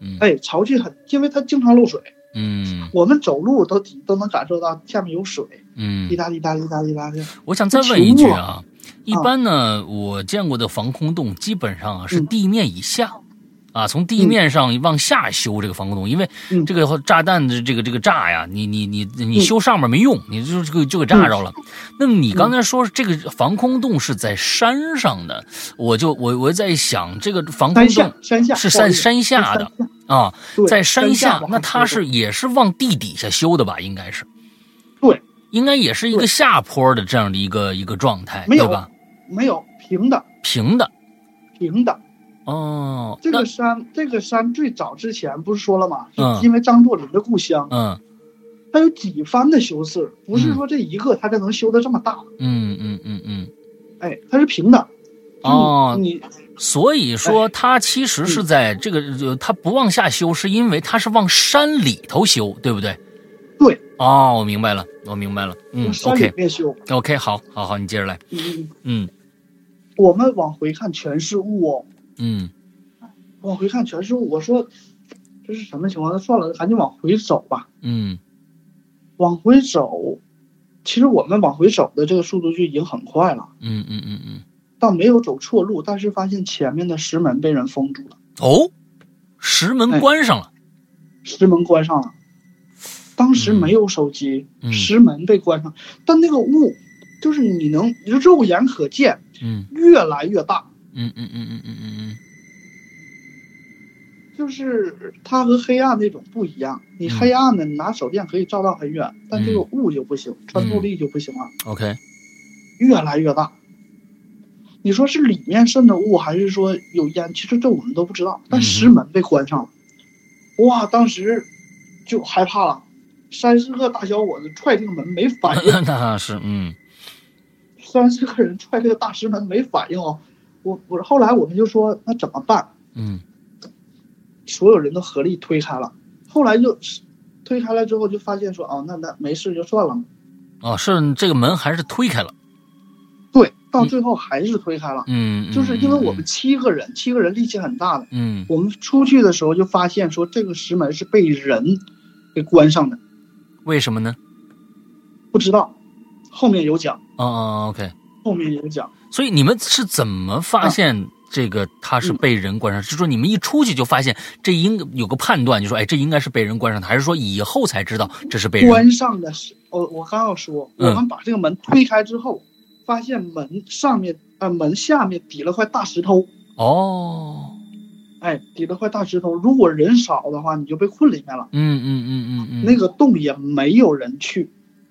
Speaker 2: 嗯
Speaker 3: 哎，潮气很，因为它经常漏水，
Speaker 2: 嗯
Speaker 3: 我们走路都都能感受到下面有水，
Speaker 2: 嗯
Speaker 3: 滴，答滴答滴答滴答的。
Speaker 2: 我想再问一句啊，一般呢，我见过的防空洞基本上啊是地面以下，啊，从地面上往下修这个防空洞，因为
Speaker 3: 嗯
Speaker 2: 这个炸弹的这个这个炸呀，你你你你修上面没用，你就就就给炸着了。那么你刚才说这个防空洞是在山上的，我就我我在想这个防空
Speaker 3: 山下
Speaker 2: 洞
Speaker 3: 山下
Speaker 2: 嗯是
Speaker 3: 不好
Speaker 2: 山
Speaker 3: 意思
Speaker 2: 山下的啊，
Speaker 3: 对
Speaker 2: 在
Speaker 3: 山
Speaker 2: 山下
Speaker 3: 下，
Speaker 2: 那它是也是往地底下修的吧？应该是，
Speaker 3: 对，
Speaker 2: 应该也是一个
Speaker 3: 对
Speaker 2: 下坡的这样的一个一个状态，
Speaker 3: 没有
Speaker 2: 对吧？
Speaker 3: 没有平的
Speaker 2: 平的
Speaker 3: 平的。
Speaker 2: 哦，
Speaker 3: 这
Speaker 2: 那
Speaker 3: 个山这个山最早之前不是说了吗？
Speaker 2: 嗯
Speaker 3: 是因为张作霖的故乡，
Speaker 2: 嗯
Speaker 3: 它有几番的修饰，不是说这一个它才能修得这么大。
Speaker 2: 嗯嗯嗯嗯，
Speaker 3: 哎，它是平的。
Speaker 2: 哦
Speaker 3: 你你
Speaker 2: 所
Speaker 3: 哎
Speaker 2: 以说它其实是在这个呃它不往下修，是因为它是往山里头修，对不对？
Speaker 3: 对，
Speaker 2: 哦，我明白了，我明白了，嗯
Speaker 3: 从山里
Speaker 2: ，OK
Speaker 3: 面修，
Speaker 2: OK，好好好，你接着来，
Speaker 3: 嗯，
Speaker 2: 嗯
Speaker 3: 我们往回看全是雾哦，
Speaker 2: 嗯
Speaker 3: 往回看全是雾。我说这是什么情况？那算了，赶紧往回走吧。
Speaker 2: 嗯
Speaker 3: 往回走，其实我们往回走的这个速度就已经很快了，
Speaker 2: 嗯嗯嗯嗯，
Speaker 3: 倒没有走错路，但是发现前面的石门被人封住了，
Speaker 2: 哦，石门
Speaker 3: 哎
Speaker 2: 关上了，
Speaker 3: 石门关上了。当时没有手机，
Speaker 2: 嗯
Speaker 3: 石门被关上，但那个雾就是你能肉眼可见，
Speaker 2: 嗯
Speaker 3: 越来越大。
Speaker 2: 嗯嗯嗯嗯嗯嗯嗯。
Speaker 3: 就是它和黑暗那种不一样，你
Speaker 2: 嗯
Speaker 3: 黑暗的你拿手电可以照到很远，但这个
Speaker 2: 嗯
Speaker 3: 雾就不行，穿透力就不行了，
Speaker 2: OK，
Speaker 3: 越来越大。你说是里面渗的雾，还是说有烟？其实这我们都不知道。但
Speaker 2: 嗯
Speaker 3: 石门被关上了，哇，当时就害怕了。三十个大小伙子踹这个门没反 应，
Speaker 2: 哎那是嗯
Speaker 3: 三十个人踹这个大石门没反应哦。我我后来我们就说那怎么办？
Speaker 2: 嗯
Speaker 3: 所有人都合力推开了。后来就推开了之后，就发现说，哦，那那没事就算了。
Speaker 2: 哦，是这个门还是推开了，
Speaker 3: 对，到最后还是推开了，
Speaker 2: 嗯，
Speaker 3: 就是因为我们七个人，七个人力气很大的。
Speaker 2: 嗯
Speaker 3: 我们出去的时候就发现说，这个石门是被人给关上的，
Speaker 2: 为什么呢？
Speaker 3: 不知道。后面有讲，
Speaker 2: 哦哦，OK，
Speaker 3: 后面有讲。
Speaker 2: 所以你们是怎么发现这个他是被人关上？是说你们一出去就发现这应有个判断，就说哎，这应该是被人关上的，还是说以后才知道这是被人？
Speaker 3: 关上的是，我我刚要说，
Speaker 2: 嗯
Speaker 3: 我们把这个门推开之后，发现门上面呃门下面抵了块大石头，
Speaker 2: 哦，
Speaker 3: 哎，抵了块大石头。如果人少的话，你就被困里面了。
Speaker 2: 嗯嗯嗯嗯嗯，
Speaker 3: 那个洞也没有人去，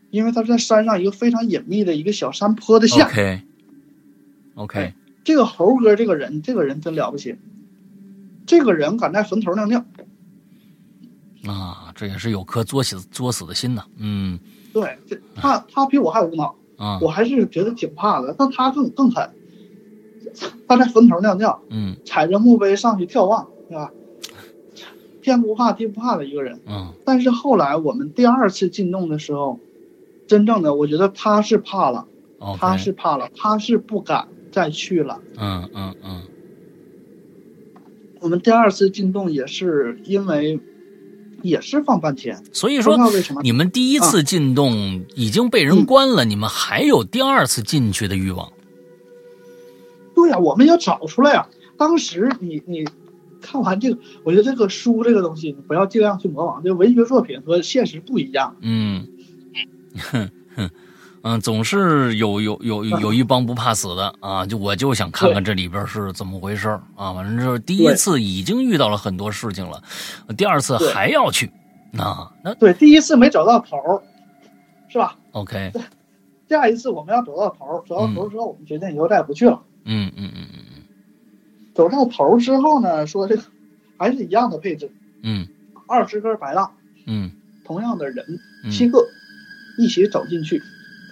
Speaker 3: 因为它是在山上一个非常隐秘的一个小山坡的下。
Speaker 2: OK OK，
Speaker 3: 这个猴哥这个人，这个人真了不起，这个人敢在坟头尿尿，
Speaker 2: 啊，这也是有颗作死作死的心呐，嗯
Speaker 3: 对，这他他比我还无脑，
Speaker 2: 啊
Speaker 3: 我还是觉得挺怕的，但他更更狠，他在坟头尿尿，
Speaker 2: 嗯
Speaker 3: 踩着墓碑上去眺望，对吧？天不怕地不怕的一个人。
Speaker 2: 嗯
Speaker 3: 但是后来我们第二次进洞的时候，真正的我觉得他是怕了，
Speaker 2: ，OK，
Speaker 3: 他是怕了，他是不敢再去了。
Speaker 2: 嗯嗯嗯
Speaker 3: 我们第二次进洞也是因为，也是放半天，
Speaker 2: 所以
Speaker 3: 不
Speaker 2: 说
Speaker 3: 知道为什么。
Speaker 2: 你们第一次进洞已经被人关了，你们还有第二次进去的欲望？
Speaker 3: 对呀、我们要找出来呀、啊当时你你看完这个，我觉得这个书这个东西，你不要尽量去模仿，这文学作品和现实不一样。
Speaker 2: 嗯， 哼哼，嗯，总是有有有有一帮不怕死的啊！就我就想看看这里边是怎么回事儿啊！完了之后，第一
Speaker 3: 对
Speaker 2: 次已经遇到了很多事情了，第二次
Speaker 3: 对
Speaker 2: 还要去，啊，那
Speaker 3: 对，第一次没找到头儿，是吧？
Speaker 2: OK，
Speaker 3: 第二一次我们要找到头儿，找到头儿之后，我们决定以后再也不去了。
Speaker 2: 嗯嗯嗯嗯
Speaker 3: 走到头儿之后呢，说这个还是一样的配置，
Speaker 2: 嗯
Speaker 3: 二十根白蜡，
Speaker 2: 嗯
Speaker 3: 同样的人，
Speaker 2: 嗯
Speaker 3: 七个一起走进去，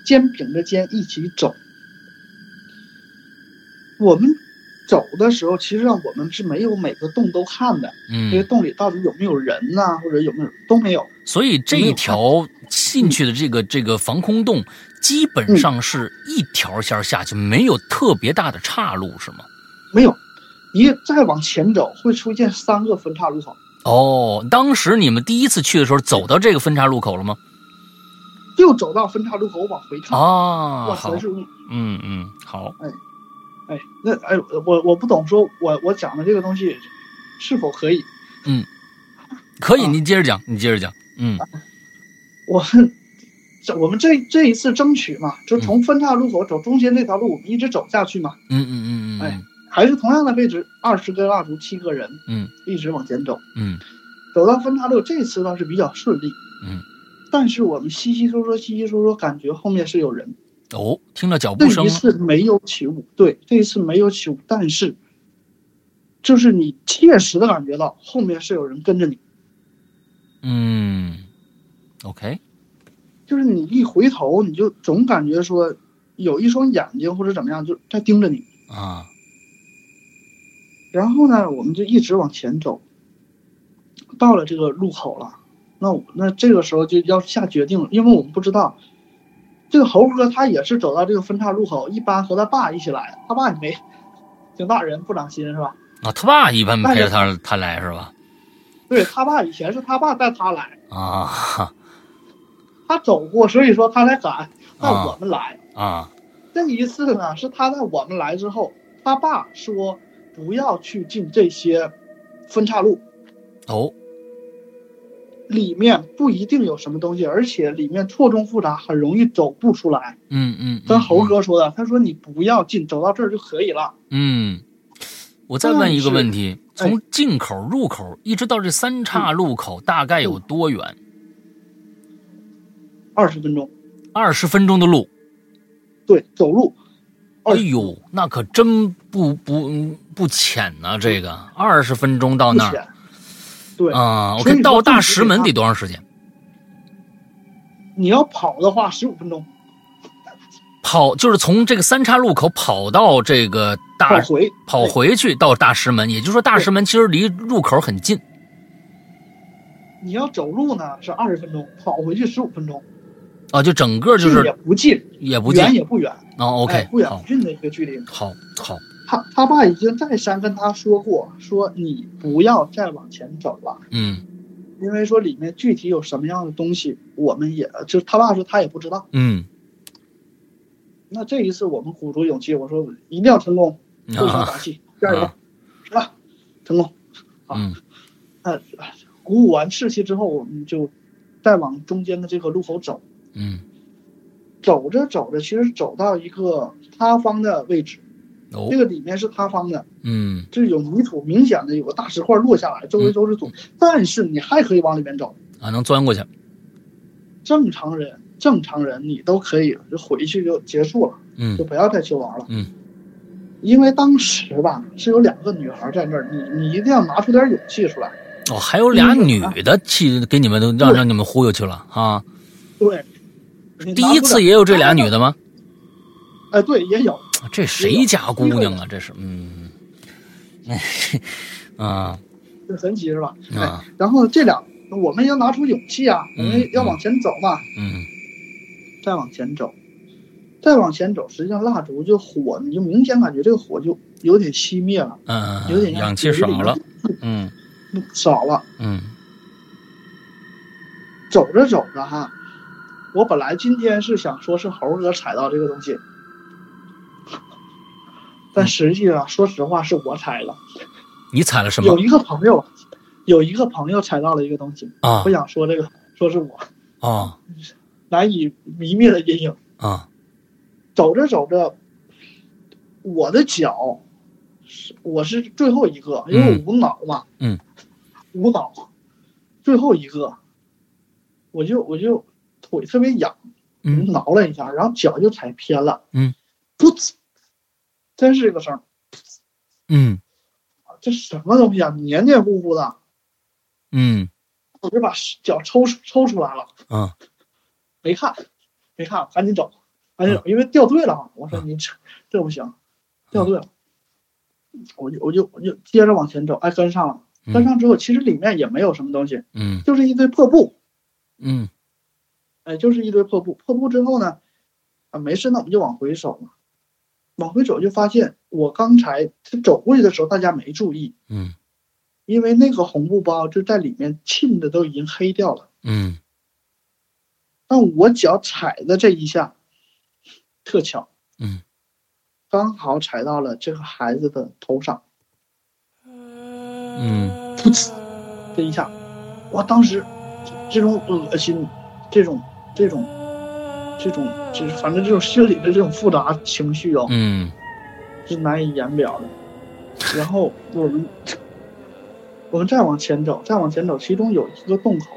Speaker 3: 肩并着肩一起走。我们走的时候，其实上我们是没有每个洞都看的，
Speaker 2: 嗯
Speaker 3: 这个洞里到底有没有人呐、或者有没有都没有。
Speaker 2: 所以这一条进去的这个这个防空洞，基本上是一条线下去，没有特别大的岔路，是吗？
Speaker 3: 没有，你再往前走会出现三个分岔路口，
Speaker 2: 哦，当时你们第一次去的时候，走到这个分岔路口了吗？
Speaker 3: 又走到分岔路口往回看，
Speaker 2: 啊，
Speaker 3: 哇，
Speaker 2: 好
Speaker 3: 全，是雾。
Speaker 2: 嗯嗯，好，
Speaker 3: 哎，那哎，我我不懂，说我我讲的这个东西，是否可以？
Speaker 2: 可以，
Speaker 3: 啊
Speaker 2: 你接着讲，你接着讲。嗯
Speaker 3: 我们这我们这这一次争取嘛，就从分岔路口走中间这条路，我们一直走下去嘛，
Speaker 2: 嗯嗯嗯嗯
Speaker 3: 哎
Speaker 2: 嗯
Speaker 3: 还是同样的位置，二十根蜡烛，七个人，
Speaker 2: 嗯，
Speaker 3: 一直往前走，
Speaker 2: 嗯
Speaker 3: 走到分岔路，这次倒是比较顺利，
Speaker 2: 嗯。
Speaker 3: 但是我们稀稀疏疏、稀稀疏疏，感觉后面是有人。
Speaker 2: 哦，听到脚
Speaker 3: 这
Speaker 2: 步声
Speaker 3: 一
Speaker 2: 了。
Speaker 3: 次没有起舞，对，这一次没有起舞，但是，就是你切实的感觉到后面是有人跟着你，
Speaker 2: 嗯，OK，
Speaker 3: 就是你一回头，你就总感觉说有一双眼睛或者怎么样，就在盯着你。
Speaker 2: 啊，
Speaker 3: 然后呢，我们就一直往前走，到了这个路口了。那我那这个时候就要下决定了，因为我们不知道，这个猴哥他也是走到这个分岔路口，一般和他爸一起来，他爸也没挺大人不长心是吧？
Speaker 2: 啊，他爸一般陪着他他来是吧？
Speaker 3: 对他爸以前是他爸带他来，
Speaker 2: 啊哈
Speaker 3: 他走过，所以说他才敢带
Speaker 2: 啊
Speaker 3: 我们来。
Speaker 2: 啊，
Speaker 3: 这一次呢，是他带我们来之后，他爸说不要去进这些分岔路，
Speaker 2: 哦，
Speaker 3: 里面不一定有什么东西，而且里面错综复杂，很容易走不出来。
Speaker 2: 嗯嗯，
Speaker 3: 跟
Speaker 2: 嗯
Speaker 3: 猴，哥说的，他说你不要进，走到这儿就可以了。
Speaker 2: 嗯，我再问一个问题，
Speaker 3: 但是
Speaker 2: 从进口、入口一直到这三岔路口，大概有多远？
Speaker 3: 嗯二十分钟，
Speaker 2: 二十分钟的路，
Speaker 3: 对，走路。
Speaker 2: 哎
Speaker 3: 20
Speaker 2: 呦，那可真不不不浅呐、这个二十分钟到
Speaker 3: 不
Speaker 2: 那
Speaker 3: 浅。
Speaker 2: 儿
Speaker 3: 对，
Speaker 2: 啊
Speaker 3: 所
Speaker 2: ，OK，
Speaker 3: 以说
Speaker 2: 到
Speaker 3: 当
Speaker 2: 大
Speaker 3: 时
Speaker 2: 石门
Speaker 3: 他
Speaker 2: 得多长时间？
Speaker 3: 你要跑的话，十五分钟
Speaker 2: 跑就是从这个三岔路口跑到这个
Speaker 3: 跑
Speaker 2: 大
Speaker 3: 回。
Speaker 2: 跑回去到大石门，也就是说大石门其实离入口很近。
Speaker 3: 你要走路呢是二十分钟，跑回去十五分钟，
Speaker 2: 啊，就整个就
Speaker 3: 近也
Speaker 2: 是
Speaker 3: 不近，
Speaker 2: 也不近
Speaker 3: 远也不远。
Speaker 2: 啊。
Speaker 3: 哎
Speaker 2: OK，
Speaker 3: 不远
Speaker 2: 好
Speaker 3: 不，近的一个距离。
Speaker 2: 好，好，
Speaker 3: 他他爸已经再三跟他说过，说你不要再往前走了。
Speaker 2: 嗯
Speaker 3: 因为说里面具体有什么样的东西，我们也就是他爸说他也不知道。
Speaker 2: 嗯，
Speaker 3: 那这一次我们鼓足勇气，我说一定要成功， 互相
Speaker 2: 啊，
Speaker 3: 打气，加油
Speaker 2: 啊，
Speaker 3: 是吧？成功。啊
Speaker 2: 嗯
Speaker 3: 那鼓舞完士气之后，我们就再往中间的这个路口走，
Speaker 2: 嗯，
Speaker 3: 走着走着，其实走到一个塌方的位置，
Speaker 2: 哦
Speaker 3: 那，个里面是塌方的，
Speaker 2: 嗯
Speaker 3: 就是有泥土，明显的有个大石块落下来，周围都是土，但是你还可以往里面走。
Speaker 2: 啊，能钻过去。
Speaker 3: 正常人，正常人你都可以就回去就结束了。
Speaker 2: 嗯
Speaker 3: 就不要再去玩了。
Speaker 2: 嗯，
Speaker 3: 因为当时吧是有两个女孩在那儿，你你一定要拿出点勇气出来。
Speaker 2: 哦，还有俩女的去给你们都让
Speaker 3: 对
Speaker 2: 让你们忽悠去了啊！
Speaker 3: 嗯对，你
Speaker 2: 第
Speaker 3: 拿
Speaker 2: 一
Speaker 3: 出
Speaker 2: 次
Speaker 3: 点
Speaker 2: 也有这俩女的吗？
Speaker 3: 哎，对，也有
Speaker 2: 这谁家姑娘啊？这是，嗯， 啊
Speaker 3: 很神奇是吧？哎，
Speaker 2: 啊，
Speaker 3: 然后这俩我们要拿出勇气啊，我
Speaker 2: 嗯
Speaker 3: 们要往前走嘛，
Speaker 2: 嗯
Speaker 3: 再往前走，再往前走，实际上蜡烛就火，你就明显感觉这个火就有点熄灭了，
Speaker 2: 嗯，
Speaker 3: 有点像
Speaker 2: 氧气少了，嗯
Speaker 3: 少了。
Speaker 2: 嗯
Speaker 3: 走着走着哈，我本来今天是想说是猴哥踩到这个东西，
Speaker 2: 嗯
Speaker 3: 但实际上说实话是我踩了。
Speaker 2: 你踩了什么
Speaker 3: 有一个朋友，有一个朋友踩到了一个东西，
Speaker 2: 啊
Speaker 3: 不？想说这个，说是我
Speaker 2: 啊
Speaker 3: 难以弥灭的阴影。
Speaker 2: 啊
Speaker 3: 走着走着，我的脚是我是最后一个，因为我无脑嘛，
Speaker 2: 嗯，
Speaker 3: 无脑，最后一个，我就我就腿特别痒。
Speaker 2: 嗯
Speaker 3: 挠了一下，然后脚就踩偏了，
Speaker 2: 嗯，
Speaker 3: 噗呲，真是个声儿，
Speaker 2: 嗯
Speaker 3: 这什么东西啊，黏黏糊糊的，
Speaker 2: 嗯
Speaker 3: 我就把脚抽出抽出来了，
Speaker 2: 啊。啊
Speaker 3: 没看，没看，赶紧走，赶紧走，因为掉队了嘛，我说你这这不行，掉队了，我就我就我就接着往前走，哎，跟上了，跟上之后，其实里面也没有什么东西，
Speaker 2: 嗯
Speaker 3: 就是一堆破布，
Speaker 2: 嗯
Speaker 3: 哎，就是一堆破布。破布之后呢，啊，没事，那我们就往回走嘛。往回走就发现，我刚才走过去的时候，大家没注意，
Speaker 2: 嗯
Speaker 3: 因为那个红布包就在里面沁的都已经黑掉了。
Speaker 2: 嗯
Speaker 3: 但我脚踩的这一下，特巧，
Speaker 2: 嗯，
Speaker 3: 刚好踩到了这个孩子的头上。
Speaker 1: 啊。
Speaker 2: 嗯
Speaker 3: 噗呲这一下，哇！当时这种恶心，这种这种这种，就是反正这种心里的这种复杂情绪啊、
Speaker 2: 嗯
Speaker 3: 是难以言表的。然后我们我们再往前走，再往前走，其中有一个洞口，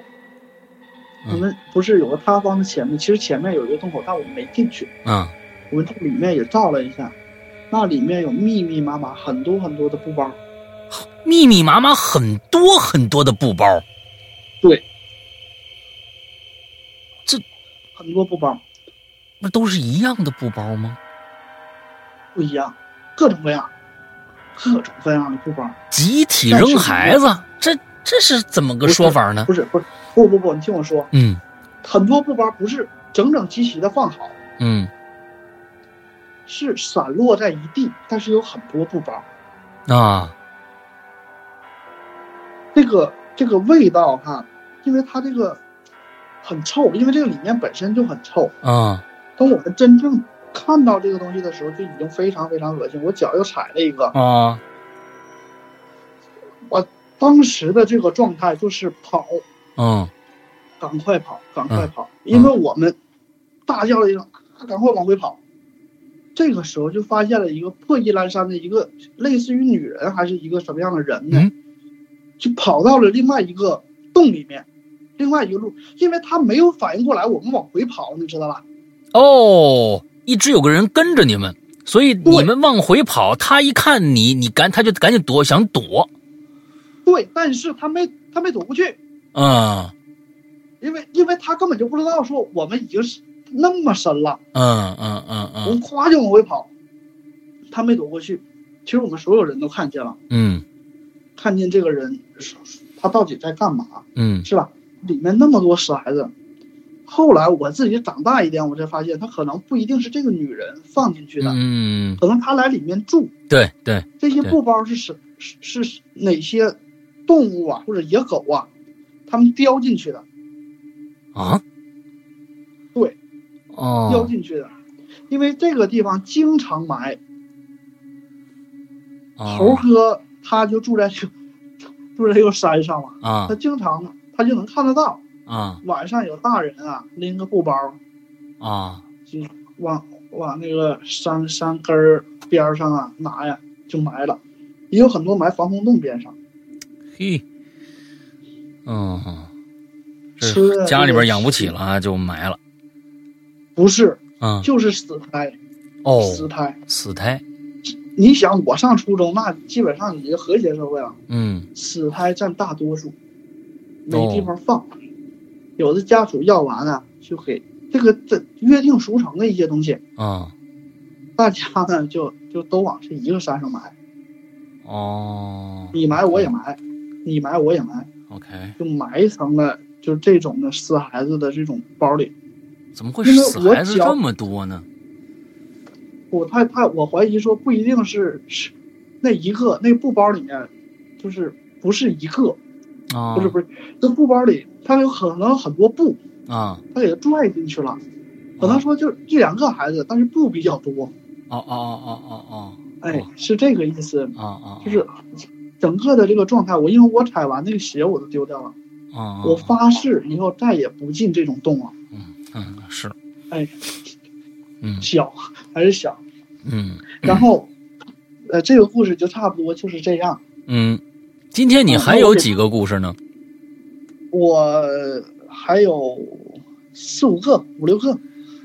Speaker 2: 嗯
Speaker 3: 我们不是有个塌方的前面，其实前面有一个洞口，但我们没进去，
Speaker 2: 啊
Speaker 3: 我们在里面也照了一下，那里面有密密麻麻很多很多的布包，
Speaker 2: 密密麻麻很多很多的布包，
Speaker 3: 对，
Speaker 2: 这
Speaker 3: 很多布包
Speaker 2: 那都是一样的布包吗？
Speaker 3: 不一样，各种各样，各种各样的布包。
Speaker 2: 集体扔孩子，这这是怎么个说法呢？
Speaker 3: 不是不是不不不，你听我说，
Speaker 2: 嗯
Speaker 3: 很多布包不是整整齐齐的放好，
Speaker 2: 嗯
Speaker 3: 是散落在一地，但是有很多布包。
Speaker 2: 啊
Speaker 3: 这个这个味道哈、因为它这个很臭，因为这个里面本身就很臭。
Speaker 2: 啊
Speaker 3: 等我们真正看到这个东西的时候，就已经非常非常恶心。我脚又踩了一个，
Speaker 2: 啊
Speaker 3: 当时的这个状态就是跑，
Speaker 2: 嗯
Speaker 3: 赶快跑，赶快跑，因为我们大叫了一声啊，赶快往回跑。这个时候就发现了一个破衣烂衫的一个类似于女人还是一个什么样的人呢？
Speaker 2: 嗯
Speaker 3: 就跑到了另外一个洞里面，另外一个路，因为他没有反应过来，我们往回跑，你知道吧？
Speaker 2: 哦，一直有个人跟着你们，所以你们往回跑，他一看你，你赶他就赶紧躲，想躲，
Speaker 3: 对，但是他没他没走过去，
Speaker 2: 嗯
Speaker 3: 因为因为他根本就不知道说我们已经是那么深了，
Speaker 2: 嗯嗯嗯
Speaker 3: 我们
Speaker 2: 嗯
Speaker 3: 咵就往回跑，他没躲过去。其实我们所有人都看见了。
Speaker 2: 嗯
Speaker 3: 看见这个人，他到底在干嘛，
Speaker 2: 嗯
Speaker 3: 是吧？里面那么多死孩子，后来我自己长大一点，我才发现他可能不一定是这个女人放进去的，
Speaker 2: 嗯，
Speaker 3: 可能他来里面住，
Speaker 2: 对对，
Speaker 3: 这些
Speaker 2: 对
Speaker 3: 布包是什是是哪些动物啊或者野狗啊，他们叼进去的，
Speaker 2: 啊，
Speaker 3: 对，叼
Speaker 2: 哦
Speaker 3: 进去的，因为这个地方经常埋，猴
Speaker 2: 哦
Speaker 3: 哥他就住在这个住在这个山上嘛，
Speaker 2: 啊
Speaker 3: 他经常他就能看得到。
Speaker 2: 啊
Speaker 3: 晚上有大人啊拎个布包
Speaker 2: 啊
Speaker 3: 往往那个山山根儿边儿上啊拿呀就埋了，也有很多埋防空洞边上。
Speaker 2: 嘿，嗯，
Speaker 3: 吃
Speaker 2: 这
Speaker 3: 的这个
Speaker 2: 家里边养不起了啊，就埋了，
Speaker 3: 不是，
Speaker 2: 嗯
Speaker 3: 就是死胎，
Speaker 2: 哦，
Speaker 3: 死胎。
Speaker 2: 死胎，
Speaker 3: 你想，我上初中那基本上已经和谐社会了，
Speaker 2: 嗯
Speaker 3: 死胎占大多数，没
Speaker 2: 哦
Speaker 3: 地方放。有的家属要完啊，就给这个这约定俗成的一些东西，
Speaker 2: 啊
Speaker 3: 大家呢就就都往这一个山上埋，
Speaker 2: 哦
Speaker 3: 你埋我也埋，你埋我也埋。
Speaker 2: ，OK，
Speaker 3: 就埋藏了就这种的死孩子的这种包里。
Speaker 2: 怎么会
Speaker 3: 因为
Speaker 2: 死
Speaker 3: 我
Speaker 2: 孩子
Speaker 3: 脚
Speaker 2: 这么多呢？
Speaker 3: 我太怕，我怀疑说不一定是是那一个那布包里面，就是不是一个，
Speaker 2: 啊，
Speaker 3: 不是不是，那布包里它有可能很多布，
Speaker 2: 啊，
Speaker 3: 它给它拽进去了。可能说就一两个孩子，但是布比较多，
Speaker 2: 哦哦哦哦
Speaker 3: 哎
Speaker 2: 哦，
Speaker 3: 是这个意思
Speaker 2: 哦，哦哦，
Speaker 3: 就是整个的这个状态。我因为我踩完那个鞋我都丢掉了，
Speaker 2: 啊，
Speaker 3: 我发誓以后再也不进这种洞了。
Speaker 2: 嗯嗯是，
Speaker 3: 哎，
Speaker 2: 嗯
Speaker 3: 小还是小，
Speaker 2: 嗯
Speaker 3: 然后，呃，这个故事就差不多就是这样。
Speaker 2: 嗯，今天你还有几个故事呢？
Speaker 3: 我还有四五个、五六个，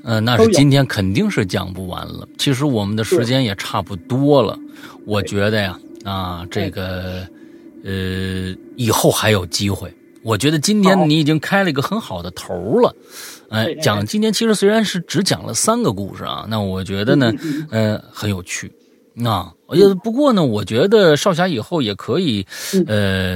Speaker 2: 嗯、那
Speaker 3: 都
Speaker 2: 是
Speaker 3: 有
Speaker 2: 今天肯定是讲不完了。其实我们的时间也差不多了，我觉得呀，啊，这个，呃，以后还有机会。我觉得今
Speaker 3: 好
Speaker 2: 天你已经开了一个很好的头了，哎
Speaker 3: 哎哎，
Speaker 2: 讲今天其实虽然是只讲了三个故事啊，那我觉得呢
Speaker 3: 嗯嗯，
Speaker 2: 呃，很有趣。啊，也不过呢，我觉得少侠以后也可以，
Speaker 3: 嗯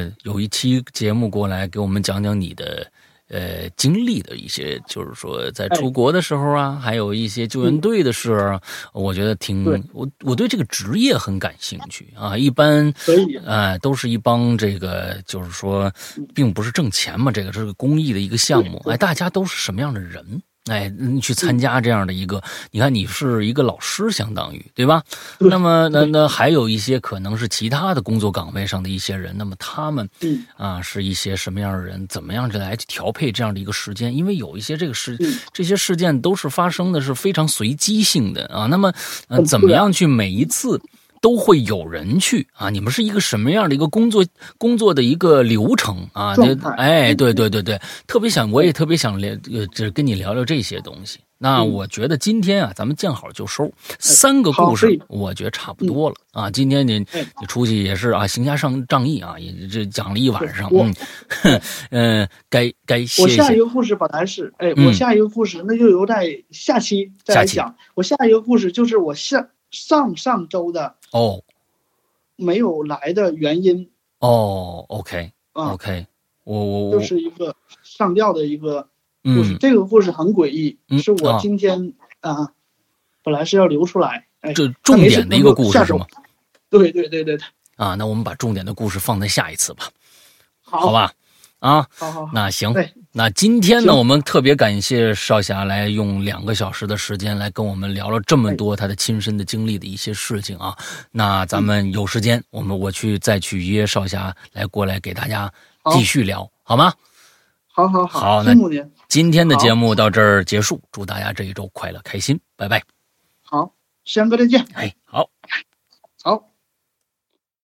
Speaker 2: 呃，有一期节目过来给我们讲讲你的呃经历的一些，就是说在
Speaker 3: 哎嗯
Speaker 2: 出国的时候啊，还有一些救援队的事儿啊，我觉得挺
Speaker 3: 对
Speaker 2: 我我对这个职业很感兴趣啊。一般
Speaker 3: 可以。
Speaker 2: 哎，都是一帮这个，就是说，并不是挣钱嘛，这个这是个公益的一个项目。
Speaker 3: 对嗯
Speaker 2: 哎，大家都是什么样的人哎，你去参加这样的一个，你看你是一个老师，相当于对吧？
Speaker 3: 对
Speaker 2: 那么那那还有一些可能是其他的工作岗位上的一些人，那么他们
Speaker 3: 嗯
Speaker 2: 啊是一些什么样的人？怎么样来去调配这样的一个时间？因为有一些这个事
Speaker 3: 嗯，
Speaker 2: 这些事件都是发生的是非常随机性的啊。那么呃，怎么样去每一次？都会有人去啊！你们是一个什么样的一个工作工作的一个流程啊？
Speaker 3: 状
Speaker 2: 这
Speaker 3: 态
Speaker 2: 哎，
Speaker 3: 嗯
Speaker 2: 对对对对，特别想，我也特别想聊，呃，就是跟你聊聊这些东西。那
Speaker 3: 嗯呃
Speaker 2: 我觉得今天啊，咱们见好就收，三个故
Speaker 3: 好可
Speaker 2: 事
Speaker 3: 以，嗯
Speaker 2: 我觉得差不多了啊。今天你
Speaker 3: 哎
Speaker 2: 你出去也是啊，行侠仗仗义啊，也这讲了一晚上，
Speaker 3: 我
Speaker 2: 嗯， 哼，呃，该该歇
Speaker 3: 我
Speaker 2: 一歇
Speaker 3: 下一。个故事本来是，哎，
Speaker 2: 嗯
Speaker 3: 我下一个故事那就留在下期再
Speaker 2: 下
Speaker 3: 来
Speaker 2: 期
Speaker 3: 讲。我下一个故事就是我下上上周的
Speaker 2: 哦
Speaker 3: 没有来的原因
Speaker 2: 哦，OK
Speaker 3: 啊，
Speaker 2: OK，我我我
Speaker 3: 就，是一个上吊的一个故事。
Speaker 2: 哦嗯，
Speaker 3: 这个故事很诡异，
Speaker 2: 嗯
Speaker 3: 是我
Speaker 2: 啊
Speaker 3: 今天啊、本来是要留出来，哎，
Speaker 2: 这重点的一个故事是吗？
Speaker 3: 对对对对，对
Speaker 2: 啊，那我们把重点的故事放在下一次吧，
Speaker 3: 好，
Speaker 2: 好，吧？啊，
Speaker 3: 好好好，
Speaker 2: 那行
Speaker 3: 对，
Speaker 2: 那今天呢，
Speaker 3: 行
Speaker 2: 我们特别感谢少侠来用两个小时的时间来跟我们聊了这么多他的亲身的经历的一些事情啊。那咱们有时间，我们我去再去约少侠来过来给大家继续聊，好吗？
Speaker 3: 好好
Speaker 2: 好那
Speaker 3: 辛苦您，
Speaker 2: 今天的
Speaker 3: 好
Speaker 2: 节目到这儿结束，祝大家这一周快乐开心，拜拜。
Speaker 3: 好，山哥再见。
Speaker 2: 哎，好。